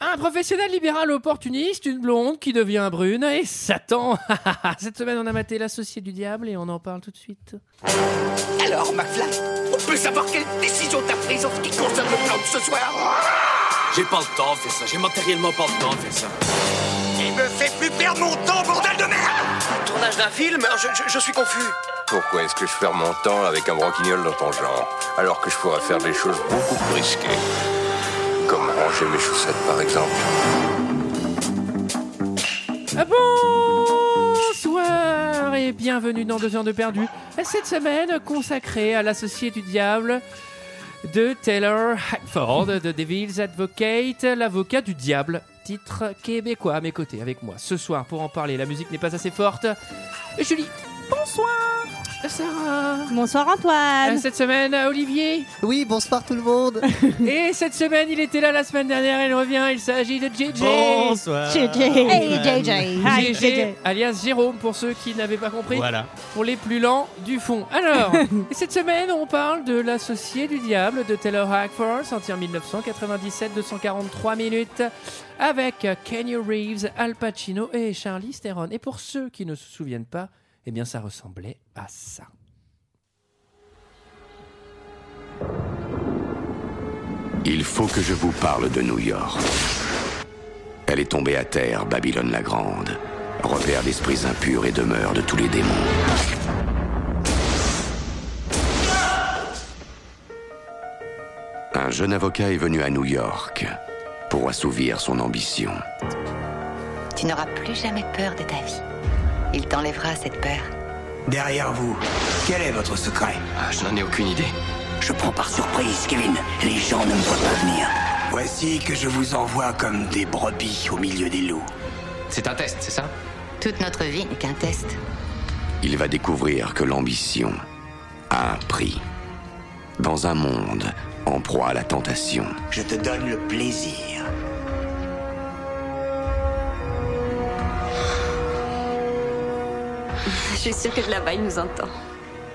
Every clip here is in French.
Un professionnel libéral opportuniste, une blonde qui devient brune et Satan. Cette semaine, on a maté l'associé du diable et on en parle tout de suite. Alors, McFly, on peut savoir quelle décision t'as prise en ce qui concerne le plan de ce soir J'ai pas le temps de faire ça, j'ai matériellement pas le temps de faire ça. Il me fait plus perdre mon temps, bordel de merde Tournage d'un film je, je- je suis confus. Pourquoi est-ce que je perds mon temps avec un broquignol dans ton genre Alors que je pourrais faire des choses beaucoup plus risquées. Comme ranger mes chaussettes par exemple. Ah, Bonsoir et bienvenue dans Deux heures de perdu. Cette semaine consacrée à l'associé du diable de Taylor Hackford, de Devil's Advocate, l'avocat du diable. Titre québécois à mes côtés avec moi. Ce soir, pour en parler, la musique n'est pas assez forte. Julie. Bonsoir. Sarah. Bonsoir Antoine. Cette semaine, Olivier. Oui, bonsoir tout le monde. Et cette semaine, il était là la semaine dernière, il revient, il s'agit de JJ. Bonsoir. Hey JJ. JJ, alias Jérôme, pour ceux qui n'avaient pas compris, Voilà. pour les plus lents du fond. Alors, cette semaine, on parle de l'associé du diable de Taylor Hackford, sorti en 1997, 243 minutes, avec Kenny Reeves, Al Pacino et Charlie Theron. Et pour ceux qui ne se souviennent pas, eh bien, ça ressemblait à ça. Il faut que je vous parle de New York. Elle est tombée à terre, Babylone la Grande, repère d'esprits impurs et demeure de tous les démons. Un jeune avocat est venu à New York pour assouvir son ambition. Tu n'auras plus jamais peur de ta vie. Il t'enlèvera cette peur. Derrière vous, quel est votre secret Ah, je n'en ai aucune idée. Je prends par surprise, Kevin. Les gens ne me voient pas venir. Voici que je vous envoie comme des brebis au milieu des loups. C'est un test, c'est ça Toute notre vie n'est qu'un test. Il va découvrir que l'ambition a un prix. Dans un monde en proie à la tentation, Je te donne le plaisir. Je suis sûre que là-bas, il nous entend.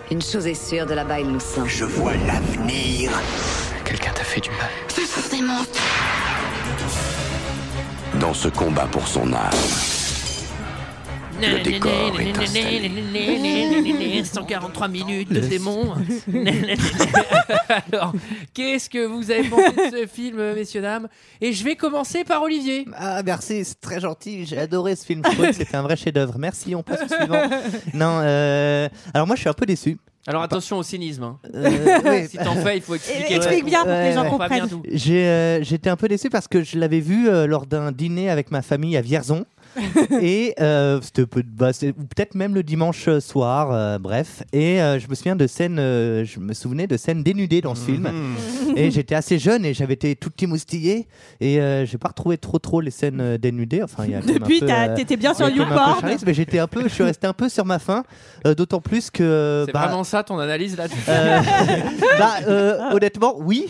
Une chose est sûre, de là-bas, il nous sent. Je vois l'avenir. Quelqu'un t'a fait du mal. dans ce combat pour son âme, Le décor est installé. 143 minutes de démon. Alors, qu'est-ce que vous avez pensé de ce film, messieurs, dames Et je vais commencer par Olivier. Ah, merci, c'est très gentil. J'ai adoré ce film. Je trouvais que c'était un vrai chef-d'œuvre. Merci, on passe au suivant. Non, euh, alors moi, je suis un peu déçu. Alors attention au cynisme. hein. Euh, oui, Si t'en fais, il faut expliquer. explique bien pour que les gens On comprend pas bien comprennent. tout. J'ai, euh, J'étais un peu déçu parce que je l'avais vu euh, lors d'un dîner avec ma famille à Vierzon. et euh, c'était peu de bah, c'est- ou peut-être même le dimanche soir, euh, bref. Et euh, je me souviens de scènes, euh, je me souvenais de scènes dénudées dans ce film. Mhm. Et j'étais assez jeune et j'avais été tout petit moustillé. Et euh, j'ai pas retrouvé trop trop les scènes euh, dénudées. Enfin, il y a quand même un Depuis peu, t'as- euh, t'étais bien sur il y a quand même un peu YouPorn. charlisme, mais j'étais un peu, je suis resté un peu sur ma faim. euh, D'autant plus que C'est bah, vraiment ça ton analyse là euh, bah, euh, honnêtement, oui.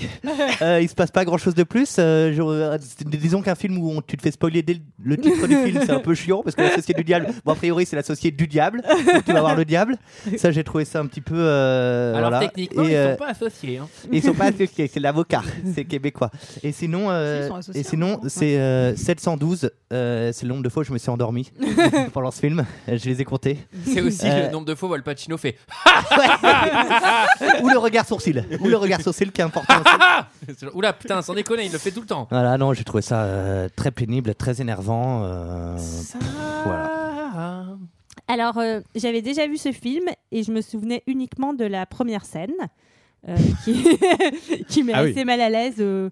Euh, il se passe pas grand chose de plus. Euh, je- euh, c'est- disons qu'un film où on- tu te fais spoiler dès le- le titre du film, c'est un peu chiant parce que l'associé du diable, bon, a priori, c'est l'associé du diable. donc tu vas voir le diable. Ça, j'ai trouvé ça un petit peu. euh, Alors voilà. techniquement, Et, ils euh, sont pas associés. hein. ils sont pas associés, c'est l'avocat, c'est québécois. Et sinon, euh, Si, ils sont associés, et sinon, hein. c'est euh, 712. euh, c'est le nombre de fois où je me suis endormi pendant ce film. Je les ai comptés. C'est aussi Euh, le nombre de fois où Al Pacino fait. Ou le regard sourcil. Ou le regard sourcil qui est important. aussi. Oula putain, sans déconner, il le fait tout le temps. Voilà, non, j'ai trouvé ça euh, très pénible, très énervant. euh, Alors euh, j'avais déjà vu ce film et je me souvenais uniquement de la première scène euh, qui, qui m'est Ah oui. assez mal à l'aise. euh,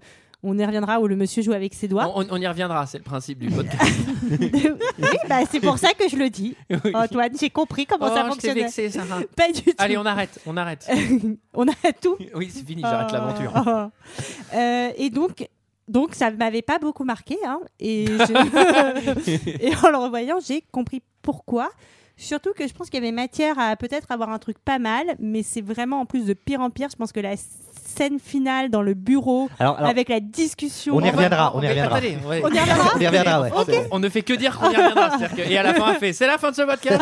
on y reviendra où le monsieur joue avec ses doigts. On, on y reviendra, c'est le principe du podcast. Oui, bah, c'est pour ça que je le dis. Antoine, j'ai compris comment ça Oh, je t'ai fonctionnait. vexé, Sarah. Pas du tout. Allez, on arrête, on arrête. Euh, on a tout. Oui, c'est fini, j'arrête Oh. l'aventure. Oh. Euh, et donc, donc ça ne m'avait pas beaucoup marqué. hein, et, je- et en le revoyant, j'ai compris pourquoi. Surtout que je pense qu'il y avait matière à peut-être avoir un truc pas mal, mais c'est vraiment en plus de pire en pire. Je pense que la scène finale dans le bureau, Alors, alors, avec la discussion. on va- y reviendra, on y va- reviendra. attendez, ouais. On y reviendra On y reviendra, ouais. On- On ne fait que dire qu'on y reviendra. c'est-à-dire que- et à la fin, on fait c'est la fin de ce podcast.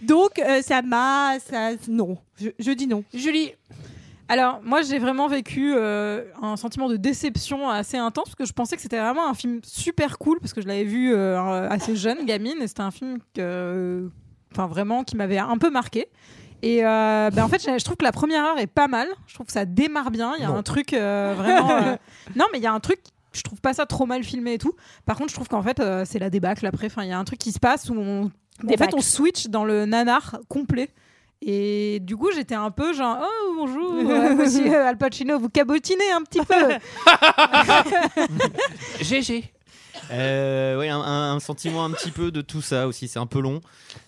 Donc, euh, ça m'a. ça- Non, je, je dis non. Julie, Alors, moi, j'ai vraiment vécu euh, un sentiment de déception assez intense parce que je pensais que c'était vraiment un film super cool parce que je l'avais vu euh, assez jeune, gamine, et c'était un film que, euh, enfin, vraiment qui m'avait un peu marqué. Et euh, ben, en fait, je je trouve que la première heure est pas mal. Je trouve que ça démarre bien. Il y a Non. un truc euh, vraiment. euh, non, mais il y a un truc. Je trouve pas ça trop mal filmé et tout. Par contre, je trouve qu'en fait, euh, c'est la débâcle après. Enfin, il y a un truc qui se passe où on, en fait, Débâcle. on switch dans le nanar complet. Et du coup, j'étais un peu genre, oh bonjour, euh, monsieur Al Pacino, vous cabotinez un petit peu. GG. Euh, ouais, un, un- un sentiment un petit peu de tout ça aussi. C'est un peu long.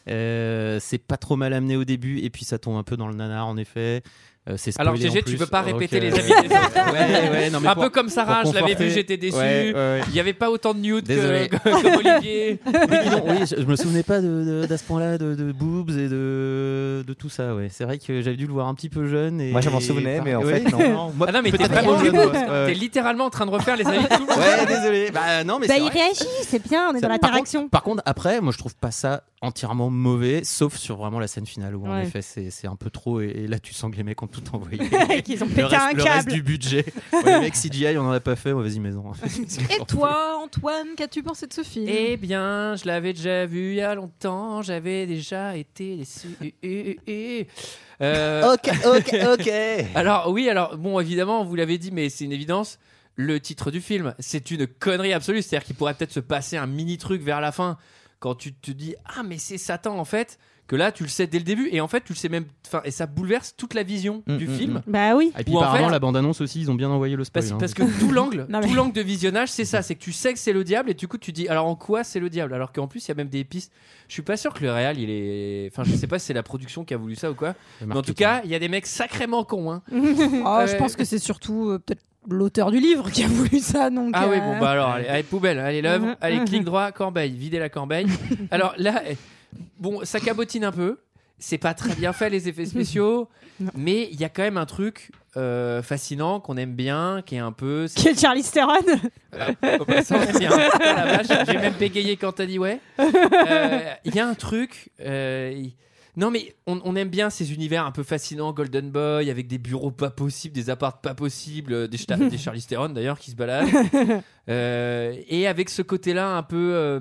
Euh, c'est pas trop mal amené au début et puis ça tombe un peu dans le nanar en effet. Euh, c'est Alors, spoilé en GG, tu plus. peux pas Donc, répéter euh, les amis des autres. ouais, ouais, non, mais un pour- peu comme Sarah, pour je l'avais vu, conforter- j'étais déçu. Ouais, ouais, ouais. Il n'y avait pas autant de nudes que, Désolé. comme Olivier. Oui, dis donc, oui, je, je me souvenais pas de, de- d'à ce point-là de, de boobs et de, de tout ça. Ouais. C'est vrai que j'avais dû le voir un petit peu jeune. Et, Moi, je m'en souvenais, et- mais en ouais, fait, non. Moi, Ah non, mais t'es peut-être vraiment trop jeune, ouais, ouais. T'es littéralement en train de refaire les amis de tout le monde. Ouais, désolé. Bah non, mais Bah, c'est il vrai. réagit, c'est bien, on est Ça- dans par l'interaction. contre- Par, contre, après, moi, je trouve pas ça entièrement mauvais, sauf sur vraiment la scène finale où, en Ouais. effet, c'est c'est un peu trop. Et, et là, tu sens que les mecs ont tout envoyé. Qu'ils ont pété le reste, un le reste câble. du budget. Ouais, les mecs CGI, on en a pas fait. ouais, Vas-y, maison. Et toi, Antoine, qu'as-tu pensé de ce film Eh bien, je l'avais déjà vu il y a longtemps, j'avais déjà été déçu. Euh, euh, euh, euh. Ok, ok, ok. Alors, oui, alors, bon, évidemment, vous l'avez dit, mais c'est une évidence. Le titre du film, c'est une connerie absolue. C'est-à-dire qu'il pourrait peut-être se passer un mini truc vers la fin quand tu te dis Ah, mais c'est Satan en fait. Que là, tu le sais dès le début. Et en fait, tu le sais même. Enfin, et ça bouleverse toute la vision du film. Bah oui. Et puis, Ou en apparemment, fait- la bande-annonce aussi, ils ont bien envoyé le spoil. Parce, hein. parce que tout l'angle, tout l'angle de visionnage, c'est ça, c'est que tu sais que c'est le diable et du coup tu dis alors en quoi c'est le diable alors qu'en plus il y a même des pistes. Je suis pas sûr que le réal il est, enfin je sais pas si c'est la production qui a voulu ça ou quoi. Mais en tout cas il y a des mecs sacrément cons. Hein. Ah, Je Euh, pense que c'est surtout euh, peut-être l'auteur du livre qui a voulu ça. Donc, Ah oui euh, bon bah alors allez, allez, poubelle, allez l'œuvre, Mhm, allez mhm. clic droit corbeille, videz la corbeille. alors là eh, bon ça cabotine un peu, c'est pas très bien fait les effets spéciaux, mais il y a quand même un truc. euh, fascinant qu'on aime bien qui est un peu Qui est Charlie Theron Au passant, c'est bien. Putain, la vache, J'ai même bégayé quand t'as dit ouais. Euh, Il y a un truc. euh, y- Non, mais on, on aime bien ces univers un peu fascinants, Golden Boy, avec des bureaux pas possibles, des appartes pas possibles, euh, des, Chta- des Charlize Theron d'ailleurs qui se baladent. Euh, et avec ce côté-là un peu euh,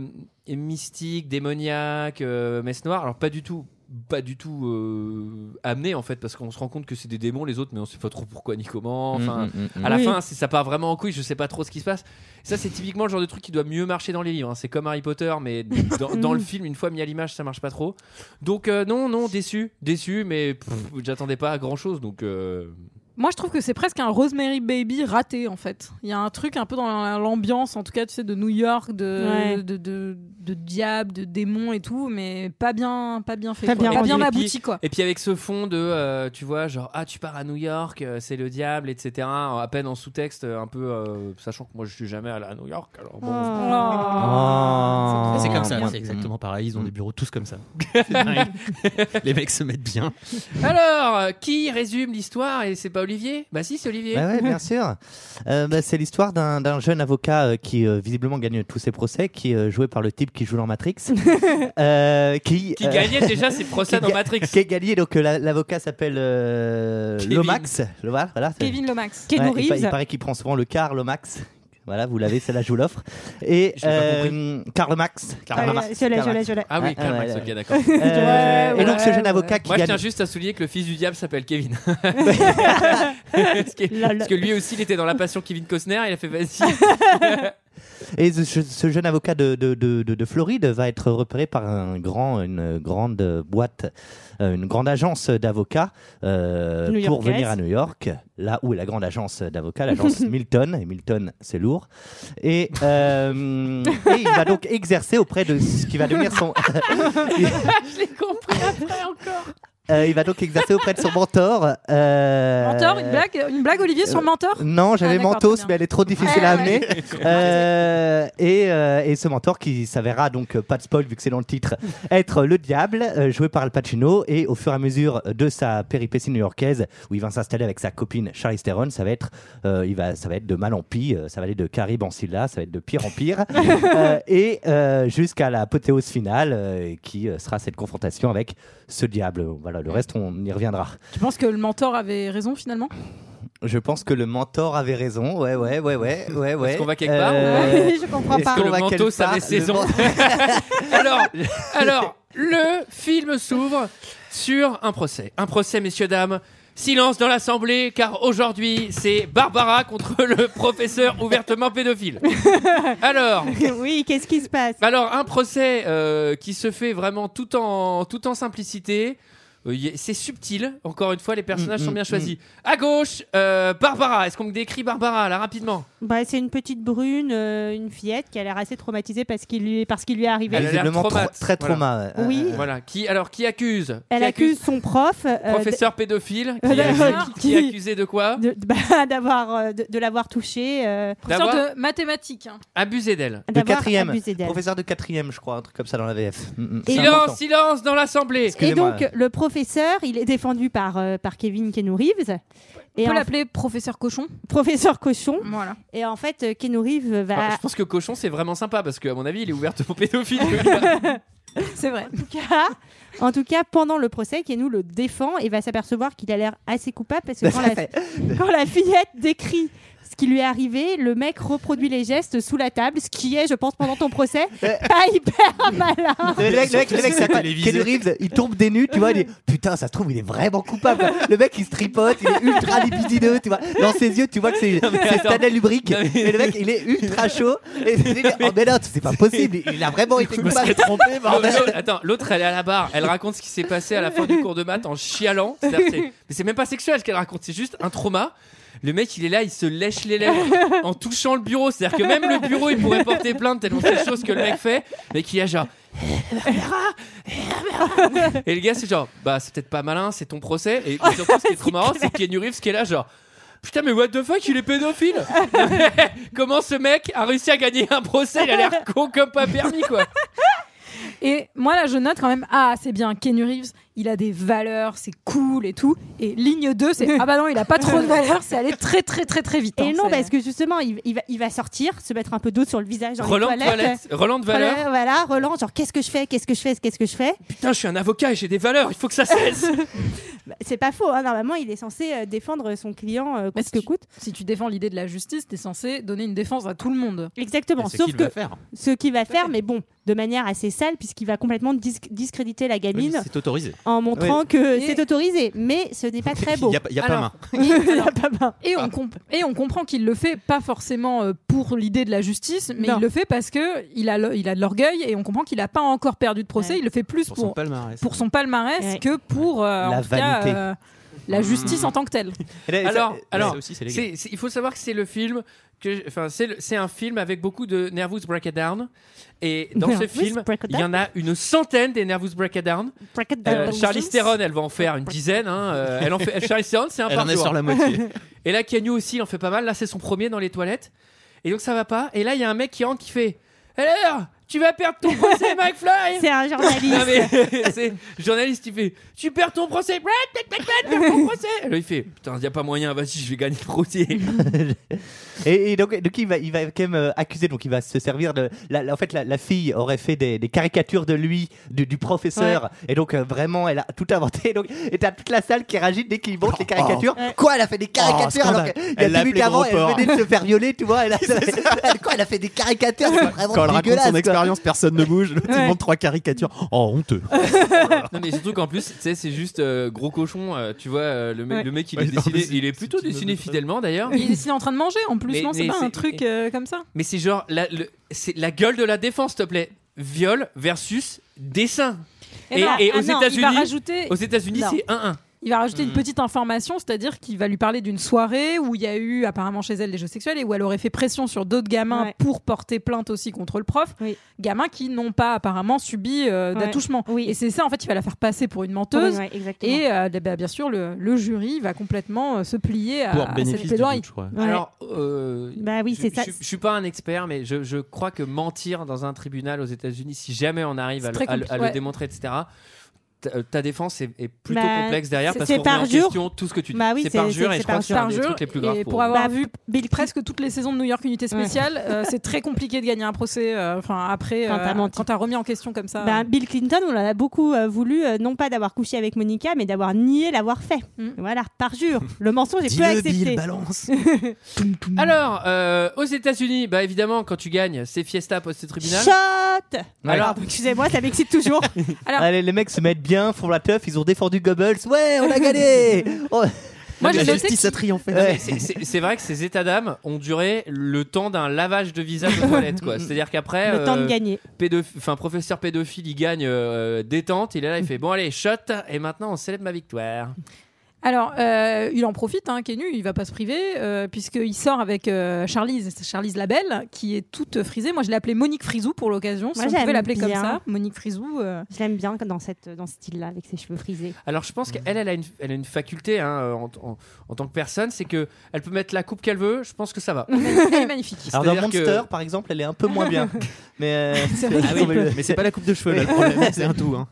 mystique, démoniaque, euh, messe noire. Alors, pas du tout pas du tout euh, amené en fait parce qu'on se rend compte que c'est des démons les autres mais on sait pas trop pourquoi ni comment enfin Mm, mm, mm, mm. à la Oui. fin c'est- ça part vraiment en couille je sais pas trop ce qui se passe ça c'est typiquement le genre de truc qui doit mieux marcher dans les livres hein. c'est comme Harry Potter mais dans, dans le film une fois mis à l'image ça marche pas trop donc euh, non non déçu déçu mais pff, j'attendais pas à grand chose donc euh, Moi, je trouve que c'est presque un Rosemary Baby raté, en fait. Il y a un truc un peu dans l'ambiance, en tout cas, tu sais, de New York, de, Ouais. de, de, de diable, de démons et tout, mais pas bien, pas bien fait. quoi. Et Pas puis- bien, et puis- abouti, quoi. Et puis avec ce fond de, euh, tu vois, genre, ah, tu pars à New York, euh, c'est le diable, etc. À peine en sous-texte, euh, un peu, euh, sachant que moi je suis jamais allé à New York, alors bon. Ah. Oh. Ah, C'est comme ça, Bien. mm. c'est exactement pareil. Ils ont des bureaux tous comme ça. C'est dingue. les mecs se mettent bien. Alors, euh, qui résume l'histoire Et c'est pas Olivier Bah si, c'est Olivier. Bah ouais, bien sûr. Euh, bah, c'est l'histoire d'un d'un jeune avocat euh, qui euh, visiblement gagne tous ses procès, qui est joué par le type qui joue dans Matrix, euh, qui, Qui euh, gagnait déjà ses procès qui dans ga- Matrix. Qui est gagné donc euh, la- l'avocat s'appelle euh, Kevin. Lomax. Le- Voilà, voilà, c'est- Kevin Lomax. Ouais, il, pa- il paraît qu'il prend souvent le car Lomax. Voilà, vous l'avez, celle-là je vous l'offre. Et euh, Je l'ai pas Karl Max. Karl Ah oui, Marx. je l'ai, je l'ai, je l'ai. Ah oui, Karl Marx, ok, d'accord. Euh, Ouais, et donc ce ouais, jeune ouais. avocat qui Moi, je gagne. tiens juste à souligner que le fils du diable s'appelle Kevin. parce, que, parce que lui aussi, il était dans la passion Kevin Costner, il a fait vas-y. Et ce, ce jeune avocat de, de, de, de- de Floride va être repéré par un grand, une grande boîte, euh, une grande agence d'avocats euh, pour New-Yorkaise. venir à New York, là où est la grande agence d'avocats, l'agence Milton. Et Milton, c'est lourd. Et, euh, et il va donc exercer auprès de ce qui va devenir son. je l'ai compris après encore. Euh, il va donc exercer auprès de son mentor. euh, Mentor, une blague, une blague Olivier, sur euh, le mentor Non, j'avais Ah, d'accord, Mentos, très bien. mais elle est trop difficile à Ah, ouais. amener. Euh, et, euh, et ce mentor qui s'avérera, donc, euh, pas de spoil vu que c'est dans le titre, être le diable, euh, joué par Al Pacino. Et au fur et à mesure de sa péripétie new-yorkaise, où il va s'installer avec sa copine Charlize Theron, ça va être, euh, il va, ça va être de mal en pis, euh, ça va aller de Caribe en Silla, ça va être de pire en pire. Euh, et euh, jusqu'à l'apothéose finale, euh, qui euh, sera cette confrontation avec ce diable. Voilà, voilà, le reste, on y reviendra. Tu penses que le mentor avait raison finalement Je pense que le mentor avait raison. Ouais, ouais, ouais, ouais, ouais, ouais. Euh, qu'on va quelque part Ouais, je comprends est-ce pas. qu'on Que le va manteau, quelque ça part avait saison. alors, alors, le film s'ouvre sur un procès. Un procès, messieurs, dames. Silence dans l'assemblée, car aujourd'hui, c'est Barbara contre le professeur ouvertement pédophile. Alors, oui, qu'est-ce qui se passe Bah alors un procès euh, qui se fait vraiment tout en tout en simplicité. Euh, y- C'est subtil. Encore une fois, les personnages Mm, sont mm, bien choisis. À gauche, euh, Barbara. Est-ce qu'on me décrit Barbara là rapidement Bah, c'est une petite brune, euh, une fillette qui a l'air assez traumatisée parce qu'il lui, parce qu'il lui est arrivé. Elle a l'air Visiblement traumate. tra- très trauma, ouais. Euh, Oui. Voilà. Qui alors qui accuse Elle Qui accuse son prof, euh, Professeur pédophile Euh, qui, d'avoir- qui est accusé de quoi d- de- bah, d'avoir, euh, de, de l'avoir touchée. euh, Professeur D'avoir- de mathématiques. hein. Abusé d'elle. De d'avoir quatrième. abusé d'elle. Professeur de quatrième, je crois, un truc comme ça dans la VF. Mm, mm, c'est important. Silence, silence dans l'assemblée. Et Excusez-moi. donc le professeur, il est défendu par euh, par Kevin Kenou Reeves. On Et peut en- l'appeler professeur cochon. professeur cochon. Voilà. Et en fait, euh, Keanu Reeves Alors, va. Ah, je pense que Cochon c'est vraiment sympa parce qu'à mon avis il est ouvertement pédophile. C'est vrai. En tout cas, en tout cas, pendant le procès, Kenou le défend et va s'apercevoir qu'il a l'air assez coupable parce que quand la, quand la fillette décrit ce qui lui est arrivé, le mec reproduit les gestes sous la table, ce qui est, je pense, pendant ton procès, pas hyper malin. Le mec, le mec, le mec, c'est pas- Keanu Reeves, il tombe des nues, tu vois, il est putain, ça se trouve, il est vraiment coupable. quoi. Le mec, il se tripote, il est ultra lipidineux, tu vois. Dans ses yeux, tu vois que c'est Non, mais c'est attends. Stanley Lubric. Non, mais- Et le mec, il est ultra chaud. Et il est, oh, mais non, c'est pas possible, il a vraiment été coupable. trompé, Attends, l'autre elle est à la barre, elle raconte ce qui s'est passé à la fin du cours de maths en chialant. C'est-à-dire, c'est- Mais c'est même pas sexuel ce qu'elle raconte, c'est juste un trauma. Le mec, il est là, il se lèche les lèvres en touchant le bureau. C'est-à-dire que même le bureau, il pourrait porter plainte tellement c'est chose que le mec fait, mais qui a genre. Et le gars, c'est genre, bah c'est peut-être pas malin, c'est ton procès. Et surtout, ce qui est trop marrant, c'est Keanu Reeves qui est là, genre. Putain, mais what the fuck, il est pédophile! Comment ce mec a réussi à gagner un procès? Il a l'air con comme pas permis, quoi! Et moi là, je note quand même, ah, c'est bien, Ken Reeves, il a des valeurs, c'est cool et tout. Et ligne 2, c'est, ah bah non, il a pas trop de valeurs, c'est aller très très très très vite. Et hein, non, c'est- parce que justement, il, il va, il va sortir, se mettre un peu d'eau sur le visage dans Roland les de toilette, toilettes. Roland de valeur. Voilà, voilà, Roland, genre qu'est-ce que je fais, qu'est-ce que je fais, qu'est-ce que je fais Putain, je suis un avocat et j'ai des valeurs, il faut que ça cesse. Bah, C'est pas faux, hein, normalement il est censé euh, défendre son client euh, Mais coûte que coûte. Si tu défends l'idée de la justice, t'es censé donner une défense à tout le monde. Exactement, C'est sauf qu'il que va faire. ce qu'il va faire, mais bon, de manière assez sale, puisqu'il va complètement dis- discréditer la Oui, gamine C'est autorisé. en montrant Oui. que Et- c'est autorisé, mais ce n'est pas très beau. Il y a, pas- il y a pas Alors, main. Et on, comp- et on comprend qu'il le fait pas forcément euh, pour l'idée de la justice, mais Non. il le fait parce que il a, le- il a de l'orgueil et on comprend qu'il a pas encore perdu de procès. Ouais. Il le fait plus Pour pour, son palmarès. pour son palmarès Ouais. que pour euh, La en tout cas, vanité. euh, la justice en tant que telle. Et là, ça- Alors, alors, Ça aussi, c'est légal. c'est- c'est- il faut savoir que c'est le film que, je- enfin, c'est le- c'est un film avec beaucoup de nervous breakdown. Et dans Nervous ce film, il breakdown y en a une centaine des nervous breakdown. Bah, Euh, Charlize Theron, elle va en faire une dizaine. hein, euh, elle en fait, Charlize Theron, c'est un Elle par en est jour. sur la moitié. Et là, Keanu aussi, il en fait pas mal. Là, c'est son premier dans les toilettes. Et donc, ça va pas. Et là, il y a un mec qui rentre qui fait Alors, tu vas perdre ton procès, McFly C'est un Non journaliste. mais c'est journaliste il fait tu perds ton procès Brad, Brad, Brad, Brad, perds ton procès Et là, il fait putain y a pas moyen vas-y je vais gagner le procès et, et donc, donc il, va, il va quand même euh, accuser, donc il va se servir de. la- la- en fait, la, la fille aurait fait des, des caricatures de lui, du, du professeur, et donc euh, vraiment, elle a tout inventé. Donc, et t'as toute la salle qui réagit dès qu'il montre les caricatures. Quoi, elle a fait des caricatures Oh, alors scandale. qu'il y Elle a l'a deux appelé minutes avant, gros elle porc. venait de se faire violer, tu vois. Elle a- elle- quoi, elle a fait des caricatures, c'est vraiment Quand elle raconte dégueulasse. son quoi. expérience, personne ne bouge. L'autre, il montre trois caricatures. Oh, honteux. non mais surtout qu'en plus tu sais c'est juste euh, gros cochon euh, tu vois euh, le mec Ouais. le mec il Ouais, est non, dessiné mais c'est- il est plutôt c'est une dessiné autre phrase. fidèlement d'ailleurs Il est dessiné en train de manger en plus, Mais- non C'est mais pas c'est- un truc euh, comme ça. mais c'est genre la le- c'est la gueule de la défense s'il te plaît viol versus dessin Et- non, Ah et aux non, il va États-Unis- rajouter, aux Hmm. États-Unis Non. c'est 1-1 il va rajouter une petite information, c'est-à-dire qu'il va lui parler d'une soirée où il y a eu apparemment chez elle des jeux sexuels et où elle aurait fait pression sur d'autres gamins Ouais. pour porter plainte aussi contre le prof, Oui. gamins qui n'ont pas apparemment subi euh, Ouais. d'attouchement. Oui. Et c'est ça en fait, il va la faire passer pour une menteuse. Ouais, exactement. Et euh, bah, bien sûr, le, le jury va complètement euh, se plier à, Pour à cette bénéfice du plaidoirie. doute, je crois. Ouais. alors euh, bah oui, je, c'est ça. je- je suis pas un expert, mais je, je crois que mentir dans un tribunal aux États-Unis, si jamais on arrive C'est à, le- très à le- à compliqué, le ouais. démontrer, etc., t- euh, ta défense est, est plutôt Bah, complexe derrière c'est- parce c'est qu'on par remet en jour. question tout ce que tu dis. Bah oui, c'est c'est- par jour c'est- et c'est je par crois que c'est un des jour. trucs les plus graves et pour, pour eux. Bah, avoir vu presque toutes les saisons de New York Unité Spéciale, euh, c'est très compliqué de gagner un procès. euh, Enfin après, Quand euh, t'as menti. quand t'as remis en question comme ça. Ben, Bill Clinton, on en a beaucoup euh, voulu, euh, non pas d'avoir couché avec Monica, mais d'avoir nié l'avoir fait. Voilà, parjure. Le mensonge est peu Dis-le, accepté. bah, Bill, balance. Alors, euh, aux États-Unis, bah évidemment, quand tu gagnes, c'est fiesta post-tribunal. Shot Alors- Alors, excusez-moi, ça m'excite toujours. Alors- Allez, les mecs se mettent bien, font la teuf, ils ont défendu Goebbels. Ouais, on a gagné Oh. Moi, j'ai La noté justice qu'il- a triomphé. Non, mais c'est- C'est c'est vrai que ces états d'âme ont duré le temps d'un lavage de visage aux toilettes, quoi. C'est-à-dire qu'après, euh, Le temps de gagner. pédoph- enfin, professeur pédophile, il gagne euh, détente. Il est là, il fait bon, allez, shot, et maintenant on célèbre ma victoire. Alors, euh, il en profite, hein, Kenu, il va pas se priver, euh, puisqu'il sort avec euh, Charlize, c'est Charlize Labelle, qui est toute frisée. Moi, je l'ai appelée Monique Frisou pour l'occasion, si Moi, on j'aime pouvait l'appeler comme bien. ça. Monique Frisou. euh, Je l'aime bien dans, cette, dans ce style-là, avec ses cheveux frisés. Alors je Mhm. pense qu'elle, elle a une, elle a une faculté hein, en, en- en tant que personne, c'est que elle peut mettre la coupe qu'elle veut. Je pense que ça Ah va. Elle est magnifique. Alors dans C'est-à-dire que- Monster, par exemple, elle est un peu moins bien. Mais, euh, vrai Ah oui, mais c'est pas la coupe de cheveux là, le problème, c'est un tout. hein.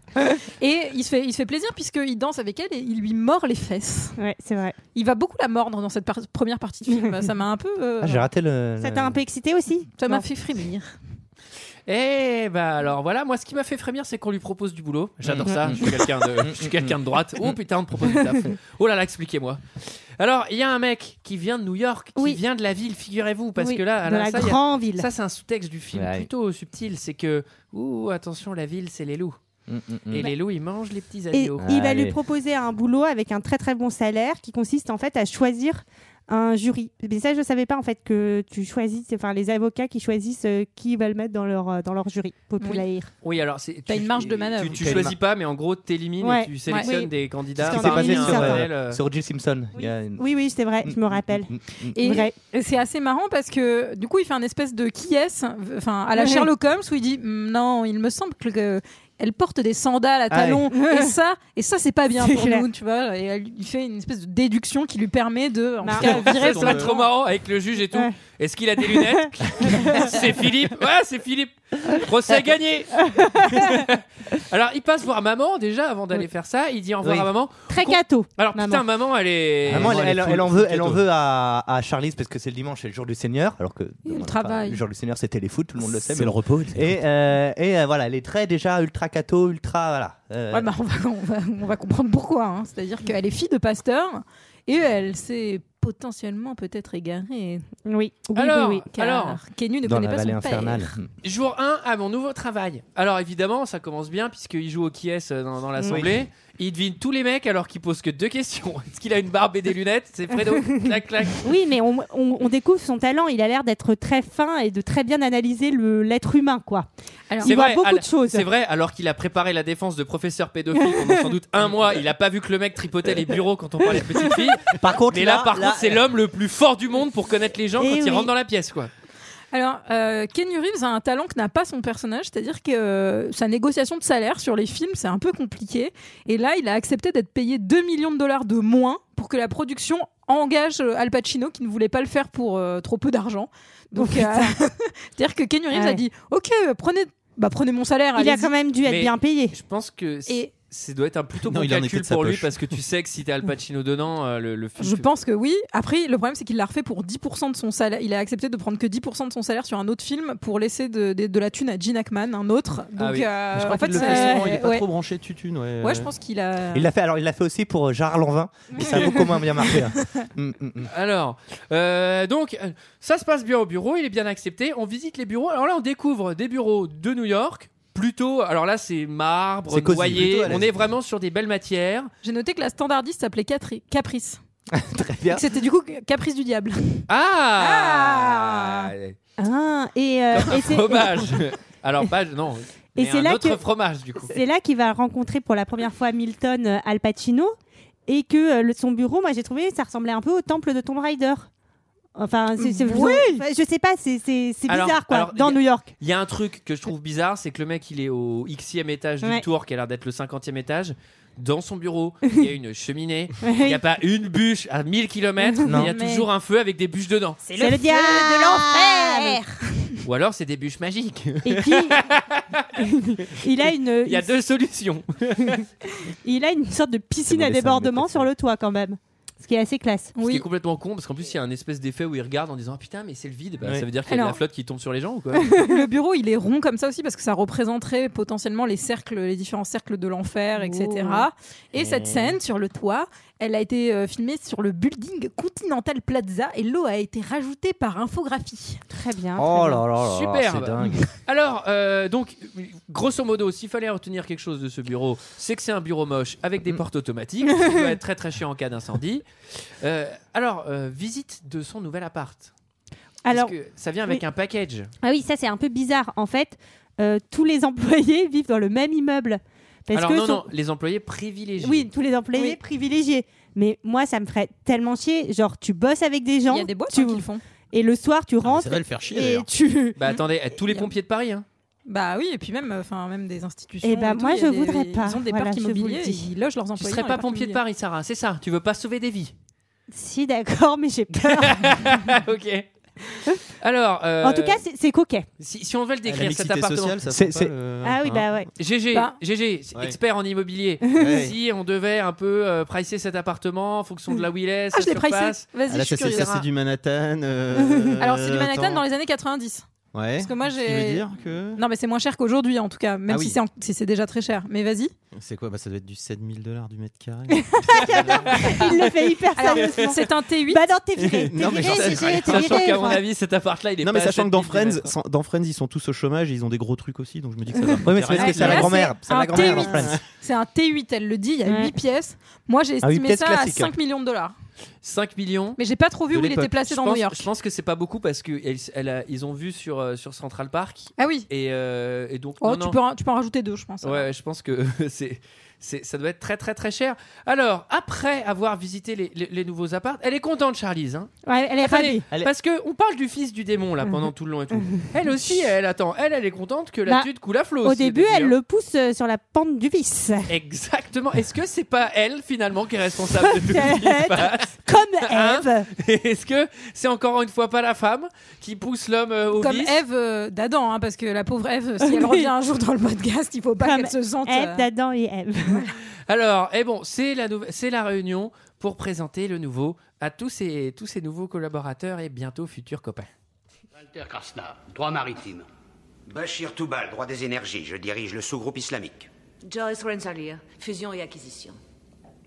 Et il se fait, il se fait plaisir puisqu'il danse avec elle et il lui mord les fesses. Ouais, c'est vrai. Il va beaucoup la mordre dans cette par- première partie de film. ça m'a un peu. euh, Ah, j'ai raté le. Ça le- t'a un peu excité aussi Ça m'a Non. fait frémir. Eh bah alors voilà, moi ce qui m'a fait frémir, c'est qu'on lui propose du boulot. J'adore Mhm. ça. Je suis quelqu'un de, je suis quelqu'un de droite. Oh putain, on me propose du taf. Oh là là, expliquez-moi. Alors il y a un mec qui vient de New York, qui vient de la ville, figurez-vous, parce Oui, que Ah là, de alors la ça, il y a- grande ville. Ça c'est un sous-texte du film Ouais. plutôt subtil, c'est que ouh attention, la ville, c'est les loups. Mm. Et les loups, ils mangent les petits Et agneaux. il va lui proposer un boulot avec un très très bon salaire qui consiste en fait à choisir un jury. Mais ça, je ne savais pas en fait que tu choisis, enfin les avocats qui choisissent euh, qui ils veulent mettre dans leur, euh, dans leur jury populaire. Oui, alors c'est. T'as une marge de manœuvre. Tu, tu choisis pas, mais en gros, t'élimines Ouais. et tu sélectionnes Oui. des candidats. C'est parmi basé un sur, euh, panel, euh, sur Jill Simpson. Il y a une- Oui, oui, c'est vrai, je me rappelle. Et Vrai. c'est assez marrant parce que du coup, il fait un espèce de qui est-ce, enfin à la Ouais. Sherlock Holmes où il dit "Hmm, non, il me semble que que elle porte des sandales à Ah ouais. talons et ça et ça c'est pas bien C'est pour clair. nous, tu vois. Et elle- il fait une espèce de déduction qui lui permet de en tout cas, virer C'est son- pas trop marrant avec le juge et tout. Est-ce qu'il a des lunettes C'est Philippe. Ouais, c'est Philippe. Procès gagné. Alors, il passe voir maman déjà avant d'aller faire ça. Il dit au revoir Oui. à maman. Très gâteau. Alors, putain, maman, elle est. Maman, elle, elle- est full- elle en veut, full elle en gâteau. veut à, à Charlize parce que c'est le dimanche, c'est le jour du Seigneur. Alors que enfin, travaille. le jour du Seigneur, c'était les foot, tout le monde le sait. C'est mais le bon. repos, Et, euh, et euh, voilà, elle est très déjà ultra cato, ultra voilà. euh, Ouais, bah, on, va, on va- on va comprendre pourquoi. hein. Mm. C'est-à-dire qu'elle est fille de pasteur et elle s'est potentiellement peut-être égarée. Oui. Alors, Car alors, Kenyu ne dans connaît la pas vallée son infernale. père. Jour 1 à mon nouveau travail. Alors évidemment, ça commence bien puisqu'il joue au qui est dans, dans l'assemblée. Il devine tous les mecs alors qu'il pose que deux questions. Est-ce qu'il a une barbe et des lunettes C'est Fredo. clac, clac. Oui, mais on, on- on découvre son talent. Il a l'air d'être très fin et de très bien analyser le- l'être humain, quoi. il voit beaucoup al- de choses. C'est vrai, alors qu'il a préparé la défense de professeur pédophile pendant sans doute un mois, il a pas vu que le mec tripotait les bureaux quand on parlait de petites filles. Par contre, Mais là, là- par là- contre, c'est l'homme le plus fort du monde pour connaître les gens Eh quand oui. ils rentrent dans la pièce, quoi. Alors, euh, Kenny Reeves a un talent que n'a pas son personnage, c'est-à-dire que euh, sa négociation de salaire sur les films, c'est un peu compliqué. Et là, il a accepté d'être payé 2 millions de dollars de moins pour que la production engage euh, Al Pacino qui ne voulait pas le faire pour euh, trop peu d'argent. Donc, euh, c'est-à-dire que Kenny Reeves Oh, Ouais. a dit Ok, euh, prenez, bah, prenez mon salaire. Il a allez-y. quand même dû être Mais bien payé. Je pense que Et- ça doit être un plutôt Non, bon il en était calcul de sa pour lui poche. parce que tu sais que si t'as Al Pacino dedans, euh, le, le film. Je pense que oui. Après, le problème, c'est qu'il l'a refait pour 10% de son salaire. Il a accepté de prendre que 10% de son salaire sur un autre film pour laisser de, de- de la thune à Gene Hackman, un autre. Donc, Ah oui. euh, Je crois en fait, qu'il le fait c'est- souvent, il est pas ouais. trop branché tutune. euh. Ouais, Ouais, je pense qu'il a. Il l'a fait. Alors, il l'a fait aussi pour euh, Gérard Lanvin. Et ça a beaucoup moins bien marché. hein. Alors, euh, donc, euh, ça se passe bien au bureau, il est bien accepté. On visite les bureaux. Alors là, on découvre des bureaux de New York. Plutôt, alors là, c'est marbre, C'est cosy, noyer. plutôt à l'aise. On est vraiment sur des belles matières. J'ai noté que la standardiste s'appelait Catri- Caprice. Très bien. Et que C'était du coup Caprice du Diable. Ah, Ah, et, euh, et c'est- Fromage. alors pas non. Et mais c'est un là autre que- fromage du coup. C'est là qu'il va rencontrer pour la première fois Milton euh, Al Pacino et que euh, le- son bureau, moi j'ai trouvé, ça ressemblait un peu au temple de Tomb Raider. Enfin, c'est, c'est- Oui. enfin, je sais pas, c'est, c'est, c'est Alors- bizarre quoi, alors, dans y a- New York. Il y a un truc que je trouve bizarre, c'est que le mec il est au xème étage du Ouais. tour, qui a l'air d'être le 50e étage. Dans son bureau, il y a une cheminée, il n'y a pas une bûche à 1000 km, mais Non. il y a Mais- toujours un feu avec des bûches dedans. C'est le, diable de l'enfer. Ou alors c'est des bûches magiques. Et puis, Euh, il a une, Il y a deux solutions. il a une sorte de piscine à débordement sur le toit quand même, ce qui est assez classe. Ce qui est complètement con parce qu'en plus il y a un espèce d'effet où ils regardent en disant ah putain mais c'est le vide. Bah, Ouais. Ça veut dire qu'il y a de la Alors- flotte qui tombe sur les gens ou quoi le bureau, il est rond comme ça aussi parce que ça représenterait potentiellement les cercles, les différents cercles de l'enfer, etc. Et cette scène sur le toit, elle a été euh, filmée sur le building Continental Plaza et l'eau a été rajoutée par infographie. Très bien. Oh là là là, Superbe. c'est dingue. Alors, euh, donc, grosso modo, s'il fallait retenir quelque chose de ce bureau, c'est que c'est un bureau moche avec Mm. des portes automatiques, ce qui doit être très très chiant en cas d'incendie. Euh, alors, euh, visite de son nouvel appart. Alors, Parce que ça vient avec oui. un package. Ah oui, ça c'est un peu bizarre. En fait, euh, tous les employés vivent dans le même immeuble. Parce alors que non, son- non, les employés privilégiés. Oui, tous les employés Oui. privilégiés. Mais moi, ça me ferait tellement chier. Genre, tu bosses avec des gens. Il y a des boîtes hein, qui le font. Et le soir, tu rentres. Et tu. Bah attendez, eh, tous les pompiers de Paris. Hein. Bah oui, et puis même, enfin même des institutions. Eh ben, tout, moi, il y a je des- voudrais pas. Ils ont des Voilà, parcs je vous le immobiliers, dis. ils logent leurs Tu employés. serais dans pas les pompier de parcs Paris, Sarah, c'est ça Tu veux pas sauver des vies Si, d'accord, mais j'ai peur. Ok. Alors. euh, En tout cas, c'est c'est coquet. Si, si on veut le La décrire cet mixité appartement, sociale, ça C'est- sent pas c'est- le- Ah oui, hein. bah ouais. GG, Bah. GG, c'est Ouais. expert en immobilier. Ouais. Si on devait un peu euh, pricer cet appartement en fonction de la où il est, Ah, sa je l'ai pricé. surface. Vas-y, Ah là, ça, c'est- ça, c'est du Manhattan. immobiliers. euh, Alors c'est du Manhattan attends. dans les années 90. Ouais. Parce que moi Ce qui veut j'ai. dire que. Non mais c'est moins cher qu'aujourd'hui en tout cas, même Ah si oui. c'est en- si c'est déjà très cher. Mais vas-y. C'est quoi bah, Ça doit être du 7000 dollars du mètre carré. Il le fait hyper Alors, sérieusement. C'est un T8. Bah non, t'es viré. Non, mais Eh, T'es j'en sais viré, rien. c'est- t'es Sachant viré. qu'à mon avis, cet appart-là, il est non, pas mais à sachant que dans 7000 Friends, sans- dans Friends, ils sont tous au chômage, ils ont des gros trucs aussi, donc je me dis que ça va. Ah, Oui, mais c'est parce que c'est à la Là, grand-mère. c'est C'est à la un grand-mère dans T8. Friends. C'est un T8, elle le dit, il y a Ouais. 8 pièces. Moi j'ai Ah, huit estimé pièces ça classiques. à 5 millions de dollars. 5 millions. Mais j'ai pas trop vu de où il était l'époque. placé Je Ah, dans pense- New York. Je pense que c'est pas beaucoup parce qu'ils ont vu sur, euh, sur Central Park. Ah oui. Et, euh, et donc, Oh, non, tu, non. Peux en, tu peux en rajouter deux, je pense. Ouais, je pense que c'est, c'est, ça doit être très très très cher. Alors, après avoir visité les, les- les nouveaux apparts, elle est contente, Charlize. Hein Ouais, elle est Attendez, ravie. Elle est- Parce que on parle du fils du démon là pendant tout le long et tout. Elle aussi, elle attend. Elle, elle est contente que la Bah, tude coule à flot. Au aussi, début, elle hein. le pousse euh, sur la pente du vice. Exactement. Est-ce que c'est pas elle finalement qui est responsable de tout ce qui se Peut-être. passe Comme Hein Eve. Est-ce que c'est encore une fois pas la femme qui pousse l'homme euh, au Comme vice Eve euh, d'Adam, hein, parce que la pauvre Eve, si elle Oui. revient un jour dans le podcast, il faut pas Comme qu'elle se sente. euh, Eve d'Adam et Eve. Alors, et bon, c'est la nouve- c'est la réunion pour présenter le nouveau à tous ces tous ces nouveaux collaborateurs et bientôt futurs copains. Walter Krasna, droit maritime. Bachir Toubal, droit des énergies, je dirige le sous-groupe islamique. Joyce Rensselaer, fusion et acquisition.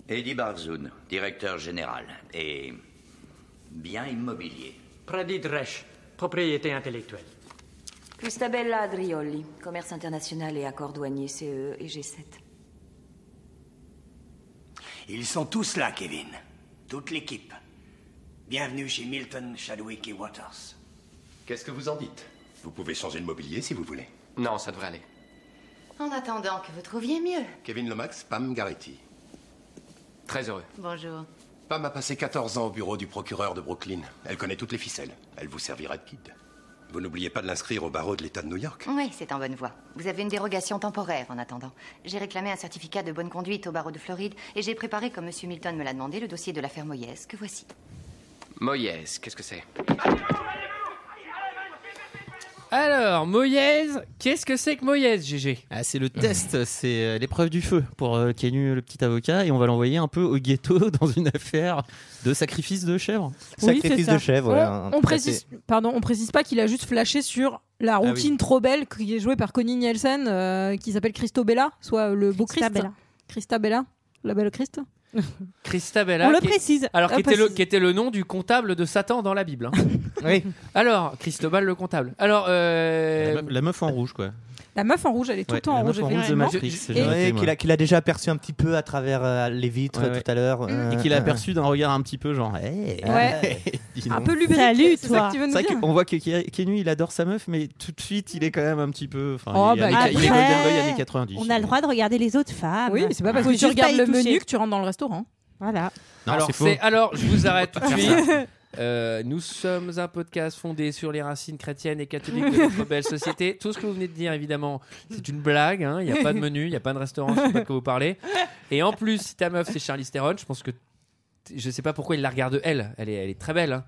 Eddie Barzoun, directeur général. Et. Bien immobilier. Pradit Resch, propriété intellectuelle. Cristabella Adrioli, commerce international et accords douaniers CE E et G7. Ils sont tous là, Kevin. Toute l'équipe. Bienvenue chez Milton, Chadwick et Waters. Qu'est-ce que vous en dites Vous pouvez changer de mobilier si vous voulez. Non, ça devrait aller. En attendant que vous trouviez mieux. Kevin Lomax, Pam Garrity. Très heureux. Bonjour. Pam a passé 14 ans au bureau du procureur de Brooklyn. Elle connaît toutes les ficelles. Elle vous servira de guide. Vous n'oubliez pas de l'inscrire au barreau de l'État de New York. Oui, c'est en bonne voie. Vous avez une dérogation temporaire en attendant. J'ai réclamé un certificat de bonne conduite au barreau de Floride et j'ai préparé, comme Monsieur Milton me l'a demandé, le dossier de l'affaire Moyes, que voici. Moyes, qu'est-ce que c'est Alors, Moïse, qu'est-ce que c'est que Moïse, GG Ah, c'est le test, c'est euh, l'épreuve du feu pour euh, Kenu, le petit avocat, et on va l'envoyer un peu au ghetto dans une affaire de sacrifice de chèvre. Oui, c'est ça. On- hein, On, précise, pardon, on précise pas qu'il a juste flashé sur la Ah oui. routine trop belle qui est jouée par Connie Nielsen, euh, qui s'appelle Christobella, soit le beau Christ. Christabella. Christabella, la belle Christ. Christabella. On le qui est- précise, Alors, on qui était, le, précise. qui était le nom du comptable de Satan dans la Bible. hein. Alors, Christobal le comptable. Alors, euh, La meuf, la meuf en rouge, quoi. La meuf en rouge, elle est tout Ouais, le temps la en meuf rouge. en rouge de effectivement. Matrix, Et- j'ai noté, Ouais, moi. qu'il a, qu'il a déjà aperçu un petit peu à travers euh, les vitres Ouais, ouais. tout à l'heure. Et euh, qu'il a euh, aperçu d'un regard un petit peu genre. Hey, Ouais. dis Un donc. peu lubrique. Salut, c'est ça toi. que tu veux nous Eh, C'est vrai dire. qu'on voit que Ke- Kenu il adore sa meuf, mais tout de suite il est quand même un petit peu. Enfin, Oh, il, est bah, années- il est après, Golden Boy années 90. On a le droit de regarder les autres femmes. Oui, mais c'est pas parce Faut que tu juste pas regardes y le toucher. menu que tu rentres dans le hein. restaurant. Voilà. Non, alors, c'est faux. c'est- alors, je vous arrête tout de suite. Euh, nous sommes un podcast fondé sur les racines chrétiennes et catholiques de notre belle société. Tout ce que vous venez de dire, évidemment, c'est une blague. hein. Il n'y a pas de menu, il n'y a pas de restaurant, je sais pas de quoi vous parlez. Et en plus, si ta meuf, c'est Charlize Theron, je pense que. t- Je sais pas pourquoi il la regarde, elle. Elle est, elle est très belle. hein.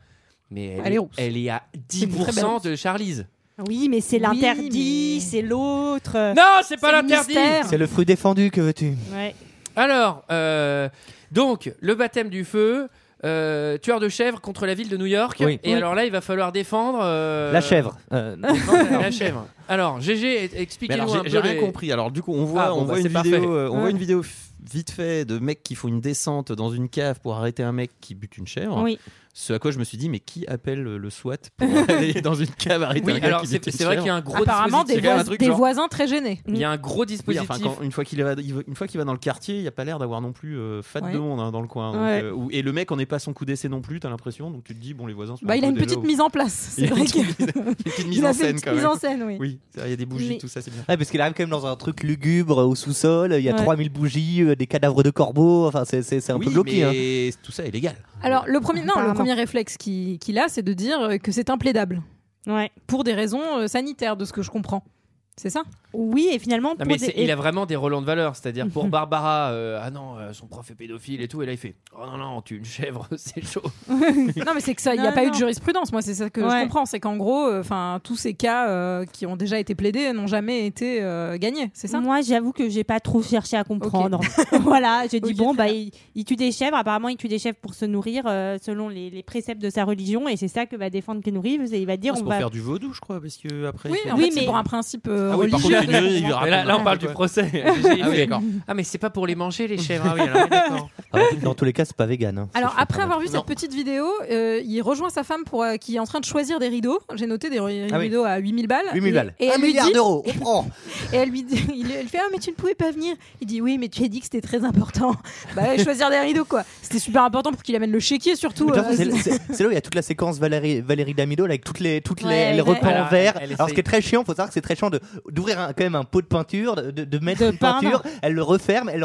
Mais elle, Elle est rousse. elle est à C'est une très belle 10% de Charlize. Oui, mais c'est l'interdit, c'est l'autre. Non, c'est pas le l'interdit. mystère. C'est le fruit défendu, que veux-tu Ouais. Alors, euh, donc, le baptême du feu, euh, tueur de chèvres contre la ville de New York. Oui. Et Oui. alors là, il va falloir défendre. euh, La chèvre. Euh, défendre la chèvre. Alors, GG, Mais alors, expliquez-nous j'ai- un peu. J'ai rien les- compris. Alors du coup, on voit, Ah, bon, on bah, voit une c'est parfait. vidéo, euh, on Ouais. voit une vidéo f- vite fait de mecs qui font une descente dans une cave pour arrêter un mec qui bute une chèvre. Oui. Ce à quoi je me suis dit, mais qui appelle le le SWAT pour aller dans une cave arrêter Oui, un gars alors, qui c'est- bute une c'est vrai chèvre qu'il y a un gros Apparemment, des, C'est quand même voisins- un truc des genre- voisins très gênés. Il y a un gros Oui, dispositif. enfin, quand- une fois qu'il va- il va- une fois qu'il va dans le quartier, il n'y a pas l'air d'avoir non plus euh, fat Ouais. de monde hein, dans le coin. Donc, Ouais. euh, ou- et le mec, on n'est pas à son coup d'essai non plus, t'as l'impression. Donc tu te dis, bon, les voisins sont. Bah, un il peu a une déjà petite au- mise en place. C'est Il a vrai une petite que- mise- une petite Il mise a en fait une scène petite quand mise même. en scène, oui. c'est vrai, il y a des bougies, Mais- tout ça, c'est bien. Ouais, parce qu'il arrive quand même dans un truc lugubre, au sous-sol, il y a Ouais. 3000 bougies, euh, des cadavres de corbeaux, enfin c'est- c'est c'est un peu Oui, bloqué. hein. mais tout ça est légal. Alors, le premier, non, le Apparemment. premier réflexe qu'il qu'il a, c'est de dire euh, que c'est implédable. Ouais. Pour des raisons euh, sanitaires, de ce que je comprends. C'est ça Oui, et finalement, Non, pour mais des- c'est- il a vraiment des relents de valeur, c'est-à-dire pour Barbara, euh, ah non, euh, son prof est pédophile et tout, et là il fait, oh non, non, on tue une chèvre, c'est chaud. non, mais c'est que ça, il n'y a Non, pas eu non. de jurisprudence. Moi, c'est ça que je Ouais. comprends. C'est qu'en gros, euh, enfin, tous ces cas euh, qui ont déjà été plaidés n'ont jamais été euh, gagnés. C'est ça Moi, j'avoue que j'ai pas trop cherché à comprendre. voilà, j'ai dit bon, bah, il, il tue des chèvres. Apparemment, il tue des chèvres pour se nourrir euh, selon les, les préceptes de sa religion, et c'est ça que va défendre Keanu Reeves. Et il va dire, C'est on pour va faire du vaudou, je crois, parce que après. Oui, il fait- en fait, c'est pour un principe euh, Ah oui, par religieux. contre, il y a une- il y aura Mais là, pas de là, on marque, parle du quoi. procès. Ah oui, d'accord. Ah, mais c'est pas pour les manger, les chèvres. Ah oui, alors, d'accord. Ah, dans tous les cas, c'est pas vegan. hein. Alors après avoir vu cette petite vidéo, euh, il rejoint sa femme pour, euh, qui est en train de choisir des rideaux. J'ai noté des ri- Ah oui. rideaux à 8000 balles. 8000 Et- balles. Et, Un elle lui milliard dit- d'euros, Oh, on prend. et elle lui dit, il, elle fait ah mais tu ne pouvais pas venir. Il dit oui mais tu as dit que c'était très important. Bah ouais, choisir des rideaux quoi. C'était super important pour qu'il amène le chéquier surtout. Mais de toute euh, façon, C'est c'est- c'est là où il y a toute la séquence Valérie, Valérie Damido là, avec toutes les, toutes les, Ouais, les ouais. repas Alors, en verre. elle- elle Alors ce essaye. qui est très chiant, faut savoir que c'est très chiant de- d'ouvrir un- quand même un pot de peinture, de, de- de mettre De une peinture, peindre. elle le referme, elle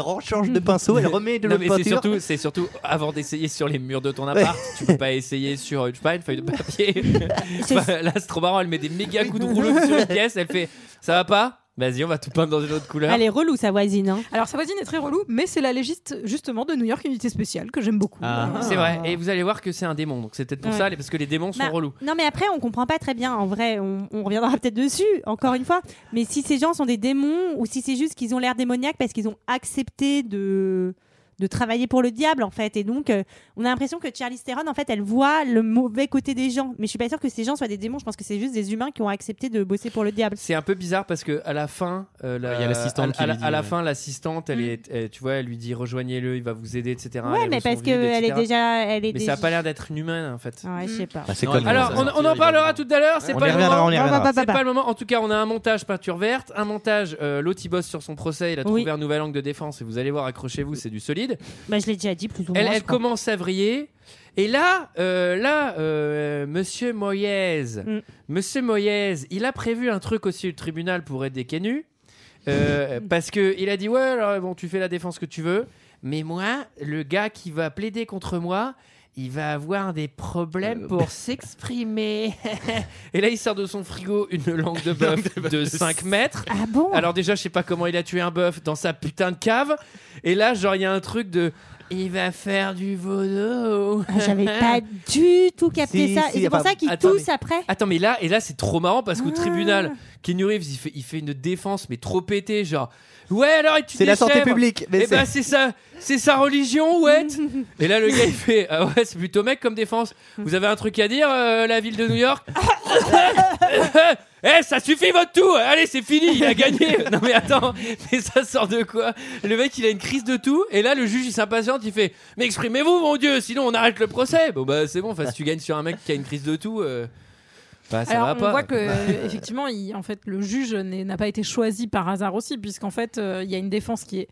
rechange de pinceau, elle remet de Non, l'autre mais peinture. c'est surtout, c'est surtout avant d'essayer sur les murs de ton appart, tu peux pas essayer sur je sais pas, une feuille de papier. Enfin, là, c'est trop marrant, elle met des méga coups de rouleau sur une pièce, elle fait ça va pas Vas-y, on va tout peindre dans une autre couleur. Elle est relou, sa voisine. hein. Alors sa voisine est très relou, mais c'est la légiste justement de New York Unité Spéciale que j'aime beaucoup. Ah. C'est vrai, et vous allez voir que c'est un démon, donc c'est peut-être pour Ouais. ça, parce que les démons sont Bah, relous. Non, mais après, on comprend pas très bien. En vrai, on, on reviendra peut-être dessus, encore une fois. Mais si ces gens sont des démons ou si c'est juste qu'ils ont l'air démoniaques parce qu'ils ont accepté de de travailler pour le diable en fait et donc euh, on a l'impression que Charlize Theron en fait elle voit le mauvais côté des gens mais je suis pas sûre que ces gens soient des démons je pense que c'est juste des humains qui ont accepté de bosser pour le diable C'est un peu bizarre parce que à la fin, euh, la- Il y a l'assistante à- qui à, la- lui dit, à la ouais. fin, l'assistante, elle est, elle- tu vois, elle lui dit rejoignez-le, il va vous aider, etc. Mm. ouais Elle mais ouvre son parce que vide, elle est etc.. déjà elle est Mais déjà... ça Hmm. a pas l'air d'être une humaine en fait. ouais, je sais pas Bah, c'est Non, comme- Alors, Ah, Ça on, va on en sortir, parlera tout à l'heure, c'est On pas y le reviendra, moment. on y reviendra. C'est pas le moment. En tout cas, on a un montage peinture verte, un montage euh, l'autre il bosse sur son procès, il a trouvé Oui. un nouvel angle de défense et vous allez voir, accrochez-vous, c'est du solide. bah, je l'ai déjà dit plus ou moins Elle, je elle crois. commence à vriller. Et là, euh, là, euh, Monsieur Moyez, Mm. Monsieur Moyez, il a prévu un truc aussi au tribunal pour aider Kenu, euh, Mm. parce que il a dit ouais, alors, bon, tu fais la défense que tu veux, mais moi, le gars qui va plaider contre moi. Il va avoir des problèmes pour s'exprimer. et là, il sort de son frigo une langue de bœuf de 5 mètres. ah bon Alors déjà, je sais pas comment il a tué un bœuf dans sa putain de cave. Et là, genre, il y a un truc de... Il va faire du vaudou. Ah, j'avais pas du tout capté Si, ça si, et c'est pour enfin, ça qu'ils attendez. toussent après Attends, mais là, et là c'est trop marrant parce qu'au Ah. tribunal, Keanu Reeves, il fait, il fait une défense, mais trop pétée, genre... Ouais, alors, il tue C'est des la santé chèvres. publique. mais Eh ben, c'est sa, c'est sa religion, ouais. et là, le gars, il fait Ah ouais, c'est plutôt mec comme défense. Vous avez un truc à dire, euh, la ville de New York Eh, ça suffit votre tout Allez, c'est fini, il a gagné Non, mais attends, mais ça sort de quoi Le mec, il a une crise de tout, et là, le juge, il s'impatiente, il fait Mais exprimez-vous, mon Dieu, sinon on arrête le procès Bon, bah, c'est bon, enfin, si tu gagnes sur un mec qui a une crise de tout, euh, bah, ça Alors, va on pas. voit que euh, effectivement, il- en fait, le juge n'est- n'a pas été choisi par hasard aussi, puisqu'en fait, euh, il y a une défense qui est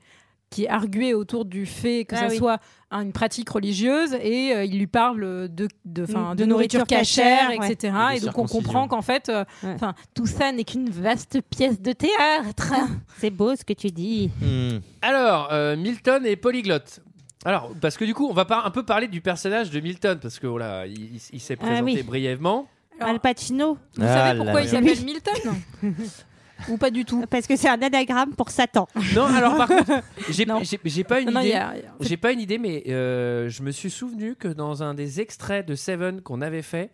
qui est arguée autour du fait que Ah ça oui. soit un- une pratique religieuse et euh, il lui parle de de, 'fin, Mm, de de nourriture nourriture cachère, cachère, ouais. etc. Et Et, de donc on circoncision. comprend qu'en fait, euh, Ouais. 'fin, tout ça n'est qu'une vaste pièce de théâtre. c'est beau ce que tu dis ben, Hmm. Alors, euh, Milton est polyglotte. Alors, parce que du coup, on va par- un peu parler du personnage de Milton, parce que voilà, il, il- il s'est Ah présenté oui. brièvement. Alors- Al Pacino Vous Ah savez là pourquoi là. il s'appelle Milton Ou pas du tout Parce que c'est un anagramme pour Satan. Non, alors par contre, j'ai Non. j'ai- j'ai pas une Non, non, il y idée. a- J'ai pas une idée, mais euh, je me suis souvenu que dans un des extraits de Seven qu'on avait fait,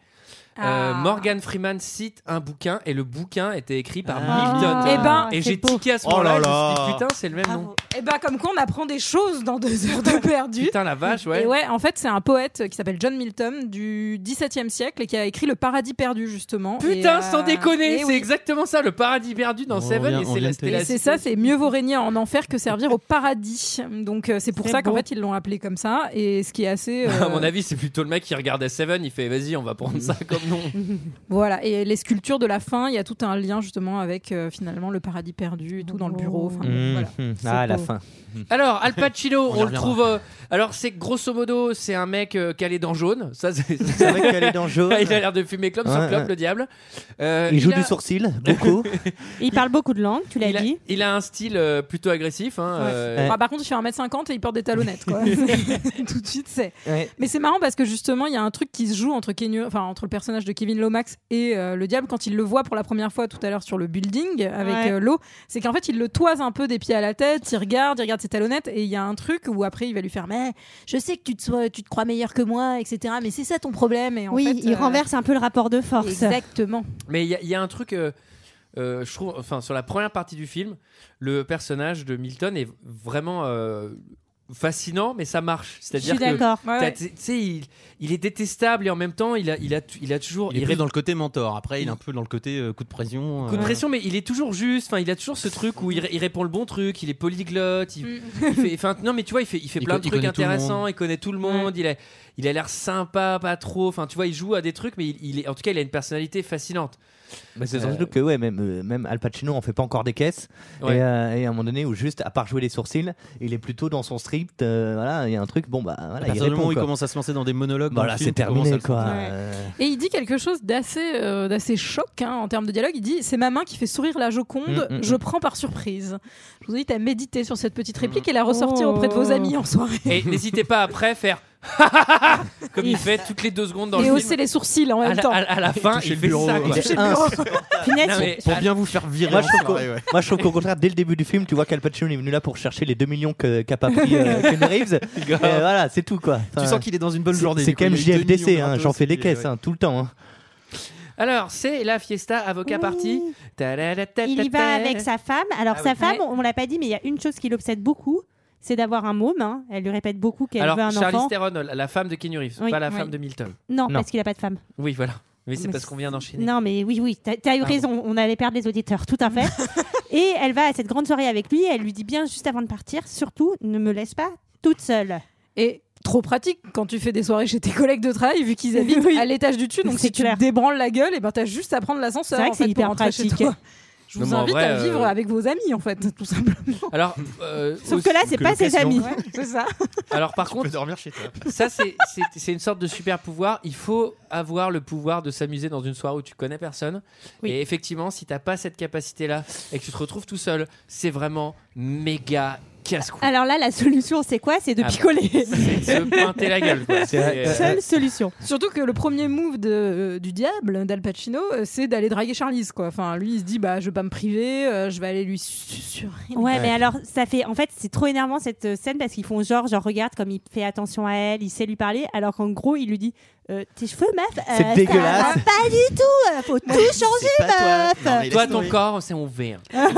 Euh, Ah. Morgan Freeman cite un bouquin et le bouquin était écrit par Ah. Milton. Eh ben, et c'est j'ai beau. tiqué à ce Oh moment-là. là je me là. suis dit, putain, c'est le même nom. Et bah comme quoi on apprend des choses dans deux heures de perdu. Putain, la vache, ouais. Et ouais, en fait, c'est un poète qui s'appelle John Milton du XVIIe siècle et qui a écrit Le Paradis perdu justement. Putain, Et, sans euh, déconner, et c'est oui. exactement ça, le paradis perdu dans Seven, revient- et Oh, on c'est vient la de te c'était Et la- c'est ça, c'est mieux vaut régner en enfer que servir au paradis. Donc euh, c'est pour C'est ça qu'en beau. fait ils l'ont appelé comme ça. Et ce qui est assez. euh, À mon avis, c'est plutôt le mec qui regardait Seven, il fait vas-y, on va prendre ça comme nom. Voilà. Et les sculptures de la fin, il y a tout un lien justement avec euh, finalement le paradis perdu et tout dans le bureau. Enfin, Mmh, voilà. mmh. C'est Ah, la beau. fin. Alors, Al Pacino, On y on, le reviendra. trouve. euh, alors, c'est grosso modo, c'est un mec euh, calé dans jaune. Ça, c'est un mec calé dans jaune. Ah, il a l'air de fumer clope sur Ouais, clope, ouais. le diable. Euh, il joue a- du sourcil, beaucoup. Il parle beaucoup de langues, tu l'as il a, dit. il a un style euh, plutôt agressif. hein, euh, Enfin, par contre, il fait 1m50 et il porte des talonnettes. Quoi. Tout de suite, c'est. Ouais. Mais c'est marrant parce que justement, il y a un truc qui se joue entre, Kenny- enfin, entre le personnage de Kevin Lomax et euh, le diable quand il le voit pour la première fois tout à l'heure sur le building avec Ouais. euh, l'eau. C'est qu'en fait, il le toise un peu des pieds à la tête, il regarde, il regarde ses talonnettes et il y a un truc où après, il va lui faire Mais je sais que tu te, sois- tu te crois meilleur que moi, etc. Mais c'est ça ton problème. Et en Oui, fait, il euh, renverse un peu le rapport de force. Exactement. Mais il y, a- il y a un truc, euh, euh, je trouve, enfin, sur la première partie du film, le personnage de Milton est vraiment euh, fascinant, mais ça marche. C'est-à-dire Je suis que d'accord. t'as- Ouais, ouais. tu sais, il, il est détestable et en même temps, il a, il a, tu- il a toujours. Il est plus ré- dans le côté mentor. Après, il est un peu dans le côté euh, coup de pression. euh, Coup de pression, mais il est toujours juste. Enfin, il a toujours ce truc où il, ré- il répond le bon truc. Il est polyglotte. Il, Mm. il fait, enfin, non, mais tu vois, il fait, il fait Il plein co- de il trucs connaît tout le intéressants. monde. Il connaît tout le monde. Il a, il a l'air sympa, pas trop. Enfin, tu vois, il joue à des trucs, mais il, il est, en tout cas, il a une personnalité fascinante. Mais Bah, c'est sans Euh, doute que ouais, même, euh, même Al Pacino en fait pas encore des caisses. Ouais. Et, euh, et à un moment donné, où juste, à part jouer les sourcils, il est plutôt dans son script. euh, voilà, il y a un truc, bon bah À voilà, il partir du répond. moment où il quoi. commence à se lancer dans des monologues, dans Voilà, le film, c'est tu commences à le sentir. terminé, quoi. Euh, Et il dit quelque chose d'assez euh, d'assez choc hein, en termes de dialogue. Il dit C'est ma main qui fait sourire la Joconde, Mm, mm, mm. je prends par surprise. Je vous invite à méditer sur cette petite réplique et la ressortir auprès de Oh. vos amis en soirée. Et n'hésitez pas après à faire comme il fait toutes les deux secondes dans et le hausser film. les sourcils en à, même la, temps. Ah. à- à la fin, Toucher il le fait bureau, ça. ouais. quoi. Toucher le bureau. Non, Pour- mais- pour, bien vous faire virer. Moi en je, trouve qu'au- soirée, ouais. moi, je trouve qu'au contraire, dès le début du film, tu vois qu'Al Pacino est venu là pour chercher les 2 millions que- qu'a pas pris euh, Keanu Reeves. Et voilà, c'est tout quoi. Tu euh, sens qu'il est dans une bonne c'est- journée, C'est du coup, quand même il a eu 2 JFDC, millions hein, gratos, j'en fais des et- caisses ouais. hein, tout le temps. hein. Alors, c'est la fiesta avocat partie. Il y va avec sa femme. Alors, Ah sa oui. femme, on, on l'a pas dit, mais il y a une chose qui l'obsède beaucoup c'est d'avoir un môme. hein. Elle lui répète beaucoup qu'elle Alors, veut un Charlize enfant. Theron, la la femme de Keanu Reeves, Oui. pas la Oui. femme de Milton. Non, parce qu'il a pas de femme. Oui, voilà. Mais c'est Oh, Mais parce qu'on vient d'enchaîner. Non, mais oui, oui, t'as as eu Pardon. raison. On allait perdre les auditeurs, tout à fait. et elle va à cette grande soirée avec lui. Elle lui dit bien juste avant de partir, surtout, ne me laisse pas toute seule. Et trop pratique quand tu fais des soirées chez tes collègues de travail, vu qu'ils habitent à l'étage du dessus. Donc C'est si tu clair. te débranles la gueule, et ben t'as juste à prendre C'est l'ascenseur. vrai en que c'est fait, pour hyper rentrer chez pratique. toi. Je Non, vous mais en invite vrai, à vivre euh, avec vos amis, en fait, tout simplement. Alors, euh, Sauf aussi- que là, c'est pas ses amis. Ouais, c'est ça. Alors, par Tu peux contre, dormir chez toi. ça, c'est- c'est c'est une sorte de super pouvoir. Il faut avoir le pouvoir de s'amuser dans une soirée où tu connais personne. Oui. Et effectivement, si t'as pas cette capacité-là et que tu te retrouves tout seul, c'est vraiment méga casse-cou. Alors là, la solution, c'est quoi C'est de Ah bah, picoler. C'est de se pointer la gueule. quoi. C'est- euh, Seule solution. Surtout que le premier move de, euh, du diable d'Al Pacino, euh, c'est d'aller draguer Charlize. Quoi. Enfin, lui, il se dit bah, je vais pas me priver, euh, je vais aller lui susurrer. Ouais, mais alors ça fait en fait c'est trop énervant cette euh, scène parce qu'ils font genre genre regarde comme il fait attention à elle, il sait lui parler alors qu'en gros il lui dit euh, tes cheveux meuf, euh, C'est ça dégueulasse. va pas du tout, euh, faut tout changer meuf. Toi, ton corps, c'est on V. hein.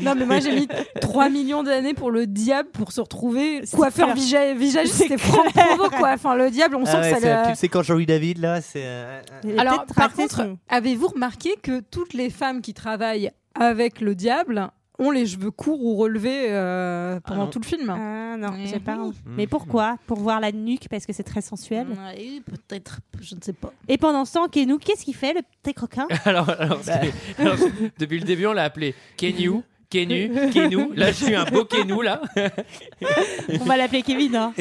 Non, mais moi, j'ai mis 3 millions d'années pour le diable pour se retrouver. Coiffeur clair. vija- visagiste, c'était Franck Provo, quoi. Enfin, le diable, on sent Ah ouais, que c'est la ça le... petite séquence Jean-Louis David là. c'est, euh, Il est Alors, peut-être par tracé contre, son- avez-vous remarqué que toutes les femmes qui travaillent avec le diable ont les cheveux courts ou relevés euh, pendant non. tout le film Ah non, Mhm. j'ai pas envie. Mmh. Mais pourquoi Pour voir la nuque parce que c'est très sensuel. Ouais, Peut-être, je ne sais pas. Et pendant ce temps, Kenou, qu'est-ce qu'il fait le petit croquin Alors, Bah. alors, c'est- alors, depuis le début, on l'a appelé Kenyu, Kenu, Kenou. Là, j'ai eu un beau Kenou, là. On va l'appeler Kevin. hein.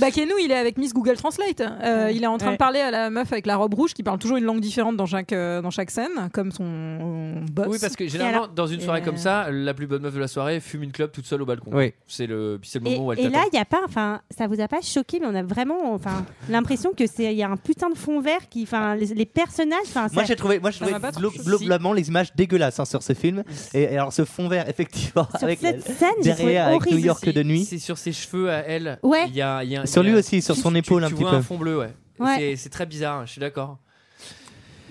Bah Kenou, il est avec Miss Google Translate. Euh, il est en train Ouais. de parler à la meuf avec la robe rouge qui parle toujours une langue différente dans chaque, euh, dans chaque scène, comme son boss. Oui, parce que généralement, dans une soirée euh comme ça, la plus bonne meuf de la soirée fume une clope toute seule au balcon. Oui. C'est le, puis c'est le Et, moment où elle et là, t'attend. il y a pas, enfin, ça vous a pas choqué, mais on a vraiment, enfin, l'impression que c'est, il y a un putain de fond vert qui, enfin, les, les personnages, enfin, Moi ça- j'ai trouvé, moi, j'ai Ça trouvé m'a pas trop glo- choqué. globalement les images dégueulasses hein, sur ce film. Et, et alors ce fond vert effectivement sur avec cette la- scène, j'ai trouvé derrière avec New horrible. York de nuit. C'est sur ses cheveux à elle. Ouais. Il y a, il y a- Sur il y a- lui aussi, sur tu- son tu- épaule tu un petit vois peu. un fond bleu, ouais. Ouais. C'est- C'est très bizarre, je suis d'accord. Ah,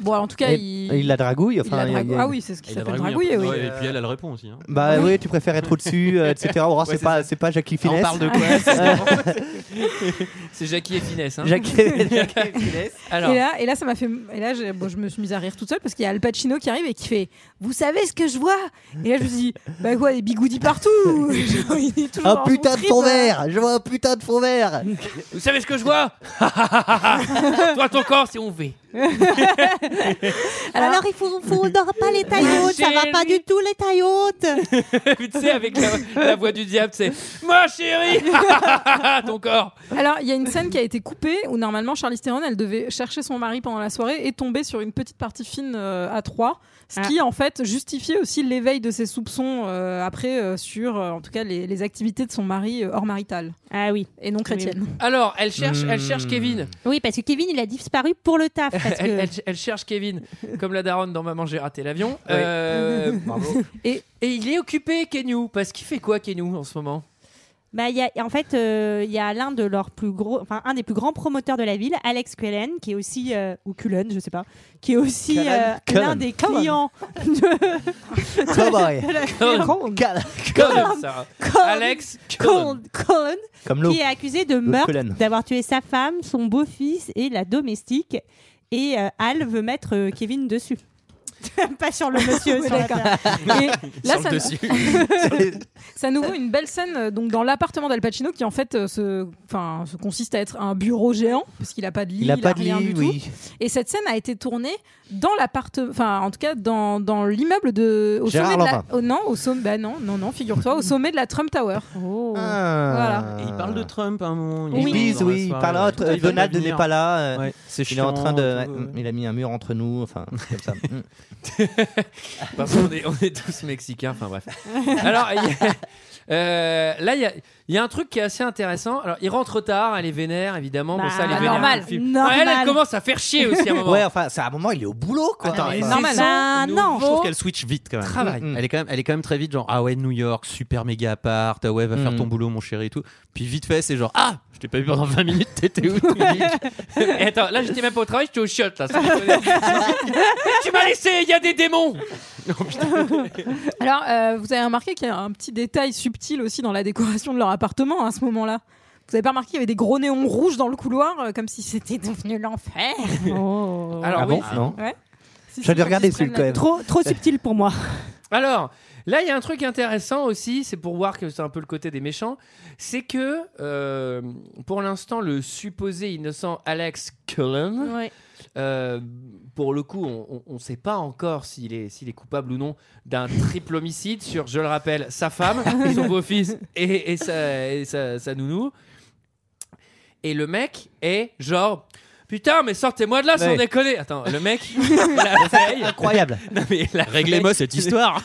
Bon, en tout cas, Et- il... et il la dragouille, enfin, la il y a- dragou- il y a- Ah oui, c'est ce qui Il la s'appelle dragouille, dragouille, oui. après. Ouais, et puis elle, elle répond aussi. hein. Bah oui, tu préfères être au-dessus, euh, etc. Oh, c'est pas, c'est pas Jackie Ah, on Finesse. parle de quoi, C'est Jackie et Finesse. Hein. Jackie- Jackie et Finesse. Alors, Et là, et là, ça m'a fait. Et là, j'ai- bon, je me suis mise à rire toute seule parce qu'il y a Al Pacino qui arrive et qui fait Vous savez ce que je vois Et là, je me suis dit Bah quoi, des bigoudis partout Genre, il est toujours un dans son putain de trip, fond là. vert Je vois un putain de fond vert vous savez ce que je vois Toi, ton corps, c'est on V. Alors, il faut, faut on dort pas les tailles hautes, ça va pas du tout les tailles hautes. tu sais, avec la, la voix du diable, c'est Ma chérie Ton corps Alors, il y a une scène qui a été coupée où normalement Charlize Theron, elle devait chercher son mari pendant la soirée et tomber sur une petite partie fine euh, à trois, Ah. ce qui en fait justifiait aussi l'éveil de ses soupçons euh, après euh, sur, euh, en tout cas, les, les activités de son mari euh, hors marital. Ah oui. Et non chrétienne. Alors, elle cherche, elle cherche Hmm. Kevin. Oui, parce que Kevin, il a disparu pour le taf. Parce que... Elle, elle- elle cherche Kevin, comme la daronne dans Maman, j'ai raté l'avion. Euh, et, et il est occupé, Kenyou, parce qu'il fait quoi, Kenyou, en ce moment Bah, il y a, en fait, euh, il y a l'un de leurs plus gros, enfin un des plus grands promoteurs de la ville, Alex Cullen, qui est aussi euh, ou Cullen, je sais pas, qui est aussi Cullen. euh, Cullen. l'un des Cullen. clients de, Cowboy. de la- Cullen. Cullen. Cullen. Cullen, Sarah. Cullen. Alex Cullen. Cullen, Comme l'eau. qui est accusé de L'eau de meurtre, Cullen. d'avoir tué sa femme, son beau-fils et la domestique. Et euh, Al veut mettre euh, Kevin dessus. pas sur le monsieur, Oui, sur la d'accord. femme. Et là, Ah, ça- Sur les- C'est à nouveau une belle scène euh, donc dans l'appartement d'Al Pacino qui en fait euh, se, enfin, se consiste à être un bureau géant parce qu'il a pas de lit, Il a pas de rien lit, du oui. tout. Et cette scène a été tournée dans l'appartement, enfin en tout cas dans, dans l'immeuble de au Gérard sommet de la, Lanvin. oh, non au sommet, bah non non non figure-toi au sommet de la Trump Tower. Ah, Oh. Voilà. Et il parle de Trump à un moment. Ils est disent, dans la Euh, oui, il soirée. parle. Tout à euh, fait Donald l'avenir. n'est pas là. euh, Ouais, c'est il est en chiant euh, train de. et tout, ouais, ouais. Il a mis un mur entre nous. Enfin, comme ça. Mm. Parce qu'on est, on est tous mexicains, enfin bref. Alors, il y a- euh, là, il y a, il y a un truc qui est assez intéressant. Alors, il rentre tard, elle est vénère, évidemment. Bon, Bah, ça, elle est vénère normal, tout le film. normal. Ouais, elle, elle commence à faire chier aussi à un moment. Ouais, enfin, c'est à un moment, il est au boulot, quoi. Attends, Enfin, et normal. c'est Bah, son non. nouveau- Je trouve qu'elle switch vite quand même. Travail. Elle est quand même, elle est quand même très vite genre ah ouais New York, super méga appart, ah ouais va faire ton boulot mon chéri et tout. Puis vite fait c'est genre ah je t'ai pas vu pendant 20 minutes, t'étais où tu dis Et attends, là, j'étais même pas au travail, j'étais au shot. Là, sans déconner. tu m'as laissé, il y a des démons. Alors euh, vous avez remarqué qu'il y a un petit détail subtil aussi dans la décoration de leur appartement hein, à ce moment-là. Vous avez pas remarqué qu'il y avait des gros néons rouges dans le couloir euh, comme si c'était devenu l'enfer. Alors, Ah bon oui. Non. Ouais. Je vais le regarder, celui quand même. Trop, trop subtil pour moi. Alors, là, il y a un truc intéressant aussi, c'est pour voir que c'est un peu le côté des méchants, c'est que, euh, pour l'instant, le supposé innocent Alex Cullen, Ouais. euh, pour le coup, on ne sait pas encore s'il est, s'il est coupable ou non d'un triple homicide sur, je le rappelle, sa femme, son beau-fils et, et sa, et sa- sa nounou. Et le mec est genre... Putain, mais sortez-moi de là sans Ouais. déconner! Attends, le mec, la veille- Incroyable. Non, mais la Réglez-moi veille- cette histoire.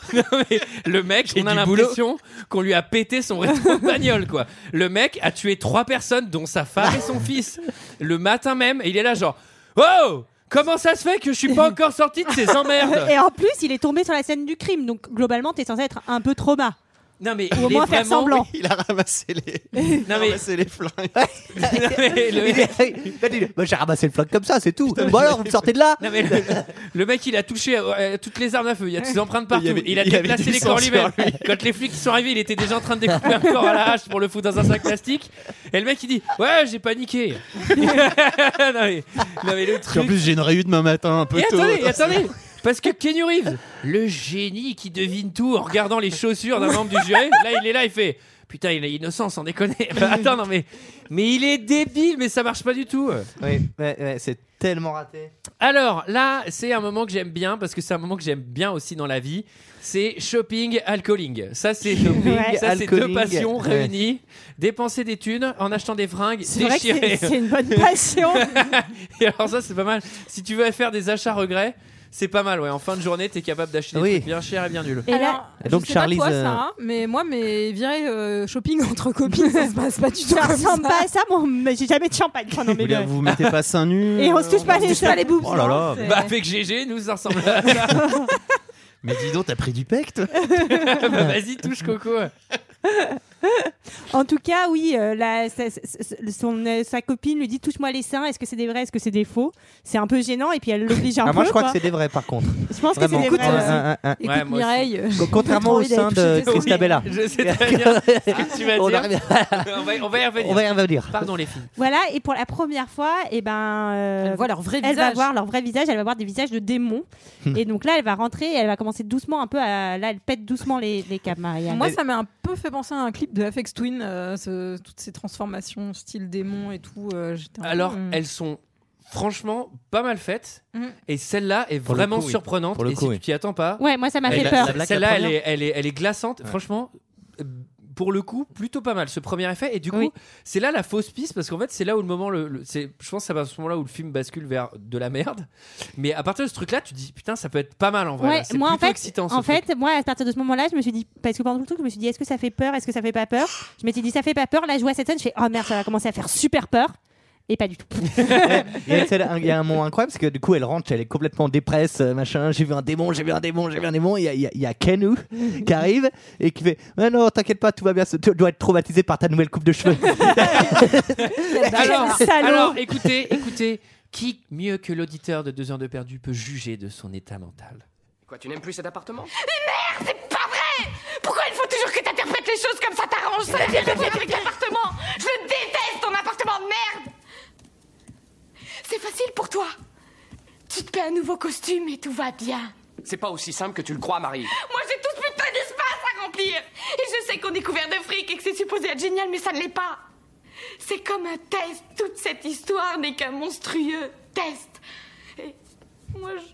le mec, on a du boulot. l'impression qu'on lui a pété son rétro de bagnole, quoi. Le mec a tué trois personnes, dont sa femme et son fils, le matin même, et il est là, genre, oh! Comment ça se fait que je suis pas encore sorti de ces emmerdes Et en plus, il est tombé sur la scène du crime, donc globalement, t'es censé être un peu trop bas. Non mais Ou au il moins est faire vraiment- semblant. Il a ramassé les, il a mais- ramassé les flingues. Non, mais le- Il est- il a dit, bah, J'ai ramassé le flingue comme ça, c'est tout. Bon alors, vous me sortez de là. non, mais le, le mec il a touché à- à toutes les armes à feu, il y a des empreintes partout, Il il, y avait- a il y avait déplacé du les sang corps sur lui-même. lui. Quand les flics sont arrivés, il était déjà en train de découper un corps à la hache pour le foutre dans un sac plastique. Et le mec il dit ouais j'ai paniqué. non, mais, non, mais le Puis en truc. plus j'ai une réu demain matin un peu Et tôt. attendez, et attendez Parce que Kenny Reeves, le génie qui devine tout en regardant les chaussures d'un membre du jury, là il est là, il fait Putain, il est innocent, sans déconner. Bah, attends, non mais. Mais il est débile, mais ça marche pas du tout. Oui, ouais, ouais, c'est tellement raté. Alors là, c'est un moment que j'aime bien parce que c'est un moment que j'aime bien aussi dans la vie. C'est shopping, alcooling. Ça, c'est Ouais. ça, c'est deux alcooling. passions Ouais. réunies. Dépenser des thunes en achetant des fringues, C'est vrai que c'est- déchirer. c'est une bonne passion. Et alors ça c'est pas mal. Si tu veux faire des achats regrets, c'est pas mal. Ouais, en fin de journée, t'es capable d'acheter Oui. des trucs bien chers et bien nuls. Et là, Et donc, je sais pas Charlize, toi, euh, Sarah, mais moi, mes virées euh, shopping entre copines, ça se passe pas du tout. Ça comme ressemble ça. pas à ça, moi, mais j'ai jamais de champagne pendant mes Vous, lieux. vous mettez pas seins nus. Et on se touche euh, pas les touche pas seins. les boobs. Oh là là. Non, c'est- Bah avec GG, nous ça ressemble à ça. Mais dis donc t'as pris du pec toi. bah, vas-y, touche Coco. En tout cas, oui, euh, la- sa, sa- sa- son, euh, sa copine lui dit touche-moi les seins, est-ce que c'est des vrais, est-ce que c'est des faux C'est un peu gênant et puis elle l'oblige un Ah, peu. moi, je crois que quoi. c'est des vrais, par contre. Je pense que c'est des vrais. euh, aussi. Écoute, Mireille. euh, Co- euh, Contrairement au j'ai trop sein envie d'aller de toucher tes seins. Christabella. Je sais très bien ce que tu vas On dire. arrive- on, va, on va y revenir. On va y revenir. Pardon les filles. Voilà, et pour la première fois, eh ben, euh, Elle voit leur vrai elle va visage. voir leur vrai visage, elle va voir des visages de démons. et donc là, elle va rentrer, et elle va commencer doucement un peu à. Là, elle pète doucement les, les câbles, Marianne. euh, Moi, ça m'a un peu fait penser à un clip de FX Twin, euh, ce- toutes ces transformations style démon et tout. euh, j'étais un peu, Alors, hum. elles sont franchement pas mal faites. Mhm. Et celle-là est Pour le vraiment coup, oui. surprenante. Pour le et coup, si oui. tu t'y attends pas. Ouais, moi, ça m'a elle- fait peur. la- La Celle-là, elle première. est, elle, est, elle est glaçante. Franchement, euh, pour le coup, plutôt pas mal ce premier effet. Et du coup, c'est là la fausse piste parce qu'en fait, c'est là où le moment. Le, le- c'est, je pense que c'est à ce moment-là où le film bascule vers de la merde. Mais à partir de ce truc-là, tu dis putain, ça peut être pas mal en vrai. Ouais, là. c'est moi en plutôt fait, excitant. ce en truc. fait, moi à partir de ce moment-là, je me suis dit parce que pendant tout le truc, je me suis dit est-ce que ça fait peur, est-ce que ça fait pas peur Je m'étais dit ça fait pas peur. Là, je vois cette scène, je fais oh merde, ça va commencer à faire super peur et pas du tout. Il y, a une scène- il y a un moment incroyable parce que du coup elle rentre, elle est complètement dépresse, euh, machin. J'ai vu un démon, j'ai vu un démon, j'ai vu un démon. Il y a, il y a- il y a Kenou qui arrive et qui fait Mais non, t'inquiète pas, tout va bien. Tu dois être traumatisé par ta nouvelle coupe de cheveux. bah, alors, Quel salaud alors, écoutez, écoutez, qui mieux que l'auditeur de 2 heures de perdu peut juger de son état mental Quoi, tu n'aimes plus cet appartement Mais merde, c'est pas vrai Pourquoi il faut toujours que t'interprètes les choses comme ça t'arrange Ça n'a rien à voir avec l'appartement Je déteste ton appartement de merde C'est facile pour toi Tu te fais un nouveau costume et tout va bien. C'est pas aussi simple que tu le crois, Marie. Moi, j'ai tout ce putain d'espace à remplir Et je sais qu'on est couvert de fric et que c'est supposé être génial, mais ça ne l'est pas C'est comme un test Toute cette histoire n'est qu'un monstrueux test Et moi, je...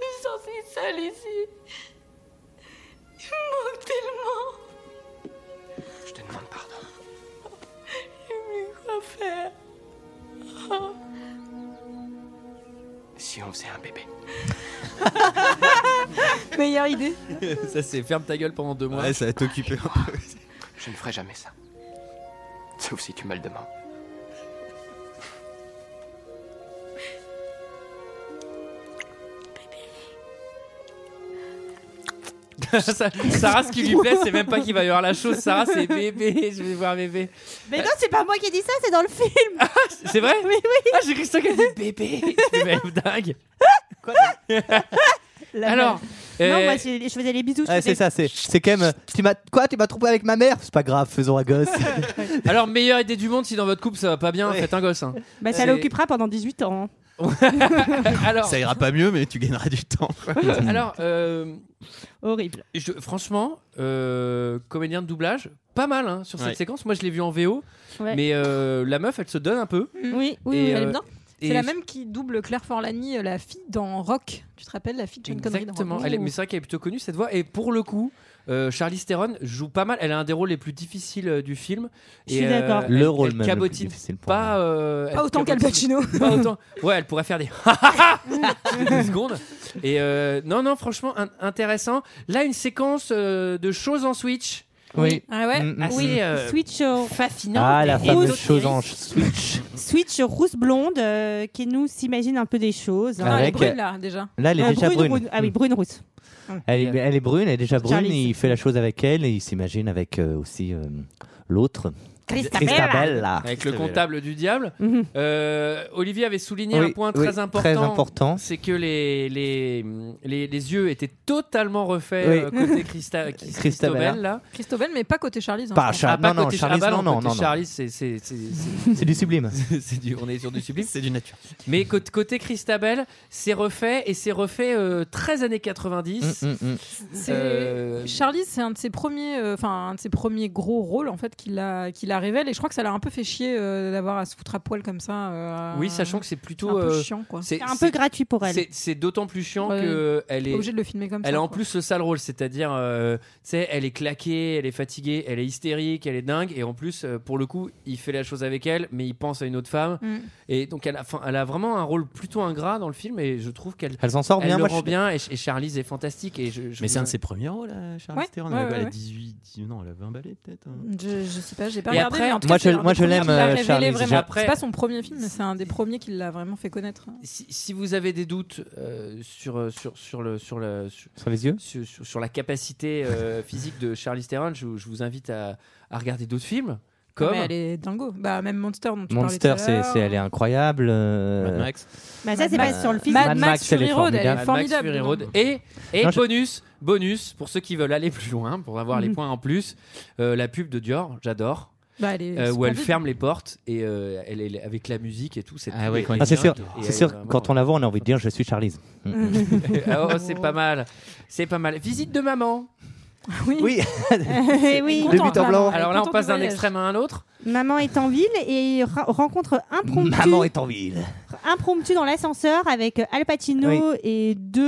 Je me sens si seule ici. Il me manque tellement. Je te demande pardon. Je sais plus quoi faire. Oh. Si on faisait un bébé. Meilleure idée. Ça c'est ferme ta gueule pendant deux mois. Ouais, ça va t'occuper un peu. Je ne ferai jamais ça. Sauf si tu me le demandes. Sa- Sarah, ce qui lui plaît, c'est même pas qu'il va y avoir la chose. Sarah, c'est bébé, je vais voir bébé. Mais non, c'est pas moi qui ai dit ça, c'est dans le film. C'est vrai Oui, oui. Ah, j'ai cru que ça qu'elle dit bébé. C'est même dingue. La Alors, meuf. non, euh, moi je, je faisais les bisous. je Ouais, faisais- c'est ça, c'est c'est quand même. Tu m'as quoi Tu m'as trompé avec ma mère C'est pas grave, faisons un gosse. Alors, meilleure idée du monde, si dans votre couple ça va pas bien, faites un gosse. hein. Bah, ça C'est- l'occupera pendant 18 ans. Alors, Ça ira pas mieux, mais tu gagneras du temps. quoi. alors euh, horrible. je- franchement, euh, comédien de doublage, pas mal hein, sur cette Ouais. séquence. Moi, je l'ai vu en VO, Ouais. mais euh, la meuf, elle se donne un peu. Oui, oui, Et, oui, elle est euh, bien. et C'est la même qui double Claire Forlani, euh, la fille dans Rock. Tu te rappelles la fille de John Connery dans Exactement. Rock Elle est, mais c'est vrai qu'elle est plutôt connue cette voix. Et pour le coup, euh, Charlize Theron joue pas mal. Elle a un des rôles les plus difficiles euh, du film. Je Et, suis d'accord. elle- Le rôle elle même le plus cabotine difficile pour pas, euh, Pas elle autant qu'Al cabotine- Pacino. Pas autant. Ouais, elle pourrait faire des. deux secondes. Et euh, non, non, franchement, un- intéressant. Là, une séquence euh, de choses en Switch. Oui. Ah ouais Mm, mm, Assez, mm. euh, Switch fascinant. Ah, la Et fameuse rousse. chose en ch- Switch. Switch rousse blonde euh, qui nous s'imagine un peu des choses. Ah, elle est Avec, brune, euh, là, déjà. là, elle est déjà brune. Ah oui, brune rousse. Elle est, elle est brune, elle est déjà brune, Charlie, et il fait la chose avec elle et il s'imagine avec euh, aussi euh, l'autre. Christabella. Avec le comptable du diable. Mhm. Euh, Olivier avait souligné Oui, un point oui, très important. très important. C'est que les, les, les, les yeux étaient totalement refaits Oui. euh, côté Christa, qui- Christabella. Christobel, là. Christobel, mais pas côté Charlize. hein, je Pas pense. Char- Ah, pas non, non, côté- Charlize, ah bah non, non, côté non, non. Charlize, c'est- c'est- c'est- C'est du sublime. c'est du- on est sur du sublime. C'est du nature. Mais côté, côté Christabel, c'est refait et c'est refait euh, 13 années 90. Mm, mm, mm. C'est- Euh, Charlize, c'est un de ses premiers, euh, enfin un de ses premiers gros rôles en fait qu'il a, qu'il a révèle. Et je crois que ça l'a un peu fait chier euh, d'avoir à se foutre à poil comme ça. mm. euh, Oui, sachant que c'est plutôt. un peu euh, chiant, quoi. c'est- C'est un peu c'est- gratuit pour elle. c'est- C'est d'autant plus chiant Ouais. que elle est. Obligée de le filmer comme elle ça, a en quoi. plus le sale rôle, c'est-à-dire, euh, tu sais, elle est claquée, elle est fatiguée, elle est hystérique, elle est dingue, et en plus, euh, pour le coup, il fait la chose avec elle, mais il pense à une autre femme, Mm. et donc elle a, enfin, elle a vraiment un rôle plutôt ingrat dans le film, et je trouve qu'elle Elle s'en Oh, sort bien, le moi, rend je- bien, et, et Charlize est fantastique, et je, je Mais c'est vous- un de ses premiers rôles, là, Charles Ouais, Theron. ouais, elle, a- ouais, elle a ouais. 18, 10 non, elle a 20 balais peut-être. hein. Je, je sais pas, j'ai pas Et regardé. après- mais en tout Moi, cas, c'est je- un moi, des je premiers l'aime, qu'il a euh, révélé Charlize vraiment. Theron. C'est pas son premier film, mais c'est un des premiers qui l'a vraiment fait connaître. si, si vous avez des doutes euh, sur, euh, sur, sur, le, sur, le, sur, les yeux sur, sur- sur la capacité euh, physique de Charlize Theron, je, vous- je vous invite à, à regarder d'autres films comme Mais elle est dingo. Bah, même Monster dont tu parlais tout Monster, à c'est, l'heure. c'est- elle est incroyable. euh, Mad Max. Bah, ça, c'est Mad pas sur le film. Mad Max, elle est Mad formidable. Max Fury Road. Et, et bonus, bonus, pour ceux qui veulent aller plus loin, pour avoir les Mhm. points en plus, euh, la pub de Dior, j'adore. Bah, elle est Euh, où elle splendide. ferme les portes et euh, elle est avec la musique et tout. cette Ah pub ouais, est quand Ah, c'est sûr, dingue et elle c'est est sûr. vraiment- Quand on la voit, on a envie de dire je suis Charlize. Mm. Ah, oh, c'est pas mal, c'est pas mal. Visite de maman. Oui. Oui. Eh oui. De but en blanc. Alors là, on passe d'un voyage. extrême à un autre. Maman est en ville et ra- rencontre impromptu, Maman est en ville. impromptu dans l'ascenseur avec Al Pacino Oui. et deux,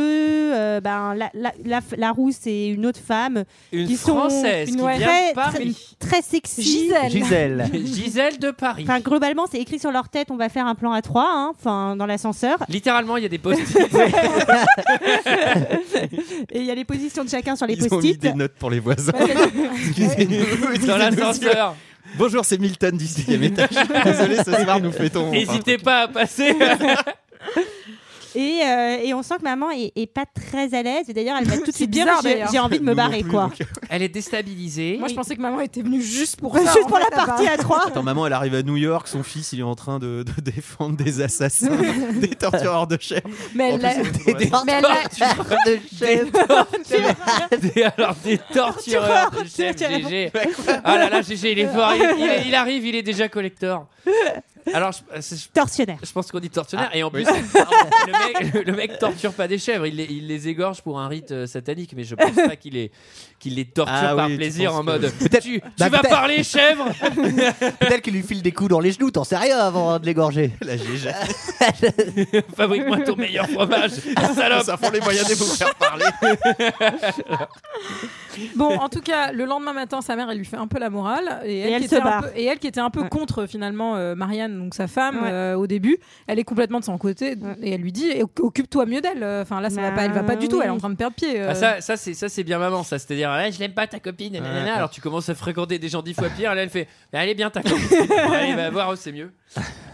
euh, ben, la, la, la- la rousse et une autre femme. Une qui sont Française qui ouais, vient très, de Paris. Très, très sexy. Gisèle. Gisèle. Gisèle de Paris. Enfin, globalement, c'est écrit sur leur tête on va faire un plan à trois hein, enfin, dans l'ascenseur. Littéralement, il y a des post-it. Et il y a les positions de chacun sur les Ils ont mis post-it. des notes pour les voisins. Ouais. Excusez-nous. Dans l'ascenseur. Bonjour, c'est Milton du 6 étage. Désolé, ce soir, nous fêtons. N'hésitez pas à passer. Et, euh, et on sent que maman est, est pas très à l'aise. Et d'ailleurs, elle va tout de suite dire bizarre, j'ai- d'ailleurs. j'ai envie de me Nous non barrer, plus, quoi. donc. Elle est déstabilisée. Moi, je pensais que maman était venue juste pour Juste ça. Ah pour la partie à trois. Attends, maman, elle arrive à New York, son fils, il est en train de, de défendre des assassins, des tortureurs de chair. bah. Mais elle l'a- des- des- Mais elle l'a- Des tortureurs. Des- alors des tortureurs de chef GG. Ah là là, GG, il est fort. Il, il est- il arrive, il est déjà collector. Alors, je, je- Tortionnaire. je pense qu'on dit tortionnaire. et en Ah, oui. plus, le, mec, le- le mec torture pas des chèvres. Il les, il les égorge pour un rite euh, satanique. Mais je pense pas qu'il les, qu'il les torture Ah par oui, tu plaisir penses en que- mode. Peut-être- Tu, tu bah, vas peut-être- parler, chèvre Peut-être qu'il lui file des coups dans les genoux, t'en sais rien avant de l'égorger. La GG. Fabrique-moi ton meilleur fromage, salope Ah, Ça font les moyens de vous faire parler. Bon, en tout cas, le lendemain matin, sa mère, elle lui fait un peu la morale. Et elle, Et elle qui se était un barre. peu- et elle qui était un peu contre, finalement, euh, Marianne, donc sa femme, Ouais. euh, au début, elle est complètement de son côté. Et elle lui dit eh, oc- Occupe-toi mieux d'elle. Euh, Enfin, là, ça va Bah pas, elle va pas du tout. oui. Elle est en train de perdre pied. euh. Ah, ça, ça c'est ça c'est bien maman ça c'est-à-dire ah, je l'aime pas ta copine nanana. Ouais. alors tu commences à fréquenter des gens dix fois pire là elle fait Ah, elle est bien ta copine Bon, allez va voir eux, c'est mieux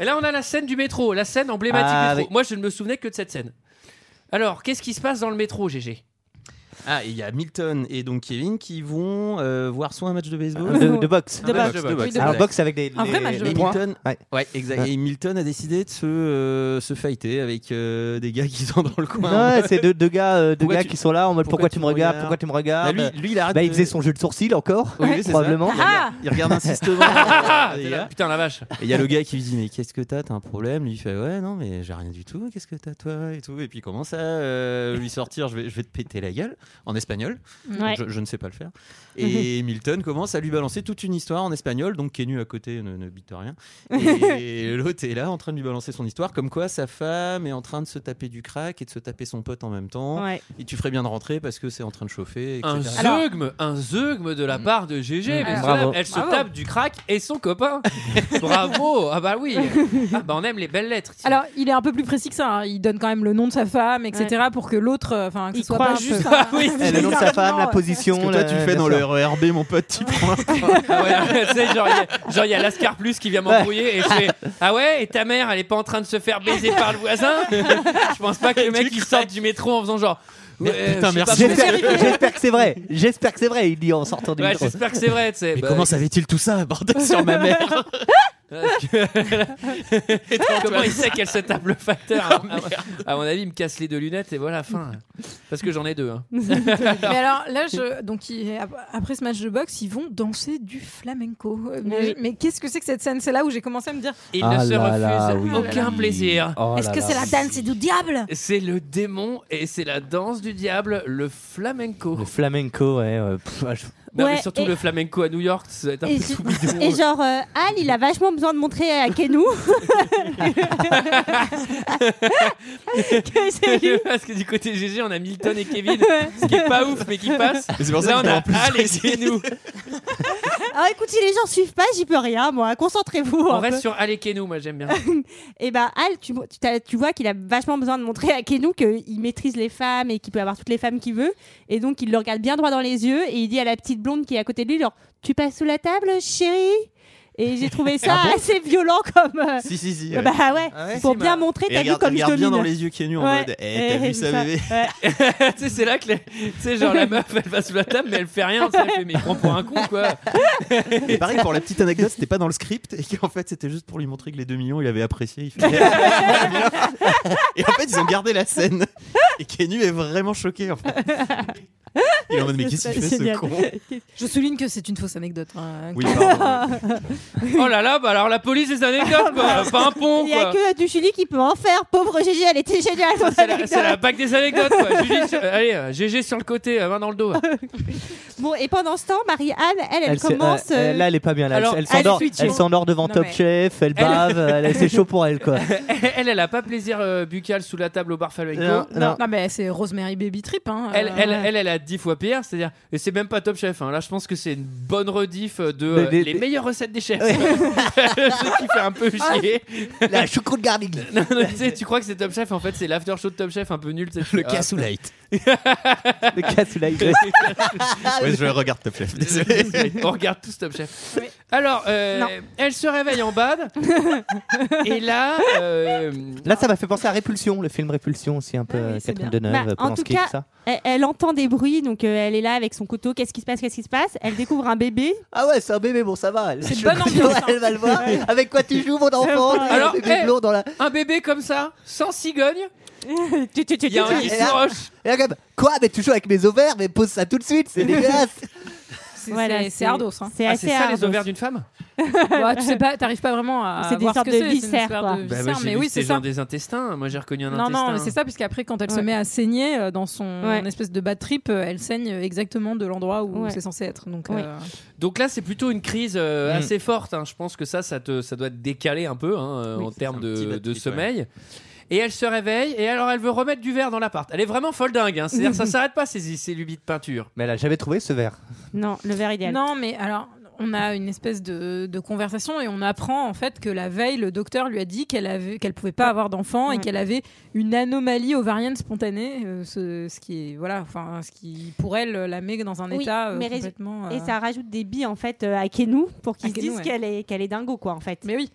et là on a la scène du métro la scène emblématique Ah, du métro oui. moi je ne me souvenais que de cette scène alors qu'est-ce qui se passe dans le métro GG Ah, et il y a Milton et donc Kevin qui vont euh, voir soit un match de baseball. De, Ah, de boxe. Un match boxe, de de boxe. boxe. Alors, exact. boxe avec des. Un vrai les- match de les Et points. Milton, Ouais. ouais, exact. Et Milton a décidé de se, euh, se fighter avec euh, des gars qui sont dans le coin. Ouais, c'est deux, deux gars, euh, deux Pourquoi gars tu- qui sont là en mode pourquoi, tu me regardes, pourquoi tu me Bah, regardes. lui, lui, il arrête. Bah, il de- faisait son jeu de sourcil encore, Oui, oui, c'est ça. probablement. Ah, Il regarde, il regarde insistement. euh, les Ah, T'es gars. là, putain la vache Et il y a le gars qui lui dit mais qu'est-ce que t'as t'as un problème lui il fait ouais non mais j'ai rien du tout qu'est-ce que t'as toi et tout et puis il commence à euh, lui sortir je vais, je vais te péter la gueule en espagnol Ouais. je, je ne sais pas le faire et Milton commence à lui balancer toute une histoire en espagnol donc Kenu à côté ne, ne bite rien et l'autre est là en train de lui balancer son histoire comme quoi sa femme est en train de se taper du crack et de se taper son pote en même temps Ouais. et tu ferais bien de rentrer parce que c'est en train de chauffer etc. un zeugme un zeugme de la part de GG Mm. mais Bravo. cela, elle se Bravo. tape du crack et son copain bravo ah bah oui ah bah on aime les belles lettres ici. Alors, il est un peu plus précis que ça. hein. Il donne quand même le nom de sa femme, etc., pour que l'autre, euh, enfin, que Il ce soit croit pas un peu. juste. Ah oui, Eh, Le nom de sa femme, la position. Parce que toi la- tu fais euh, bien dans sûr. le RERB mon pote tu prends un point. Ah ouais, tu sais, genre, il y a- genre, il y a l'Ascar Plus qui vient m'embrouiller et je fais Ah ouais, et ta mère, elle est pas en train de se faire baiser par le voisin Je pense pas que le mec il sorte du métro en faisant genre. Ouais, Putain, je sais merci. pas pourquoi- J'espère j'espère que c'est vrai. J'espère que c'est vrai. Il dit en sortant du Ouais, métro. j'espère que c'est vrai, tu sais. Mais Bah, comment savait-il tout ça, bordel sur ma mère parce que- Comment il sait qu'elle se tape le facteur à, à- à mon avis, il me casse les deux lunettes et voilà, fin. Parce que j'en ai deux. hein. Mais alors là, je... donc il- après ce match de boxe, ils vont danser du flamenco. Euh, Mais, mais qu'est-ce que c'est que cette scène C'est là où j'ai commencé à me dire Il Ah ne se là refuse là, oui. aucun plaisir. Oh est-ce là que là. c'est la danse du diable C'est le démon et c'est la danse du diable, le flamenco. Le flamenco, ouais. euh, pff, ah, je- Non, mais Ouais, surtout et- le flamenco à New York, ça va être un Et, peu je- sous bidon. et genre, euh, Al, il a vachement besoin de montrer à Kenou que c'est lui. Parce que du côté GG, on a Milton et Kevin, ce qui est pas ouf, mais qui passe. Et C'est pour Là, ça on qu'on a en plus Al et précis. Kenou. Alors Ah, écoute, si les gens suivent pas, j'y peux rien, moi. Concentrez-vous. On un reste peu. sur Al et Kenou, moi j'aime bien. Et ben Al, tu, mo- tu t'as- tu vois qu'il a vachement besoin de montrer à Kenou qu'il maîtrise les femmes et qu'il peut avoir toutes les femmes qu'il veut. Et donc il le regarde bien droit dans les yeux et il dit à la petite blonde qui est à côté de lui, genre, tu passes sous la table, chérie Et j'ai trouvé ça Ah bon assez violent comme. euh, Si, si, si, Bah ouais. ouais, Ah ouais pour Si, bien bah. montrer, Et t'as vu regarde- comme je regarde domine. bien dans les yeux Keanu en mode, Eh, t'as vu ça, bébé ouais. tu sais, c'est là que les- tu sais, genre la meuf elle va sous la table, mais elle fait rien. tu sais, elle fait, mais il prend pour un con quoi. Et pareil, pour la petite anecdote, c'était pas dans le script et qu'en fait, c'était juste pour lui montrer que les 2 millions, il avait apprécié. Il fait, et en fait, ils ont gardé la scène. Et Kenu est vraiment choqué. En fait. Il est en mode, mais qu'est-ce qu'il fait ce con Je souligne que c'est une fausse anecdote. hein. Oui, pardon, Oh là là, bah alors la police des anecdotes quoi, pas un pont Il n'y a quoi. que du Julie qui peut en faire. Pauvre Gigi, elle était géniale. son C'est la, anecdote. c'est la bague des anecdotes quoi. Julie, sur- allez, euh, GG sur le côté, euh, main dans le dos. Bon, et pendant ce temps, Marie-Anne, elle, elle, Elle se- commence. euh, euh, elle- là, elle est pas bien. Là, elle- Alors, elle elle s'endort. switch. Elle s'endort devant Non, Top mais- Chef. Elle Elle- bave. elle- c'est chaud pour elle, quoi. elle, elle a pas plaisir euh, buccal sous la table au bar Falco. Non, non. Non, mais c'est Rosemary Baby Trip. hein, Elle, euh, elle, ouais. elle, elle a 10 fois pire, c'est-à-dire, et c'est même pas Top Chef. hein. Là, je pense que c'est une bonne rediff euh, de euh, Des- des- les des- meilleures recettes des chefs. Le truc qui fait un peu Ah. chier. La choucroute garlic. Non, non, tu, sais, tu crois que c'est Top Chef, en fait, c'est l'after show de Top Chef un peu nul. Le cassoulet. Le cassoulet. Ah Ouais, je regarde Top Chef. Désolé. On regarde tous Top Chef. Alors, euh, elle se réveille en bad. et là, euh, Là, ça m'a fait penser à Répulsion, le film Répulsion aussi, un peu Catherine Deneuve, Bah, en tout Polanski, cas, tout ça. elle, elle entend des bruits, donc euh, elle est là avec son couteau. Qu'est-ce qui se passe Qu'est-ce qui se passe Elle découvre un bébé. Ah ouais, c'est un bébé, bon, ça va. C'est une bonne ambiance. Elle hein. va le voir. Avec quoi tu joues, mon enfant alors, Un bébé eh, blond dans la. un bébé comme ça, sans cigogne, il y a un Et Guy là- Roche. et là, comme, quoi Mais tu joues avec mes ovaires, mais pose ça tout de suite, c'est dégueulasse. C'est Voilà, c'est- c'est- c'est Ardos. hein. c'est Ah, c'est ça les ovaires d'une femme Ouais, tu sais pas, t'arrives pas vraiment à. C'est des voir ce sortes que de c'est, c'est une viscères, quoi. espèce de Bah, moi, viscères, j'ai mais vu oui, que c'était c'est genre ça. des intestins. Moi, j'ai reconnu un Non, intestin. non, mais c'est ça, puisqu'après, quand elle se Ouais. met à saigner euh, dans son Ouais. espèce de bad trip, euh, elle saigne exactement de l'endroit où Ouais. c'est censé être. Donc, Ouais. euh, Donc là, c'est plutôt une crise euh, Mm. assez forte. hein. Je pense que ça, ça, te, ça doit te décaler un peu hein, euh, Oui, en c'est termes un petit de, bad de trip, sommeil. Et elle se réveille, et alors elle veut remettre du verre dans l'appart. Elle est vraiment folle dingue. hein. C'est-à-dire, ça s'arrête pas, ces, ces lubies de peinture. Mais elle a jamais trouvé ce verre. Non, le verre idéal. Non, mais alors, on a une espèce de, de conversation et on apprend en fait que la veille, le docteur lui a dit qu'elle avait, qu'elle pouvait pas avoir d'enfant et qu'elle avait une anomalie ovarienne spontanée, euh, ce, ce qui est, voilà, enfin, ce qui pour elle la met dans un Oui, état euh, mais résu- complètement. euh, Et ça rajoute des billes en fait euh, à Kenou pour qu'ils À se Kenou, disent ouais. qu'elle est, qu'elle est dingo quoi en fait. Mais oui.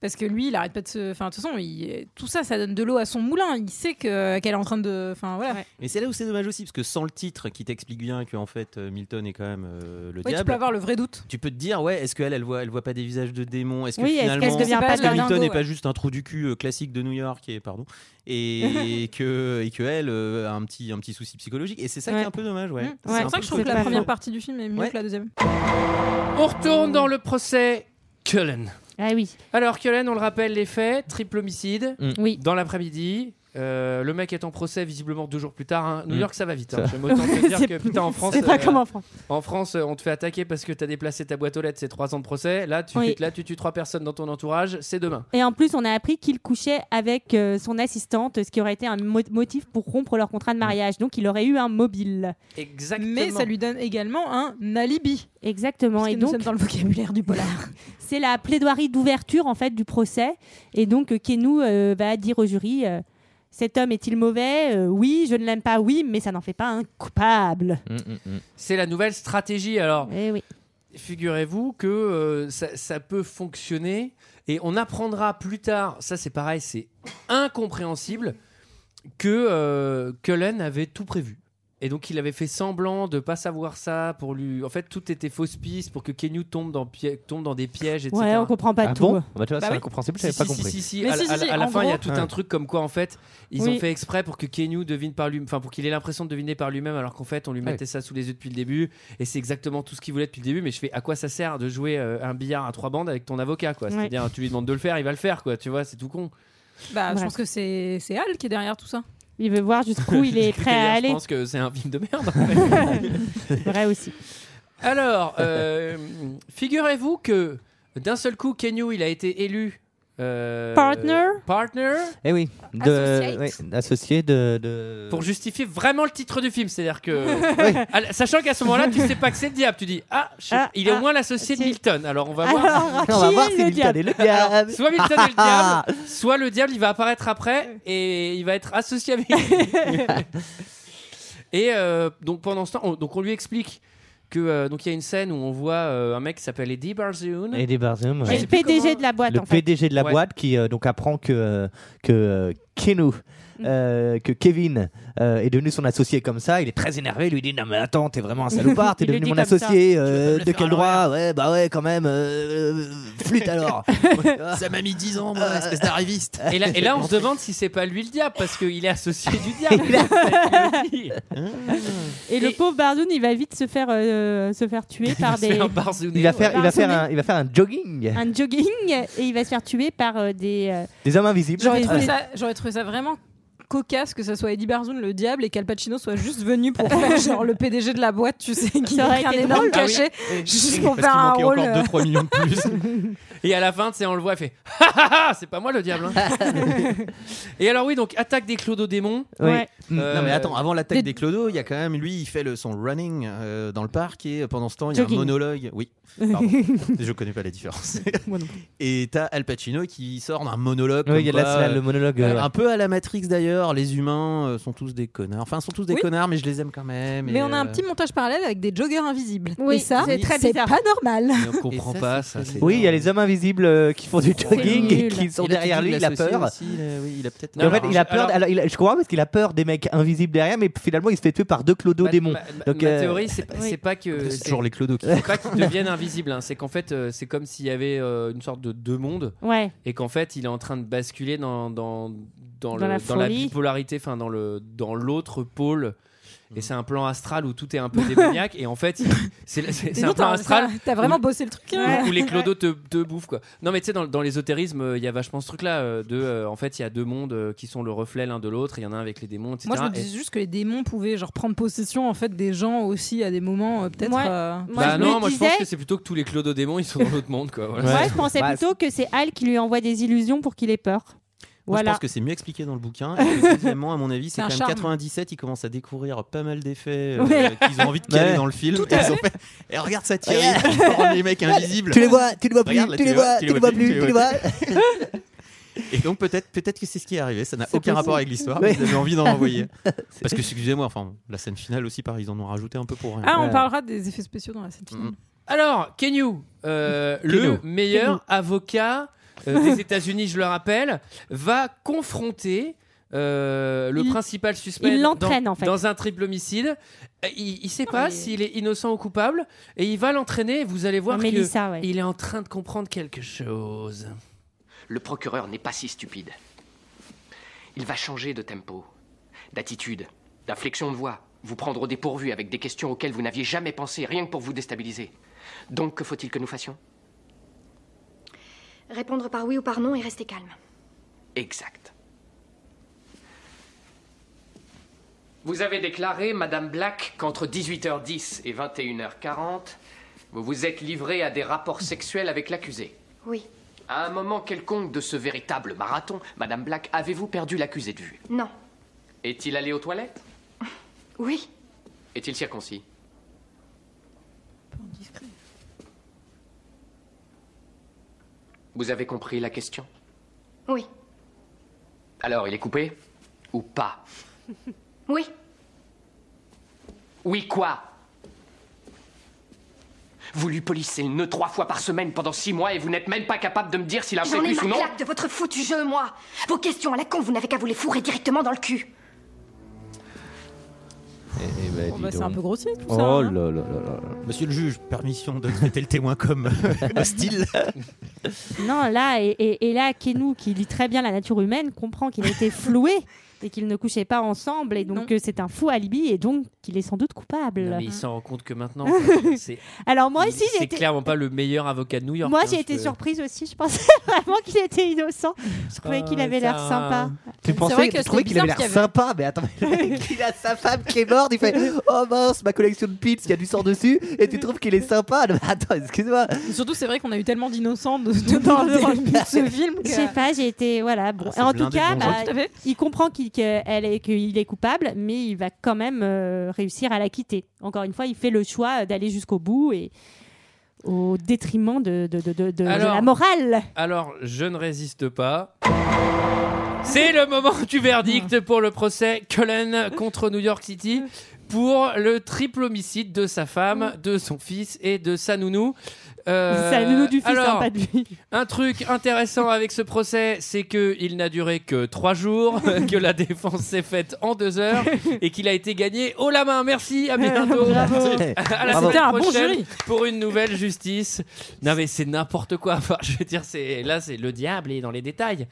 Parce que lui, il arrête pas de se. Enfin, de toute façon, il- tout ça, ça donne de l'eau à son moulin. Il sait que euh, qu'elle est en train de. Enfin, voilà. Mais c'est là où c'est dommage aussi, parce que sans le titre qui t'explique bien que en fait euh, Milton est quand même euh, le Oui, tu diable. peux avoir le vrai doute. Tu peux te dire, ouais, est-ce qu'elle, elle voit, elle voit pas des visages de démons Est-ce que Oui, est-ce finalement, qu'elle devient pas est-ce que la Milton dingo, n'est pas ouais. juste un trou du cul euh, classique de New York et pardon et, que et que elle euh, a un petit un petit souci psychologique et c'est ça qui Ouais. est un peu dommage, ouais. Mmh. C'est C'est un pour ça peu que je trouve que le la côté- première partie du film est mieux Ouais. que la deuxième. On retourne dans le procès Cullen. Ah oui. Alors, Cullen, on le rappelle, les faits triple homicide. Mm. Oui. Dans l'après-midi. Euh, le mec est en procès visiblement deux jours plus tard. hein. New Mm. York, ça va vite. hein. Ça. J'aime autant te dire C'est- que putain en France, c'est pas euh, comme en France. En France, euh, on te fait attaquer parce que t'as déplacé ta boîte aux lettres, c'est trois ans de procès. Là, tu, Oui. là, tu tues trois personnes dans ton entourage, c'est demain. Et en plus, on a appris qu'il couchait avec euh, son assistante, ce qui aurait été un mo- motif pour rompre leur contrat de mariage. Donc, il aurait eu un mobile. Exactement. Mais ça lui donne également un alibi. Exactement. Parce et que donc, nous sommes dans le vocabulaire du polar. Bah, c'est la plaidoirie d'ouverture en fait du procès. Et donc, euh, Kenou euh, va dire au jury euh, cet homme est-il mauvais Euh, Oui, je ne l'aime pas. Oui, mais ça n'en fait pas un coupable. C'est la nouvelle stratégie. Alors, Eh oui. figurez-vous que euh, ça, ça peut fonctionner et on apprendra plus tard. Ça, c'est pareil, c'est incompréhensible que euh, Cullen avait tout prévu. Et donc, il avait fait semblant de pas savoir ça pour lui. En fait, tout était fausse piste pour que Kenyu tombe dans, pié- tombe dans des pièges, etc. Ouais, on comprend pas Ah tout. bon Bah, tu vois, Bah c'est oui. incompréhensible, Si, j'avais pas si, si, compris. Si, si, Mais à, si, la- si, à la- si, à la en fin, il y a tout gros. un truc comme quoi, en fait, ils Oui. ont fait exprès pour que Kenyu devine par lui, enfin, pour qu'il ait l'impression de deviner par lui-même, alors qu'en fait, on lui Ouais. mettait ça sous les yeux depuis le début. Et c'est exactement tout ce qu'il voulait depuis le début. Mais je fais, à quoi ça sert de jouer euh, un billard à trois bandes avec ton avocat, quoi Ouais. C'est-à-dire, tu lui demandes de le faire, il va le faire, quoi. Tu vois, c'est tout con. Bah, je Bref. pense que c'est c'est Al qui est derrière tout ça. Il veut voir jusqu'où il est prêt à D'ailleurs, aller. Je pense que c'est un film de merde. en fait. Vrai aussi. Alors, euh, figurez-vous que d'un seul coup, Kenyu, il a été élu. euh, Partner Partner Eh oui, de, ouais, associé de, de- pour justifier vraiment le titre du film. C'est-à-dire que, À la- sachant qu'à ce moment-là, tu sais pas que c'est le diable, tu dis ah, je sais Ah, pas, il est ah, au moins l'associé de Milton. Alors on va Alors, voir. qui On va voir est si le Milton diable est le diable. Alors, soit Milton est le diable, soit le diable il va apparaître après et il va être associé avec. lui. et euh, donc pendant ce temps, on, donc on lui explique que euh, donc il y a une scène où on voit euh, un mec qui s'appelle Eddie Barzoon. Eddie Barzoon, ouais. Et le Je sais plus PDG comment- de la boîte, le en fait. PDG de la Ouais. boîte qui euh, donc apprend que euh, que euh, Keanu, Mm. euh, que Kevin euh, est devenu son associé comme ça, il est très énervé, il lui dit non mais attends t'es vraiment un salopard, t'es Il le devenu dit mon comme ça. associé, Tu euh, vas me le de faire à quel droit Ouais bah ouais quand même, euh, flûte alors. Ça m'a mis 10 ans, moi, espèce d'arriviste. Euh, Et là, et là, on se demande si c'est pas lui le diable parce qu'il est associé du diable. Et, le pauvre Barzoun, il va vite se faire, euh, se faire tuer par des. Il va faire il va faire Barzounet. un il va faire un jogging. Ah. un jogging et il va se faire tuer par euh, des. euh, Des hommes invisibles. J'aurais J'aurais trouvé, Ouais. ça, j'aurais trouvé ça vraiment cocasse que ça soit Eddie Barzoun le diable et qu'Al Pacino soit juste venu pour faire genre le PDG de la boîte tu sais qui Ça a aurait pris un été énorme drôle. Ah oui. cachet juste pour Parce faire qu'il un manquait rôle encore euh, 2-3 millions de plus. Et à la fin, tu sais, on le voit, il fait Ah, ah, ah, C'est pas moi le diable. hein. Et alors, oui, donc attaque des clodo-démons. Oui. Euh, Mm. Non mais attends, ah, avant l'attaque des clodos, il y a quand même lui, il fait le, son running euh, dans le parc et euh, pendant ce temps, il y a Jogging. un monologue. Oui, pardon, je connais pas la différence. et t'as Al Pacino qui sort d'un monologue. Oui, comme il y a de la- quoi, c'est là, le monologue, euh, ouais. Un peu à la Matrix d'ailleurs, les humains euh, sont tous des connards. Enfin, sont tous des Oui. connards, mais je les aime quand même. mais, et, on a un euh, petit montage parallèle avec des joggers invisibles Oui, et ça c'est très c'est bizarre. pas normal et on comprend pas ça. c'est- Oui, il y a les hommes invisibles euh, qui font du jogging et nul. qui sont Il a derrière tout dit lui, de il a l'associé peur. aussi, il a- euh, oui, il a peut-être- Mais en fait, il a peur. alors- alors, il a- je crois parce qu'il a peur des mecs invisibles derrière, mais finalement, il se fait tuer par deux clodos ma- démons. ma- ma- Donc, ma euh, théorie, c'est pas, c'est pas que. Euh, C'est toujours les clodos qui- C'est pas qu'ils deviennent invisibles, hein, c'est qu'en fait, euh, c'est comme s'il y avait euh, une sorte de deux mondes. Ouais. Et qu'en fait, il est en train de basculer dans, dans, dans, Dans le- la dans la folie. bipolarité, enfin, dans le- dans l'autre pôle. Mm. Et c'est un plan astral où tout est un peu démoniaque. et en fait, il- c'est c'est- c'est Dis un donc, plan t'as- astral. t'as vraiment où- bossé le truc, Où, hein. où les clodos te, te bouffent, quoi. Non, mais tu sais, dans, dans l'ésotérisme, euh, il y a vachement ce truc-là. euh, de, euh, en fait, il y a deux mondes euh, qui sont le reflet l'un de l'autre. Il y en a un avec les démons, etc. moi je me Et- disais juste que les démons pouvaient genre prendre possession en fait des gens aussi à des moments euh, peut-être euh, bah non, moi je pense que Bah, c'est plutôt que tous les clodo-démons ils sont dans l'autre monde quoi. Voilà. Moi, je pensais plutôt que c'est Al qui lui envoie des illusions pour qu'il ait peur. Moi, voilà. Je pense que c'est mieux expliqué dans le bouquin. Et que, deuxièmement, à mon avis, C'est c'est un quand même charme. 97, ils commencent à découvrir pas mal d'effets euh, Ouais. qu'ils ont envie de caler Ouais. dans le film. Tout et, à ils ont fait. fait, Et regarde ça, Thierry, Regarde les mecs invisibles. Tu les vois, tu les vois plus, Regarde, là, bah, tu les vois, tu les vois plus, tu les vois. Et donc peut-être peut-être que c'est ce qui est arrivé, ça n'a C'est aucun rapport possible. avec l'histoire, Ouais. mais ils avaient envie d'en envoyer. Parce que excusez-moi, enfin la scène finale aussi pareil, ils en ont rajouté un peu pour rien. ah on parlera des effets spéciaux dans la scène finale Alors, Kenyu, euh, Kenyu. le Kenyu. meilleur avocat euh, des États-Unis, je le rappelle, va confronter euh, le Il- principal suspect il dans, l'entraîne, en fait. dans un triple homicide. Euh, Il ne sait pas s'il est innocent ou coupable et il va l'entraîner. et Vous allez voir Ah, qu'il Mélissa, ouais. est en train de comprendre quelque chose. Le procureur n'est pas si stupide. Il va changer de tempo, d'attitude, d'inflexion de voix, vous prendre au dépourvu avec des questions auxquelles vous n'aviez jamais pensé, rien que pour vous déstabiliser. Donc, que faut-il que nous fassions Répondre par oui ou par non et rester calme. Exact. Vous avez déclaré, Madame Black, qu'entre 18h10 et 21h40, Vous vous êtes livré à des rapports sexuels avec l'accusé. Oui. À un moment quelconque de ce véritable marathon, Madame Black, avez-vous perdu l'accusé de vue Non. Est-il allé aux toilettes Oui. Est-il circoncis Vous avez compris la question Oui. Alors, il est coupé Ou pas Oui. Oui, quoi Vous lui polissez le nœud trois fois par semaine pendant six mois et vous n'êtes même pas capable de me dire s'il a fait J'en ai plus ma ou non claque de votre foutu jeu, moi. Vos questions à la con, vous n'avez qu'à vous les fourrer directement dans le cul. Bon, bah, c'est un peu grossier tout ça Oh hein. là là Monsieur le juge, permission de traiter le témoin comme euh, hostile. Non, là, et, et- et là, Kenou, qui lit très bien la nature humaine, comprend qu'il a été floué et qu'ils ne couchaient pas ensemble et donc que c'est un faux alibi et donc qu'il est sans doute coupable. Non, mais il s'en rend compte que maintenant. c'est- Alors moi aussi, j'ai C'est été... clairement pas le meilleur avocat de New York. Moi, hein, j'ai je été peux- surprise aussi. Je pensais vraiment qu'il était innocent. Je trouvais Euh, qu'il avait l'air sympa. Tu pensais, tu trouvais qu'il avait l'air sympa, mais attends, il a sa femme qui est morte, il fait Oh mince, ma collection de pins, il y a du sang dessus, et tu trouves qu'il est sympa. Non, mais attends, excuse-moi. Mais Surtout, c'est vrai qu'on a eu tellement d'innocents de, de- dans le dans le début de ce film. Je sais pas, j'ai été voilà. Bon, Ah, c'est en blindé tout de cas, bon bah, sens. Tout à fait. il comprend qu'il qu'elle est, qu'il est coupable, mais il va quand même euh, réussir à la quitter. Encore une fois, il fait le choix d'aller jusqu'au bout et au détriment de, de- de- de- de la morale. Alors, je ne résiste pas. C'est le moment du verdict pour le procès Cullen contre New York City. pour le triple homicide de sa femme, de son fils et de sa nounou. Euh, Mm. Sa nounou du fils, alors, hein, pas de lui. Un truc intéressant avec ce procès, c'est qu'il n'a duré que trois jours, que la défense s'est faite en deux heures et qu'il a été gagné haut la main. Merci, à bientôt. Bravo. À la Bravo. semaine un bon prochaine jury. Pour une nouvelle justice. Non, mais c'est n'importe quoi. Enfin, je veux dire, c'est là, c'est le diable et dans les détails.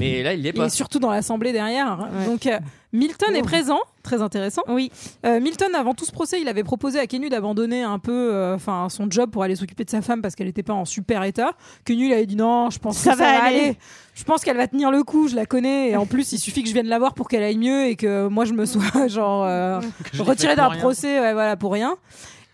Mais là, il l'est Il pas. est surtout dans l'assemblée derrière. Donc euh, Milton est présent, très intéressant. Oh. Euh, Oui. Milton, avant tout ce procès, il avait proposé à Kenu d'abandonner un peu, euh, enfin, son job pour aller s'occuper de sa femme parce qu'elle n'était pas en super état. Kenu, il avait dit non, je pense Ça que ça va va aller. aller. Je pense qu'elle va tenir le coup, je la connais. Et en plus, il suffit que je vienne la voir pour qu'elle aille mieux et que moi je me sois genre euh, je l'ai retirée fait d'un pour rien. procès, ouais, voilà, pour rien.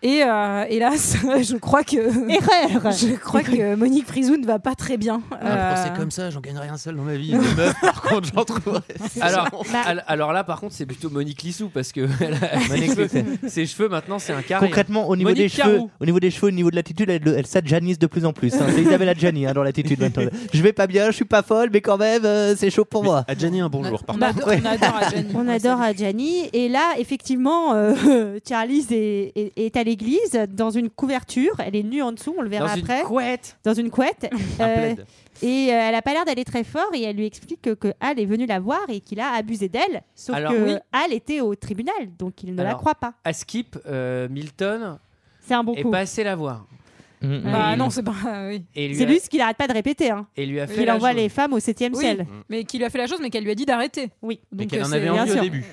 Et euh, hélas, je crois que Erreur. Je crois que Monique Frisou ne va pas très bien. Un Euh, procès comme ça, j'en gagnerai un seul dans ma vie. Des meufs, par contre, j'en trouverai. Alors, al- alors là, par contre, c'est plutôt Monique Lissou parce que elle a- Monique ses, cheveux, Lissou. ses cheveux, maintenant, c'est un Ah, carré. Concrètement, au niveau, Monique des cheveux, Carrou. au niveau des cheveux, au niveau de l'attitude, elle, elle s'adjanise de plus en plus. hein. C'est Isabelle Adjani hein, dans l'attitude maintenant. Je vais pas bien, je suis pas folle, mais quand même, euh, c'est chaud pour moi. Adjani, un bonjour, par On adore- Ouais. on adore Adjani. On adore Adjani. Et là, effectivement, euh, Charlize est, est- est à l'église dans une couverture. Elle est nue en dessous, on le verra Dans une après. couette. Dans une couette. Un Euh, plaid. et euh, elle a pas l'air d'aller très fort. Et elle lui explique que, que Hal est venu la voir et qu'il a abusé d'elle. Sauf Alors, que oui. Hal était au tribunal, donc il ne la Alors, croit pas. À Skip, euh, Milton C'est un bon est coup. passé la voir. Bah Et- Mm. non, c'est pas. oui. Et lui C'est a- lui ce qu'il arrête pas de répéter. Hein. Et lui a fait Il la envoie chose. les femmes au 7e Oui, ciel. mais qui lui a fait la chose, mais qu'elle lui a dit d'arrêter. Oui. Mais qu'elle en avait envie au début.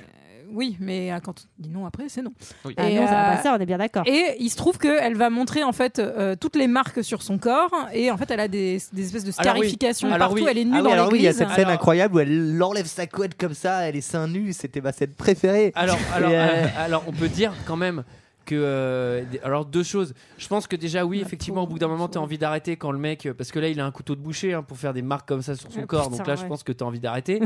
oui, mais euh, quand on dit non après, c'est non. Oui. Ah non, ça va pas, ça, on est bien d'accord. Et il se trouve qu'elle va montrer en fait euh, toutes les marques sur son corps et en fait elle a des, des espèces de Alors oui. scarifications Alors partout. oui. Elle est nue Ah oui, dans Alors oui, il y a l'église. cette scène incroyable où elle enlève sa couette comme ça, elle est seins nus, c'était ma scène préférée. Alors, alors, Et, euh, euh, alors, on peut dire quand même que. euh, d- alors, deux choses. Je pense que déjà, oui, effectivement, au bout d'un moment, tu as envie d'arrêter quand le mec. euh, Parce que là, il a un couteau de boucher hein, pour faire des marques comme ça sur son Ah, corps. putain, donc là, je ouais. pense que tu as envie d'arrêter.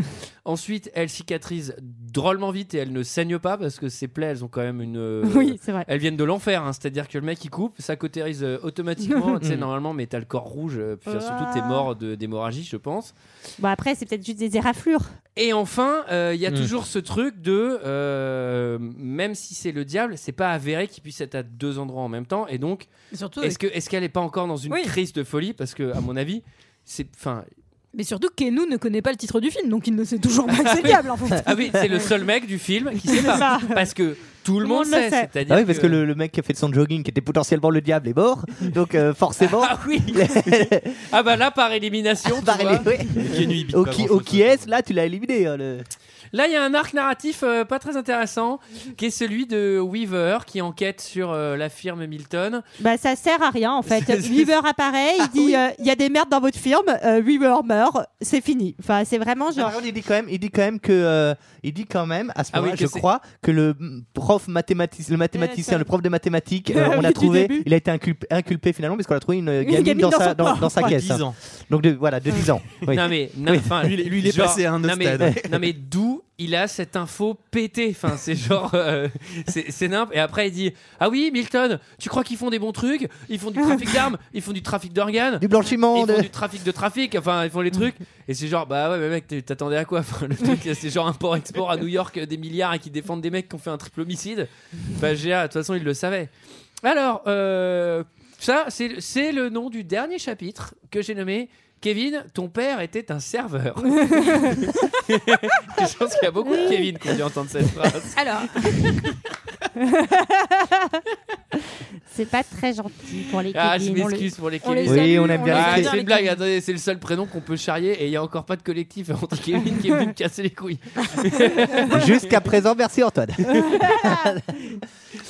Ensuite, elle cicatrise drôlement vite et elle ne saigne pas parce que ses plaies, elles ont quand même une. euh, Oui, c'est vrai. Elles viennent de l'enfer. hein, C'est-à-dire que le mec, il coupe, ça cautérise euh, automatiquement. tu sais, Mm. normalement, mais t'as le corps rouge. euh, puis surtout, t'es Ouah. mort de- d'hémorragie, je pense. Bon, après, c'est peut-être juste des éraflures. Et enfin, euh, il y a Mm. toujours ce truc de euh, même si c'est le diable, c'est pas avéré qu'il puisse être à deux endroits en même temps. Et donc, Et surtout euh, est-ce avec- que est-ce qu'elle est pas encore dans une Oui. crise de folie Parce que à mon avis, c'est enfin. Mais surtout Kenou ne connaît pas le titre du film, donc il ne sait toujours pas que c'est le diable en fait. Ah oui, c'est le seul mec du film qui sait pas. ça. Parce que tout le monde, sait. c'est-à-dire Ah oui, parce que, le, le mec qui a fait de son jogging, qui était potentiellement le diable, est mort. Donc euh, forcément. Ah oui. ah bah là par Ah, élimination. tu vois. Au qui, au hein. qui est là, tu l'as éliminé. hein, le- Là, il y a un arc narratif euh, pas très intéressant, qui est celui de Weaver qui enquête sur euh, la firme Milton. Bah, ça sert à rien en fait. Weaver apparaît, Ah, il dit euh, il y a des merdes dans votre firme, euh, Weaver meurt, c'est fini. Enfin, c'est vraiment genre. Par contre, il dit quand même, il dit quand même que, euh, il dit quand même à ce Ah moment-là, oui, que je c'est- crois que le prof mathématicien, le mathématicien, le prof de mathématiques, euh, on Oui, l'a du trouvé, début. il a été inculpé, inculpé finalement parce qu'on a trouvé une, Une gamine, gamine dans, dans sa, son dans, corps. dans sa Ouais. caisse. 10 Ah, ans. Donc de, voilà, de 10 ans. Oui. Non mais, non, Oui. enfin, genre- non, mais- Non mais d'où il a cette info pétée Enfin, c'est genre, euh, c'est c'est nimp. Et après il dit, ah oui, Milton, tu crois qu'ils font des bons trucs Ils font du trafic d'armes, ils font du trafic d'organes, du blanchiment, ils de- font du trafic de trafic. Enfin, ils font les trucs. Et c'est genre, bah ouais, mais mec, t'es- t'attendais à quoi Enfin, le truc, c'est genre un port-export à New York euh, des milliards et qui défendent des mecs qui ont fait un triple homicide. Bah, GA, de toute façon, ils le savaient. Alors, euh, ça, c'est c'est le nom du dernier chapitre que j'ai nommé Kevin, ton père était un serveur. Je pense qu'il y a beaucoup de Kevin qui ont dû entendre cette phrase. Alors, c'est pas très gentil pour les Ah, je Kevin, on le- m'excuse pour les Kevin. Oui, salue, on aime on bien les les Ah, salue. C'est une blague, attendez, c'est le seul prénom qu'on peut charrier et il n'y a encore pas de collectif entre Kevin qui est venu me casser les couilles. Jusqu'à présent, merci Antoine.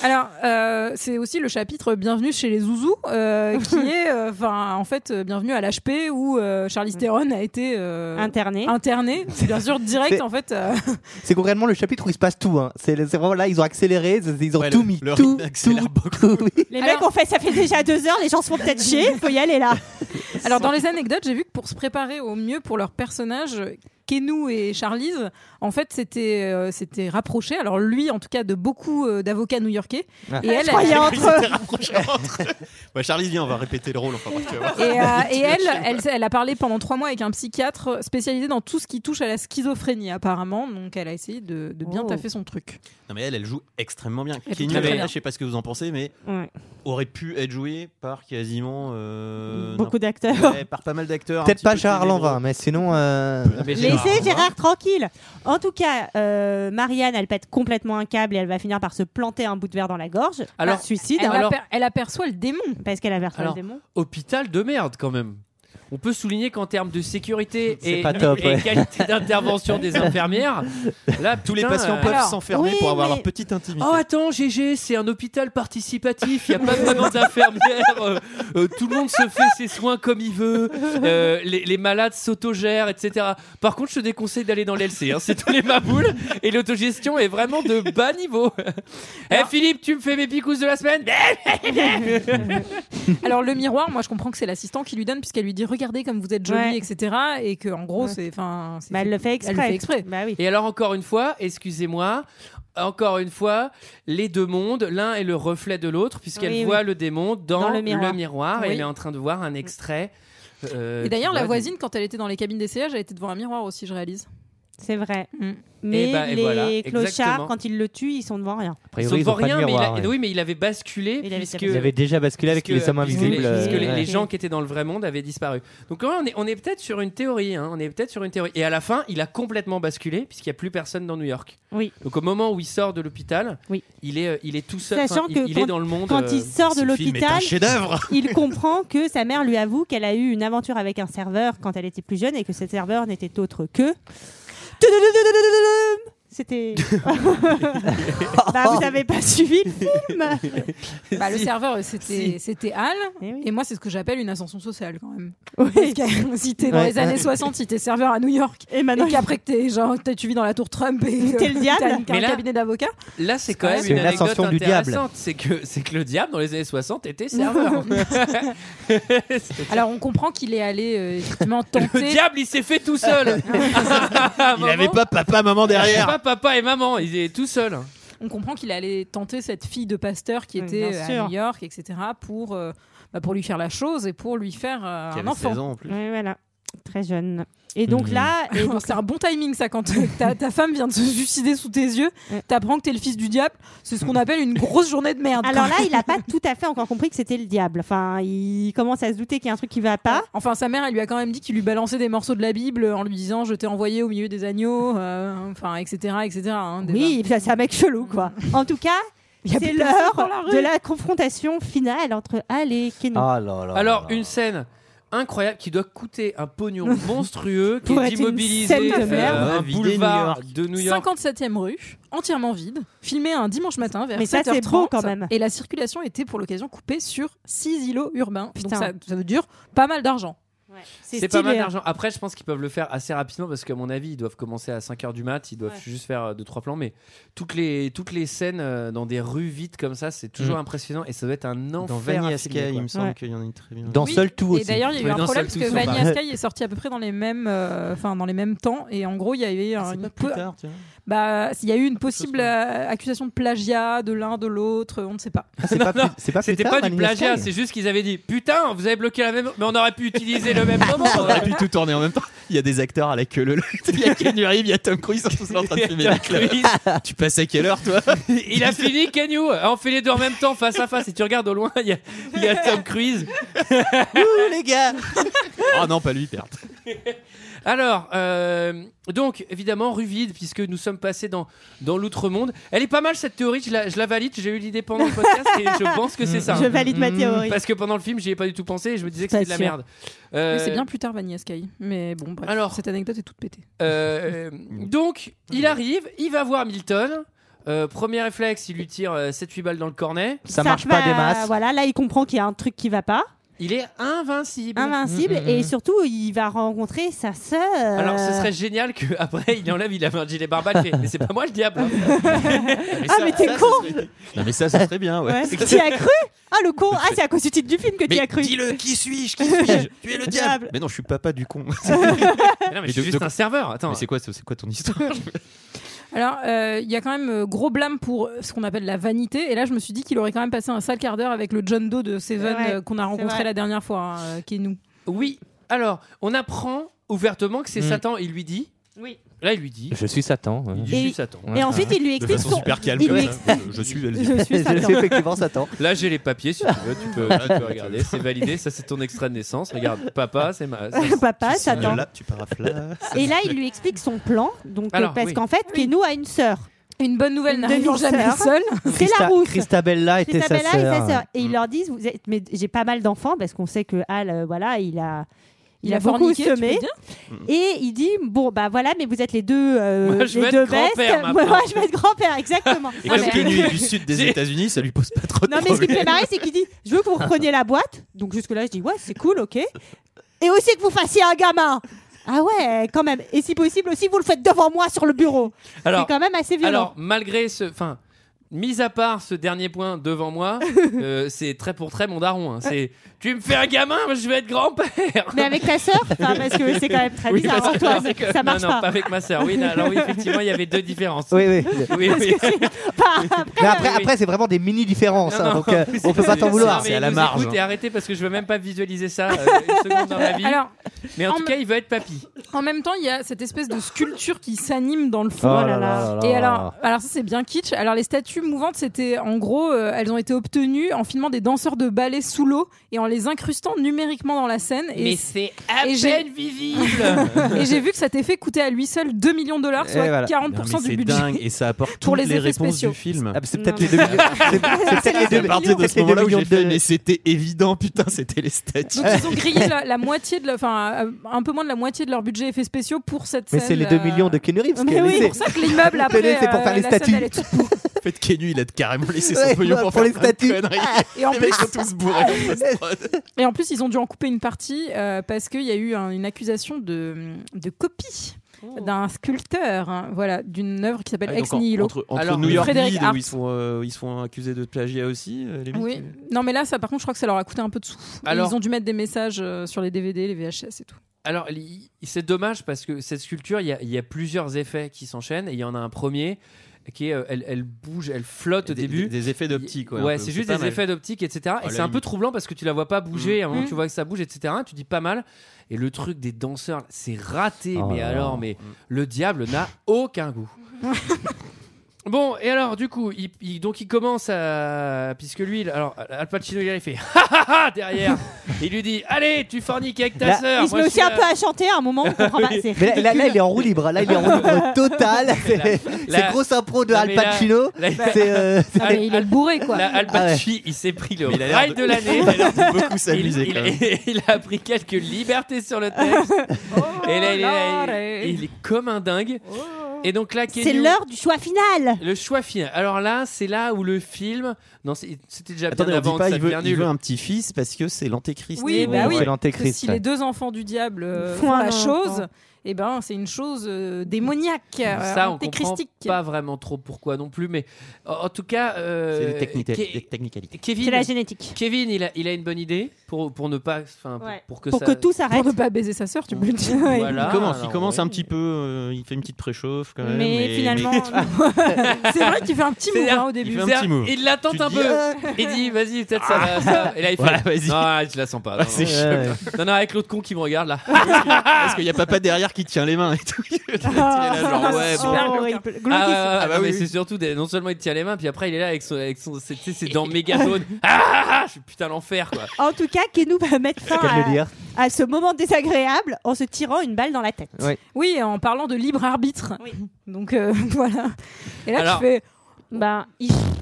Alors, euh, c'est aussi le chapitre Bienvenue chez les Zouzous, euh, qui est, euh, enfin, en fait, euh, Bienvenue à l'HP où euh, Charlize Theron a été euh, internée. Internée, c'est bien sûr direct C'est- en fait. euh, C'est concrètement le chapitre où il se passe tout. hein. C'est c'est vraiment là, ils ont accéléré, c'est- ils ont tout mis. le tout, rythme tout, tout, oui. Ah, Les mecs ont fait, ça fait déjà deux heures, les gens se font peut-être chier, faut y aller là. Alors dans les anecdotes, j'ai vu que pour se préparer au mieux pour leur personnage, Kenou et Charlize, en fait, c'était euh, c'était rapproché. Alors lui, en tout cas, de beaucoup euh, d'avocats new-yorkais. Ah. Et Je elle, croyais elle- entre Ils étaient rapprochés entre eux. Ouais, Charlie, viens, on va répéter le rôle. Enfin, bref, tu vas voir. Et, euh, et Tu vas elle, chier, elle, elle a parlé pendant trois mois avec un psychiatre spécialisé dans tout ce qui touche à la schizophrénie, apparemment. Donc, elle a essayé de, de bien Oh. taffer son truc. Non mais elle, elle joue extrêmement bien. Elle Kenny, joue très bien. je sais pas ce que vous en pensez, mais Ouais. aurait pu être joué par quasiment euh, Beaucoup n'importe- d'acteurs. Ouais, par pas mal d'acteurs. Peut-être un pas petit peu Gérard célèbres. Lanvin, mais sinon. euh, Mais Laissez Gérard Gérard tranquille. En tout cas, euh, Marianne, elle pète complètement un câble et elle va finir par se planter un bout de verre dans la gorge. Alors- par suicide. Hein, elle Alors- aper- aperçoit le démon. Parce qu'elle aperçoit Alors, le démon. hôpital de merde quand même. On peut souligner qu'en termes de sécurité C'est et, pas top, et ouais. qualité d'intervention des infirmières, là, Tous les putain, patients euh, peuvent s'enfermer pour avoir leur petite intimité. Oh attends, GG, c'est un hôpital participatif, il n'y a pas vraiment d'infirmière, euh, euh, tout le monde se fait ses soins comme il veut, euh, les, les malades s'autogèrent, etc. Par contre, je te déconseille d'aller dans l'LC, hein, c'est tous les maboules, et l'autogestion est vraiment de bas niveau. Eh Philippe, tu me fais mes picousses de la semaine Alors le miroir, moi je comprends que c'est l'assistant qui lui donne puisqu'elle lui dit regardez comme vous êtes jolie Ouais. etc et que en gros c'est enfin c'est- Bah, elle le fait Bah elle le fait exprès. Et alors, encore une fois, excusez-moi, encore une fois, les deux mondes, l'un est le reflet de l'autre, puisqu'elle Oui, oui. voit le démon dans, Dans le le miroir. miroir, et Oui. elle est en train de voir un extrait. euh, Et d'ailleurs qui la doit- voisine quand elle était dans les cabines d'essayage, elle était devant un miroir aussi, je réalise. C'est vrai. Eh Mais ben, et les voilà, clochards, exactement. quand ils le tuent, ils sont devant rien. Ils priori, sont ils pour ont pas de rien, mais il a- miroir, ouais. oui, mais il avait basculé. puisque- Il avait déjà basculé avec puisque- les hommes puisque les- invisibles. puisque les, euh, les ouais. gens qui étaient dans le vrai monde avaient disparu. Donc ouais, on est, on est peut-être sur une théorie. hein, on est peut-être sur une théorie. Et à la fin, il a complètement basculé puisqu'il n'y a plus personne dans New York. Oui. Donc au moment où il sort de l'hôpital, il est, euh, il est tout seul. Sachant enfin, il, que il quand, est dans le monde. quand euh, il sort de ce film est un l'hôpital, chef-d'œuvre. il comprend que sa mère lui avoue qu'elle a eu une aventure avec un serveur quand elle était plus jeune et que ce serveur n'était autre que. Tudududududududum C'était. bah, vous n'avez pas suivi le film. Eh Bah, le Si. serveur c'était c'était Al et, moi c'est ce que j'appelle une ascension sociale quand même. Parce que euh, si t'es dans Ouais. les années 60, si t'es serveur à New York et maintenant qu'après que t'es genre t'es- tu vis dans la tour Trump et que T'es le diable. t'as une- Mais un là- cabinet d'avocats. Là, c'est quand même C'est une, une anecdote ascension du diable. intéressante. C'est que, c'est que le diable, dans les années 60, était serveur. Alors on comprend qu'il est allé euh, effectivement tenter. le diable, il s'est fait tout seul. Il avait pas papa, maman derrière. Pas papa et maman, il est tout Oh seul. On comprend qu'il allait tenter cette fille de pasteur qui Oui, était bien euh, sûr. à New York, etc., pour, euh, bah, pour lui faire la chose et pour lui faire euh, Qui un avait enfant. 16 ans, en plus. Oui, voilà. Très jeune. Et donc Mmh. Mhm. là, et donc- c'est un bon timing ça quand euh, ta, ta femme vient de se suicider sous tes yeux, t'apprends que t'es le fils du diable, c'est ce qu'on appelle une grosse journée de merde. Alors là, quand même. il n'a pas tout à fait encore compris que c'était le diable. Enfin, il commence à se douter qu'il y a un truc qui va pas. Enfin, sa mère, elle lui a quand même dit qu'il lui balançait des morceaux de la Bible en lui disant je t'ai envoyé au milieu des agneaux, euh, enfin, etc., etc. hein, des- Oui, ça, c'est un mec chelou, quoi. Mmh. En tout cas, c'est plus personne dans l'heure la de rue. la confrontation finale entre Al et Kenny. Ah. Alors, une scène incroyable qui doit coûter un pognon monstrueux, qui Pour est être une immobilisé scène de merde. un Vider boulevard de New York. 57e rue, entièrement vide, filmée un dimanche matin vers Mais ça, 7h30. c'est beau quand même. Et la circulation était pour l'occasion coupée sur 6 îlots urbains. Putain. Donc ça, ça veut dire pas mal d'argent. C'est hein. pas mal d'argent. Après, je pense qu'ils peuvent le faire assez rapidement parce qu'à mon avis, ils doivent commencer à 5h du mat, ils doivent Ouais. juste faire 2-3 plans. Mais toutes les, toutes les scènes euh, dans des rues vides comme ça, c'est toujours Mm. impressionnant et ça doit être un enfer. Dans à filmer, Vanilla Sky, quoi. il me semble Ouais. qu'il y en a une très bien. Dans Seul Tout Et aussi. d'ailleurs, il y a eu Oui, un dans problème parce Seul Tout, que c'est pas Vanilla mal. Sky est sorti à peu près dans les mêmes, euh, enfin dans les mêmes temps. Et en gros, il y avait Ah, un- une peu- tard, tiens. bah, il y a eu une possible euh, accusation de plagiat de l'un de l'autre. On ne sait pas. Non, non, c'est pas plus C'était tard, pas du Vanilla plagiat, Sky. c'est juste qu'ils avaient dit Putain, vous avez bloqué la même. Mais on aurait pu utiliser le même moment. hein. On aurait pu tout tourner en même temps. Il y a des acteurs à la queue leu leu. Il y a Ken Reeves, il y a Tom Cruise, ils sont tous là en train de filmer la clope. Tu passes à quelle heure, toi Il a fini, Kenyu. Hein, On fait les deux en même temps, face à face. Et tu regardes au loin, il y a, il y a Tom Cruise. Ouh, les gars Ah non, pas lui, perte. Alors, euh, donc, évidemment, rue vide, puisque nous sommes passés dans, dans l'outre-monde. Elle est pas mal, cette théorie. Je la, je la valide. J'ai eu l'idée pendant le podcast et je pense que c'est ça. Je valide ma théorie. Hmm. Parce que pendant le film, j'y ai pas du tout pensé et je me disais que Pas c'était de la sûr. merde. Euh, Oui, c'est bien plus tard Vanilla Sky. Mais bon, bref, cette anecdote est toute pétée. Euh, donc, il arrive, il va voir Milton. Euh, premier réflexe, il lui tire euh, 7-8 balles dans le cornet. va- Voilà, là, il comprend qu'il y a un truc qui va pas. Il est invincible. Invincible Mm, mm, et mm. surtout il va rencontrer sa sœur. Alors, ce serait génial qu'après, il enlève, il avait un gilet barbare, il fait, mais c'est pas moi le diable. hein. Ah mais t'es con Non, mais ça, ça serait bien, ouais. Ouais, T'y as cru Ah le con Ah c'est à cause du titre du film que t'y Mais as cru. dis-le, qui suis-je Qui suis-je Tu es le diable Mais non, je suis papa du con. non, mais je suis juste un serveur. Attends. Mais c'est quoi, c'est quoi ton histoire Alors, euh, il y a quand même euh, gros blâme pour ce qu'on appelle la vanité. Et là, je me suis dit qu'il aurait quand même passé un sale quart d'heure avec le John Doe de Seven Ouais, euh, qu'on a c'est rencontré vrai. la dernière fois, hein, euh, qui est nous. Oui, alors, on apprend ouvertement que c'est Satan, il lui dit. Oui. Là, il lui dit. Mm. Je suis Satan. hein. ouais. Il dit, je suis Satan. Ouais. De façon super calme, comme ça. Je suis Belzébuth. Satan. Là, j'ai les papiers, si tu veux, tu peux, tu peux regarder, c'est validé, ça c'est ton extrait de naissance. Regarde, papa, c'est ma. Papa, Tu signes Satan. là, tu Et là, il lui explique son plan, donc euh, Alors, parce oui. qu'en fait, Kenou a une sœur. Une bonne nouvelle n'arrivant jamais seule. C'est la Christa- rousse. Christabella était sa Christabella et sœur. sœur. Et ils leur disent, vous êtes- mais j'ai pas mal d'enfants parce qu'on sait que Al, euh, voilà, il a. Il, Il a, a beaucoup forniqué, tu peux semé dire et il dit bon bah voilà mais vous êtes les deux euh, Moi, je les vais deux être grand-père, bestes. maintenant. moi je vais être grand-père exactement Et comme Kenny est du sud des États-Unis, ça lui pose pas trop de Non, mais ce qui me fait problème. marrer, c'est qu'il dit Je veux que vous repreniez la boîte. Donc, jusque-là, je dis Ouais, c'est cool, ok. Et aussi que vous fassiez un gamin. Ah ouais, quand même. Et si possible aussi, vous le faites devant moi sur le bureau. C'est Alors- quand même assez violent. Alors, malgré ce. Enfin, mis à part ce dernier point devant moi, euh, c'est très pour très mon daron. hein. C'est tu me fais un gamin, mais je vais être grand-père. Mais avec ta sœur Enfin, Parce que c'est quand même très Oui, bizarre parce pour que- toi. parce que- Ça marche non, non, pas. pas avec ma sœur. Oui, non, alors oui, effectivement, il y avait deux différences. Oui, oui. Oui, Parce oui. que Mais après, après c'est vraiment des mini différences. Ah, Non, hein, non, donc, euh, oui, c'est on peut ça, pas t'en ça. vouloir. Non, mais il nous écoute hein. Et arrêtez parce que je veux même pas visualiser ça euh, une seconde dans ma vie. Alors, mais en, en tout me- cas, il veut être papy. En même temps, il y a cette espèce de sculpture qui s'anime dans le fond. Oh là là là Et là alors, là. alors ça c'est bien kitsch. Alors les statues mouvantes, c'était en gros, euh, elles ont été obtenues en filmant des danseurs de ballet sous l'eau et en les incrustant numériquement dans la scène. Et Mais c'est à et j'ai- peine visible. et j'ai vu que cet effet coûtait à lui seul 2 millions de dollars, soit Et voilà. 40% Non, mais du c'est budget. dingue et ça apporte Pour toutes les les, effets réponses spéciaux. du film. hein. Ah, c'est peut-être les deux millions. C'est peut-être les C'est bah, deux parti de peut-être ce les deux moment-là où millions j'ai fait, de- mais c'était évident, putain, c'était les statues. Donc ils ont grillé la, la moitié de, la- enfin euh, un peu moins de la moitié de leur budget effets spéciaux pour cette Mais scène. c'est les 2 euh, millions de Kenny Reeves. qui Mais a oui, laissé. c'est pour ça que l'immeuble Il après. euh, a laissé pour faire les la scène, statues. elle est toute En fait, Kenny, il a carrément laissé son Ouais, pognon pour, pour les faire plein de statues. conneries. Et en Les plus- mecs sont tous bourrés. Et en plus, ils ont dû en couper une partie euh, parce qu'il y a eu un- une accusation de, de copie d'un sculpteur, hein, voilà, d'une œuvre qui s'appelle Oh. Ah, donc Ex en- Nihilo. Entre, entre New York Frédéric Lead, Hart. où ils sont, euh, ils sont accusés de plagiat aussi. euh, les mecs. Oui. Non, mais là, ça, par contre, je crois que ça leur a coûté un peu de sous. Et Alors- Ils ont dû mettre des messages euh, sur les DVD, les VHS et tout. Alors, il- c'est dommage parce que cette sculpture, il y a, il y a plusieurs effets qui s'enchaînent. Et il y en a un premier qui est, euh, elle, elle bouge, elle flotte au Des- début. des- des effets d'optique, ouais, un Ouais, peu. c'est C'est juste pas des mal. Oh effets d'optique, etc. À et la c'est un peu limite. troublant parce que tu la vois pas bouger. Mm. Et à un moment, Mm. tu vois que ça bouge, etc. Tu dis pas mal. Et le truc des danseurs, c'est raté. Oh mais là là. alors, mais le diable n'a aucun goût. Bon, et alors, du coup, il, il- donc il commence à. Puisque lui, il- alors, Al Pacino, il, arrive, il fait ha ha ha derrière. il lui dit Allez, tu forniques avec ta Là, sœur. il se moi, met je aussi suis un là. peu à chanter à un moment, on comprend pas. Oui. C'est Mais là, là, là, il est en roue libre. Là, il est en roue libre totale. C'est la- C'est la- grosse impro de Non, Al mais là- Pacino. là, il- C'est, euh, Ah, mais c'est- il est bourré quoi. Al Ah ouais. Pacino, il s'est pris le Mais il a l'air rail de- de l'année. il a l'air de beaucoup s'amuser, Il, quand il- même. il a pris quelques libertés sur le texte. Oh, Oh, et là, il est, là, il- il est comme un dingue. Et donc là, c'est Keanu- l'heure du choix final. Le choix final. Alors là, c'est là où le film. Non, c'est- c'était déjà Attendez, bien on avant. dit pas que ça il veut, devienne il nul. veut un petit fils parce que c'est l'antéchrist. Oui, bah oui. Euh, C'est Parce que si les deux enfants du diable euh, Font font un la enfant. chose, et ben c'est une chose euh, démoniaque, euh, ça, on comprend antéchristique. pas vraiment trop pourquoi non plus, mais en, en tout cas, euh, C'est des technita- Ke- des technicalités. Kevin, C'est la génétique. Kevin, il a, il a une bonne idée pour, pour ne pas, enfin, pour- Ouais. pour, que Pour ça. que tout s'arrête. Pour ne pas baiser sa sœur, tu peux le dire. Voilà. il commence, alors, il commence un petit peu, euh, il fait une petite préchauffe quand même. Mais finalement, c'est vrai qu'il fait un petit move C'est-à-dire, hein, au début. il fait un C'est-à-dire, petit move. Il l'attend Tu un dis, peu. euh, Il dit, vas-y, peut-être ça va. ça va. Et là, il fait. Ouais, vas-y. Non, ah, je la sens pas. Ouais, non, c'est non. chaud. Non, non, avec l'autre con qui me regarde là. Parce qu'il y a papa derrière qui tient les mains et tout. Il est là, genre, ouais, bon. Super horrible. Ah, ouais, ouais, Ah, bah non, mais oui, c'est oui. surtout des- non seulement il te tient les mains puis après il est là avec son avec son c'est- tu sais, c'est dans Megazone ah, ah, ah, je suis putain l'enfer quoi En tout cas, Kenou va mettre fin qu'à le à, dire. à ce moment désagréable en se tirant une balle dans la tête. Oui. Oui, en parlant de libre arbitre. Donc euh, voilà. Et là, Alors- tu fais. Ben,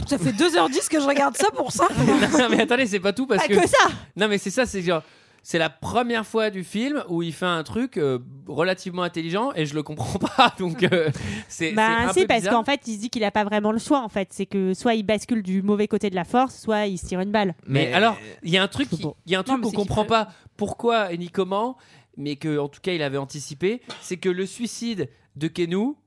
ça fait 2h10 que je regarde ça pour ça. non mais attendez c'est pas tout parce Ah, que que ça non mais c'est ça c'est genre C'est la première fois du film où il fait un truc euh, relativement intelligent et je le comprends pas. Donc euh, c'est c'est Bah, un si, peu parce bizarre. qu'en fait, il se dit qu'il a pas vraiment le choix. En fait, c'est que soit il bascule du mauvais côté de la force, soit il se tire une balle. Mais, alors, il y a un truc, qui- il y a un truc qu'on comprend pas pourquoi et ni comment, mais que en tout cas il avait anticipé, c'est que le suicide de Kenou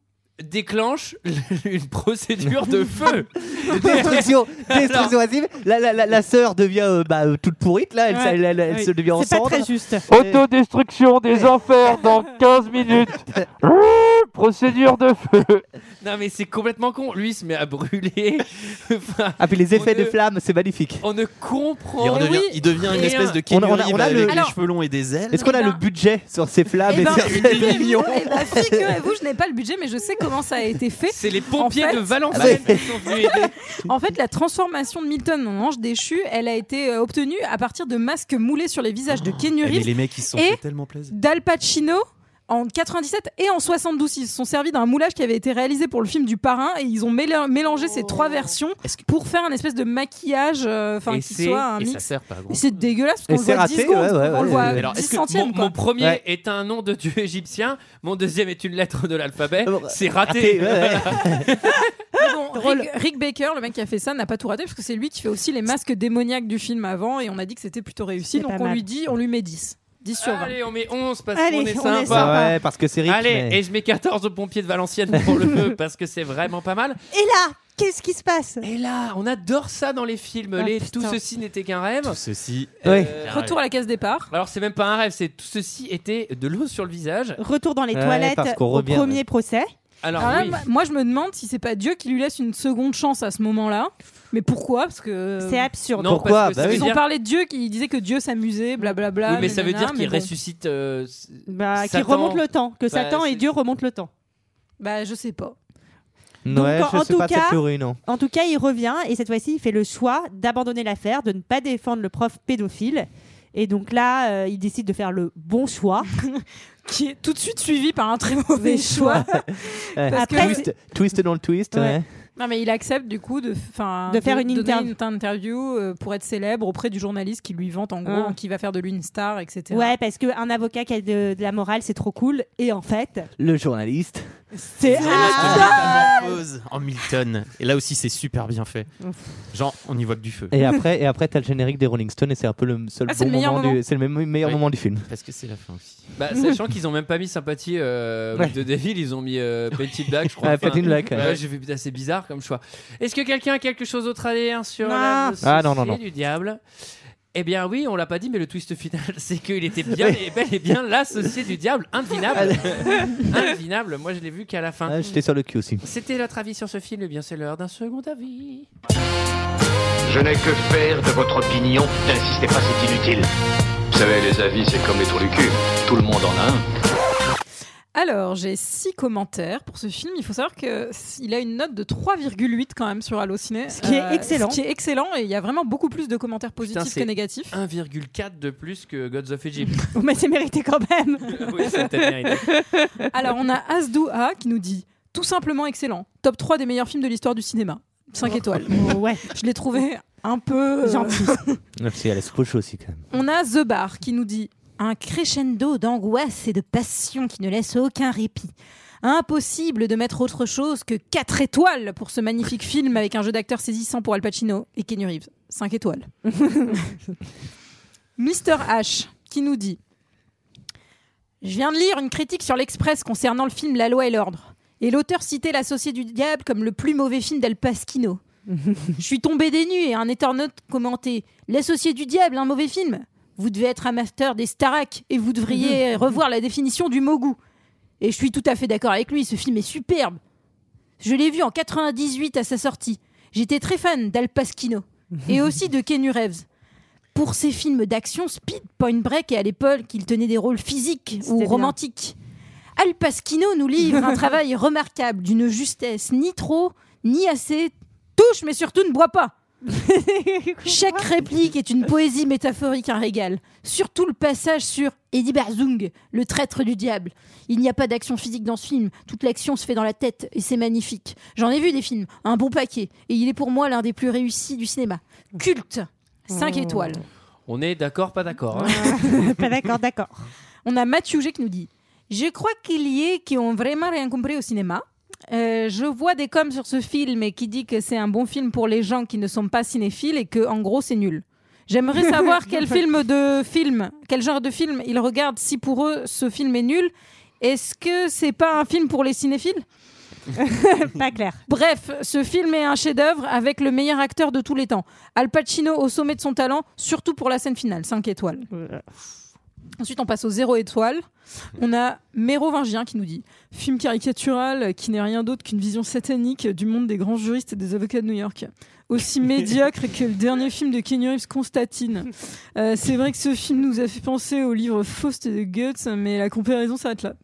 déclenche une procédure de feu, De Destruction, destruction massive. La, la, la, la sœur devient euh, bah, euh, toute pourrite, là, elle, Ouais. s- elle- elle- elle Oui. se devient en C'est pas cendres. très juste. Autodestruction des enfers dans 15 minutes. Ouh, Procédure de feu. Non mais c'est complètement con. Lui il se met à brûler. Enfin, Ah, puis les effets on ne- de flammes, c'est magnifique. On ne comprend. Il, redevient- il devient une rien. espèce de On Kenny a- on a- Reeves on a avec le- les Alors- cheveux longs et des ailes. Est-ce qu'on a le budget sur ces Ah, flammes Eh et ben, ces- ces millions Eh ben, figurez vous, je n'ai pas le budget, mais je sais comment ça a été fait. C'est les pompiers En fait- ah bah de Valenciennes qui sont venus aider. En fait, la transformation de Milton en ange déchu, elle a été euh, obtenue à partir de masques moulés sur les visages de Kenny Eh, mais Reeves les mecs, ils se sont et fait tellement plaisir. d'Al Pacino. En 97 et en 72, ils se sont servis d'un moulage qui avait été réalisé pour le film du Parrain et ils ont méla- mélangé ces trois versions pour faire un espèce de maquillage, euh, enfin Et qui c'est- soit un et ça mix. sert pas à grand Mais c'est dégueulasse Et parce qu'on c'est le voit 10 raté, secondes, ouais, ouais, on le ouais, voit ouais. Alors, 10 est-ce que centièmes. mon, quoi. mon premier Ouais. est un nom de dieu égyptien, mon deuxième est une lettre de l'alphabet C'est raté. raté, ouais, Mais bon, Rick, Rick Baker, le mec qui a fait ça, n'a pas tout raté parce que c'est lui qui fait aussi les masques démoniaques du film avant et on a dit que c'était plutôt réussi. C'est Donc pas on mal. lui dit, on lui met 10. 10 sur 20. Allez, on met 11 parce Allez, qu'on est, on est sympa. sympa. Ouais, parce que c'est Rick, Allez, mais- et je mets 14 aux pompiers de Valenciennes pour le feu parce que c'est vraiment pas mal. Et là, qu'est-ce qui se passe Et là, on adore ça dans les films. Ah, les, putain. tout ceci n'était qu'un rêve. Tout ceci. Euh, Ah Retour à la case départ. Alors, c'est même pas un rêve, c'est tout ceci était de l'eau sur le visage. Retour dans les toilettes au premier procès. Alors, Ah, Alors là, oui. moi- moi, je me demande si c'est pas Dieu qui lui laisse une seconde chance à ce moment-là. Mais pourquoi Parce que C'est absurde. Euh, Non, Pourquoi Bah parce que ça Parce veut qu'ils ont dire- parlé de Dieu, qui disait que Dieu s'amusait, blablabla. Ah Oui, mais ça veut nanana, dire qu'il mais bon. ressuscite. euh, s- Bah, qui Satan. remonte le temps, que Bah, Satan c'est- et Dieu remontent le temps. Bah, je sais pas. Ouais, Donc, je sais pas de cette théorie, non. en tout cas, il revient et cette fois-ci, il fait le choix d'abandonner l'affaire, de ne pas défendre le prof pédophile. Et donc là, euh, il décide de faire le bon choix. qui est tout de suite suivi par un très mauvais choix. Ouais. Parce que- twist, twist dans le twist. Ouais. ouais. Non, mais il accepte du coup de, 'fin, De faire une donner interv- une interview euh, pour être célèbre auprès du journaliste qui lui vante en gros Ah. qui va faire de lui une star, etc. Ouais, parce qu'un avocat qui a de, de la morale, c'est trop cool. Et en fait, Le journaliste. c'est Pause en Milton. Et là aussi, c'est super bien fait. Genre, on y voit que du feu. Et après, et après, t'as le générique des Rolling Stones et c'est un peu le seul Ah, c'est bon le meilleur moment. Du, c'est le me- meilleur Oui. moment du film. Parce que c'est la fin aussi. Bah, sachant qu'ils ont même pas mis sympathie euh, Ouais. de Devil, ils ont mis euh, Petit Black, je crois. Ouais, Painted Black, ouais. ouais, j'ai fait putain, c'est bizarre comme choix. Est-ce que quelqu'un a quelque chose d'autre à dire sur Non. la Ah, non, non, société non. du diable Eh bien oui, on l'a pas dit, mais le twist final, c'est qu'il était bien et bel et bien l'associé du diable, indevinable, indevinable. Moi, je l'ai vu qu'à la fin. Ah, J'étais sur le cul aussi. C'était notre avis sur ce film. Eh bien, c'est l'heure d'un second avis. Je n'ai que faire de votre opinion. N'insistez pas, c'est inutile. Vous savez, les avis, c'est comme les trous du cul. Tout le monde en a un. Alors, j'ai six commentaires pour ce film. Il faut savoir qu'il a une note de 3,8 quand même sur Allociné. Euh, Ce qui est excellent. Ce qui est excellent et il y a vraiment beaucoup plus de commentaires Putain, positifs c'est que négatifs. 1,4 de plus que Gods of Egypt. Ah Mais c'est mérité quand même. oui, c'était mérité. Alors, on a Asdouha qui nous dit tout simplement excellent. Top 3 des meilleurs films de l'histoire du cinéma. 5 Oh. étoiles. ouais. Je l'ai trouvé un peu. euh, Gentil. Merci, elle est scotch aussi quand même. On a The Bar qui nous dit un crescendo d'angoisse et de passion qui ne laisse aucun répit. Impossible de mettre autre chose que 4 étoiles pour ce magnifique film avec un jeu d'acteur saisissant pour Al Pacino et Kenny Reeves. 5 étoiles. Mr H qui nous dit Je viens de lire une critique sur l'Express concernant le film La loi et l'ordre. Et l'auteur citait L'associé du diable comme le plus mauvais film d'Al Pacino. Je suis tombé des nues et un internaute commentait L'associé du diable, un mauvais film Vous devez être un master des Starak et vous devriez revoir la définition du mot goût. Et je suis tout à fait d'accord avec lui, ce film est superbe. Je l'ai vu en 98 à sa sortie. J'étais très fan d'Al Pasquino et aussi de Ken Reeves. Pour ses films d'action, Speed, Point Break et à l'époque, il tenait des rôles physiques ou bien. romantiques. Al Pasquino nous livre un travail remarquable, d'une justesse ni trop, ni assez. Touche, mais surtout ne bois pas. Chaque réplique est une poésie métaphorique, un régal. Surtout le passage sur Eddie Barzung, le traître du diable. Il n'y a pas d'action physique dans ce film. Toute l'action se fait dans la tête et c'est magnifique. J'en ai vu des films, un bon paquet. Et il est pour moi l'un des plus réussis du cinéma. Culte 5 étoiles. On est d'accord, pas d'accord. hein. Pas d'accord, d'accord. On a Mathieu G qui nous dit Je crois qu'il y ait qui ont vraiment rien compris au cinéma. Euh, je vois des coms sur ce film et qui dit que c'est un bon film pour les gens qui ne sont pas cinéphiles et que en gros c'est nul. J'aimerais savoir quel film de film, quel genre de film ils regardent si pour eux ce film est nul. Est-ce que c'est pas un film pour les cinéphiles Pas clair. Bref, ce film est un chef-d'œuvre avec le meilleur acteur de tous les temps. Al Pacino au sommet de son talent, surtout pour la scène finale, 5 étoiles. Ensuite, on passe au zéro étoile. On a Mérovingien qui nous dit film caricatural qui n'est rien d'autre qu'une vision satanique du monde des grands juristes et des avocats de New York. Aussi médiocre que le dernier film de Ken Reeves, Constantine. Euh, c'est vrai que ce film nous a fait penser au livre Faust de Goethe, mais la comparaison s'arrête là.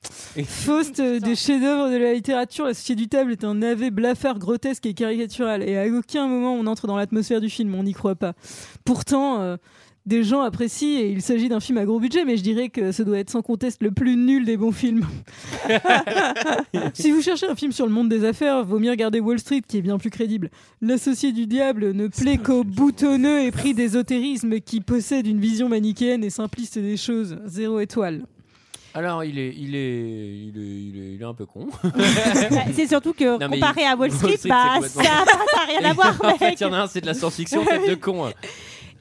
Faust, euh, des chefs-d'œuvre de la littérature, la société du table est un navet blafard, grotesque et caricatural. Et à aucun moment on entre dans l'atmosphère du film, on n'y croit pas. Pourtant, euh, des gens apprécient et il s'agit d'un film à gros budget, mais je dirais que ce doit être sans conteste le plus nul des bons films. si vous cherchez un film sur le monde des affaires, vaut mieux regarder Wall Street qui est bien plus crédible. L'associé du diable ne plaît qu'aux boutonneux et pris d'ésotérisme qui possède une vision manichéenne et simpliste des choses. Zéro étoile. Alors, il est, il est, il est, il est, il est un peu con. Bah, c'est surtout que Non, mais comparé à Wall Street, bah, c'est ça complètement- n'a rien à voir. en fait, mec. il y en a un, c'est de la science-fiction, tête de con. hein.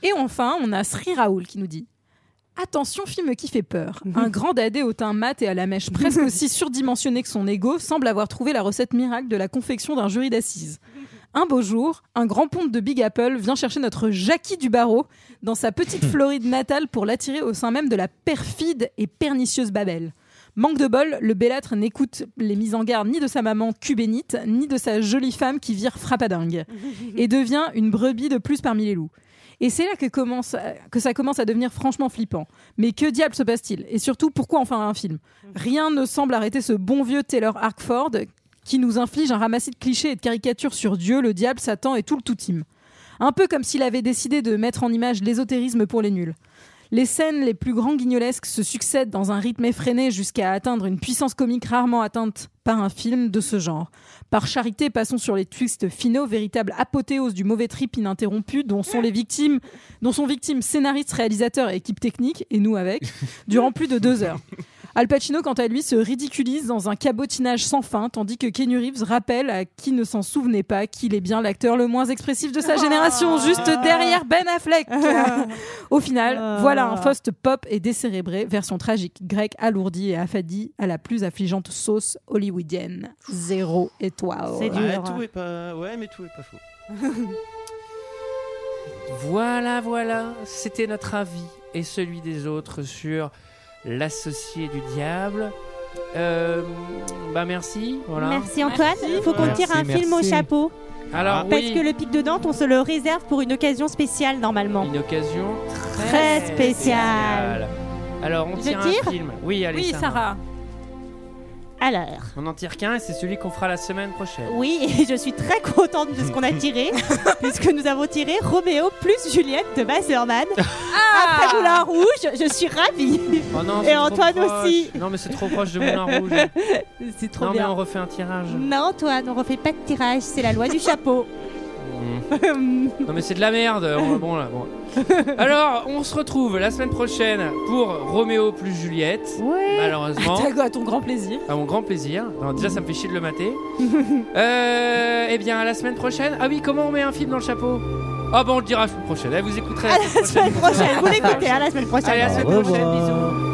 Et enfin, on a Sri Raoul qui nous dit Attention, film qui fait peur. Un grand dadé au teint mat et à la mèche presque aussi surdimensionné que son ego semble avoir trouvé la recette miracle de la confection d'un jury d'assises. Un beau jour, un grand ponte de Big Apple vient chercher notre Jackie du barreau dans sa petite Floride natale pour l'attirer au sein même de la perfide et pernicieuse Babel. Manque de bol, le bellâtre n'écoute les mises en garde ni de sa maman cubénite, ni de sa jolie femme qui vire frappadingue, et devient une brebis de plus parmi les loups. Et c'est là que, commence, que ça commence à devenir franchement flippant. Mais que diable se passe-t-il Et surtout, pourquoi en faire un film Rien ne semble arrêter ce bon vieux Taylor Harkford qui nous inflige un ramassis de clichés et de caricatures sur Dieu, le diable, Satan et tout le tout-team. Un peu comme s'il avait décidé de mettre en image l'ésotérisme pour les nuls. Les scènes les plus grands guignolesques se succèdent dans un rythme effréné jusqu'à atteindre une puissance comique rarement atteinte par un film de ce genre. Par charité, passons sur les twists finaux, véritable apothéose du mauvais trip ininterrompu dont sont les victimes, dont sont victimes scénaristes, réalisateurs et équipe technique, et nous avec, durant plus de deux heures. Al Pacino, quant à lui, se ridiculise dans un cabotinage sans fin, tandis que Keanu Reeves rappelle à qui ne s'en souvenait pas qu'il est bien l'acteur le moins expressif de sa génération, juste derrière Ben Affleck. Au final, voilà un Faust pop et décérébré, version tragique, grecque, alourdie et affadie à la plus affligeante sauce hollywoodienne. Zéro étoile. C'est Ouais, tout est pas... ouais, mais tout est pas faux. Voilà, voilà, c'était notre avis et celui des autres sur l'associé du diable. Euh, bah merci. Voilà. Merci Antoine. Il faut qu'on Merci, tire un film au merci. chapeau. Alors Parce Ah oui, que le pic de Dante, on se le réserve pour une occasion spéciale normalement. une occasion Très spéciale. Alors on Je tire, tire un film. Oui, allez Sarah. Alors, On en tire qu'un et c'est celui qu'on fera la semaine prochaine. oui, et je suis très contente de ce qu'on a tiré, puisque nous avons tiré Roméo plus Juliette de Masterman. Ah Après Moulin Rouge, je suis ravie. Oh non, c'est et trop Antoine proche. aussi. Non mais c'est trop proche de Moulin Rouge. C'est trop non bien. mais on refait un tirage. Non, Antoine, on refait pas de tirage, c'est la loi du chapeau. Non mais c'est de la merde. On- Bon là, bon. Alors, on se retrouve la semaine prochaine pour Roméo plus Juliette. Malheureusement. À ton grand plaisir. À mon grand plaisir. Alors, déjà, ça me fait chier de le mater. euh, eh bien, à la semaine prochaine. Ah oui, comment on met un film dans le chapeau Ah bon, on le dira la semaine prochaine. Eh, vous écouterez la semaine prochaine. Prochaine, vous l'écoutez, à la semaine prochaine. Allez, à la semaine prochaine. Bisous.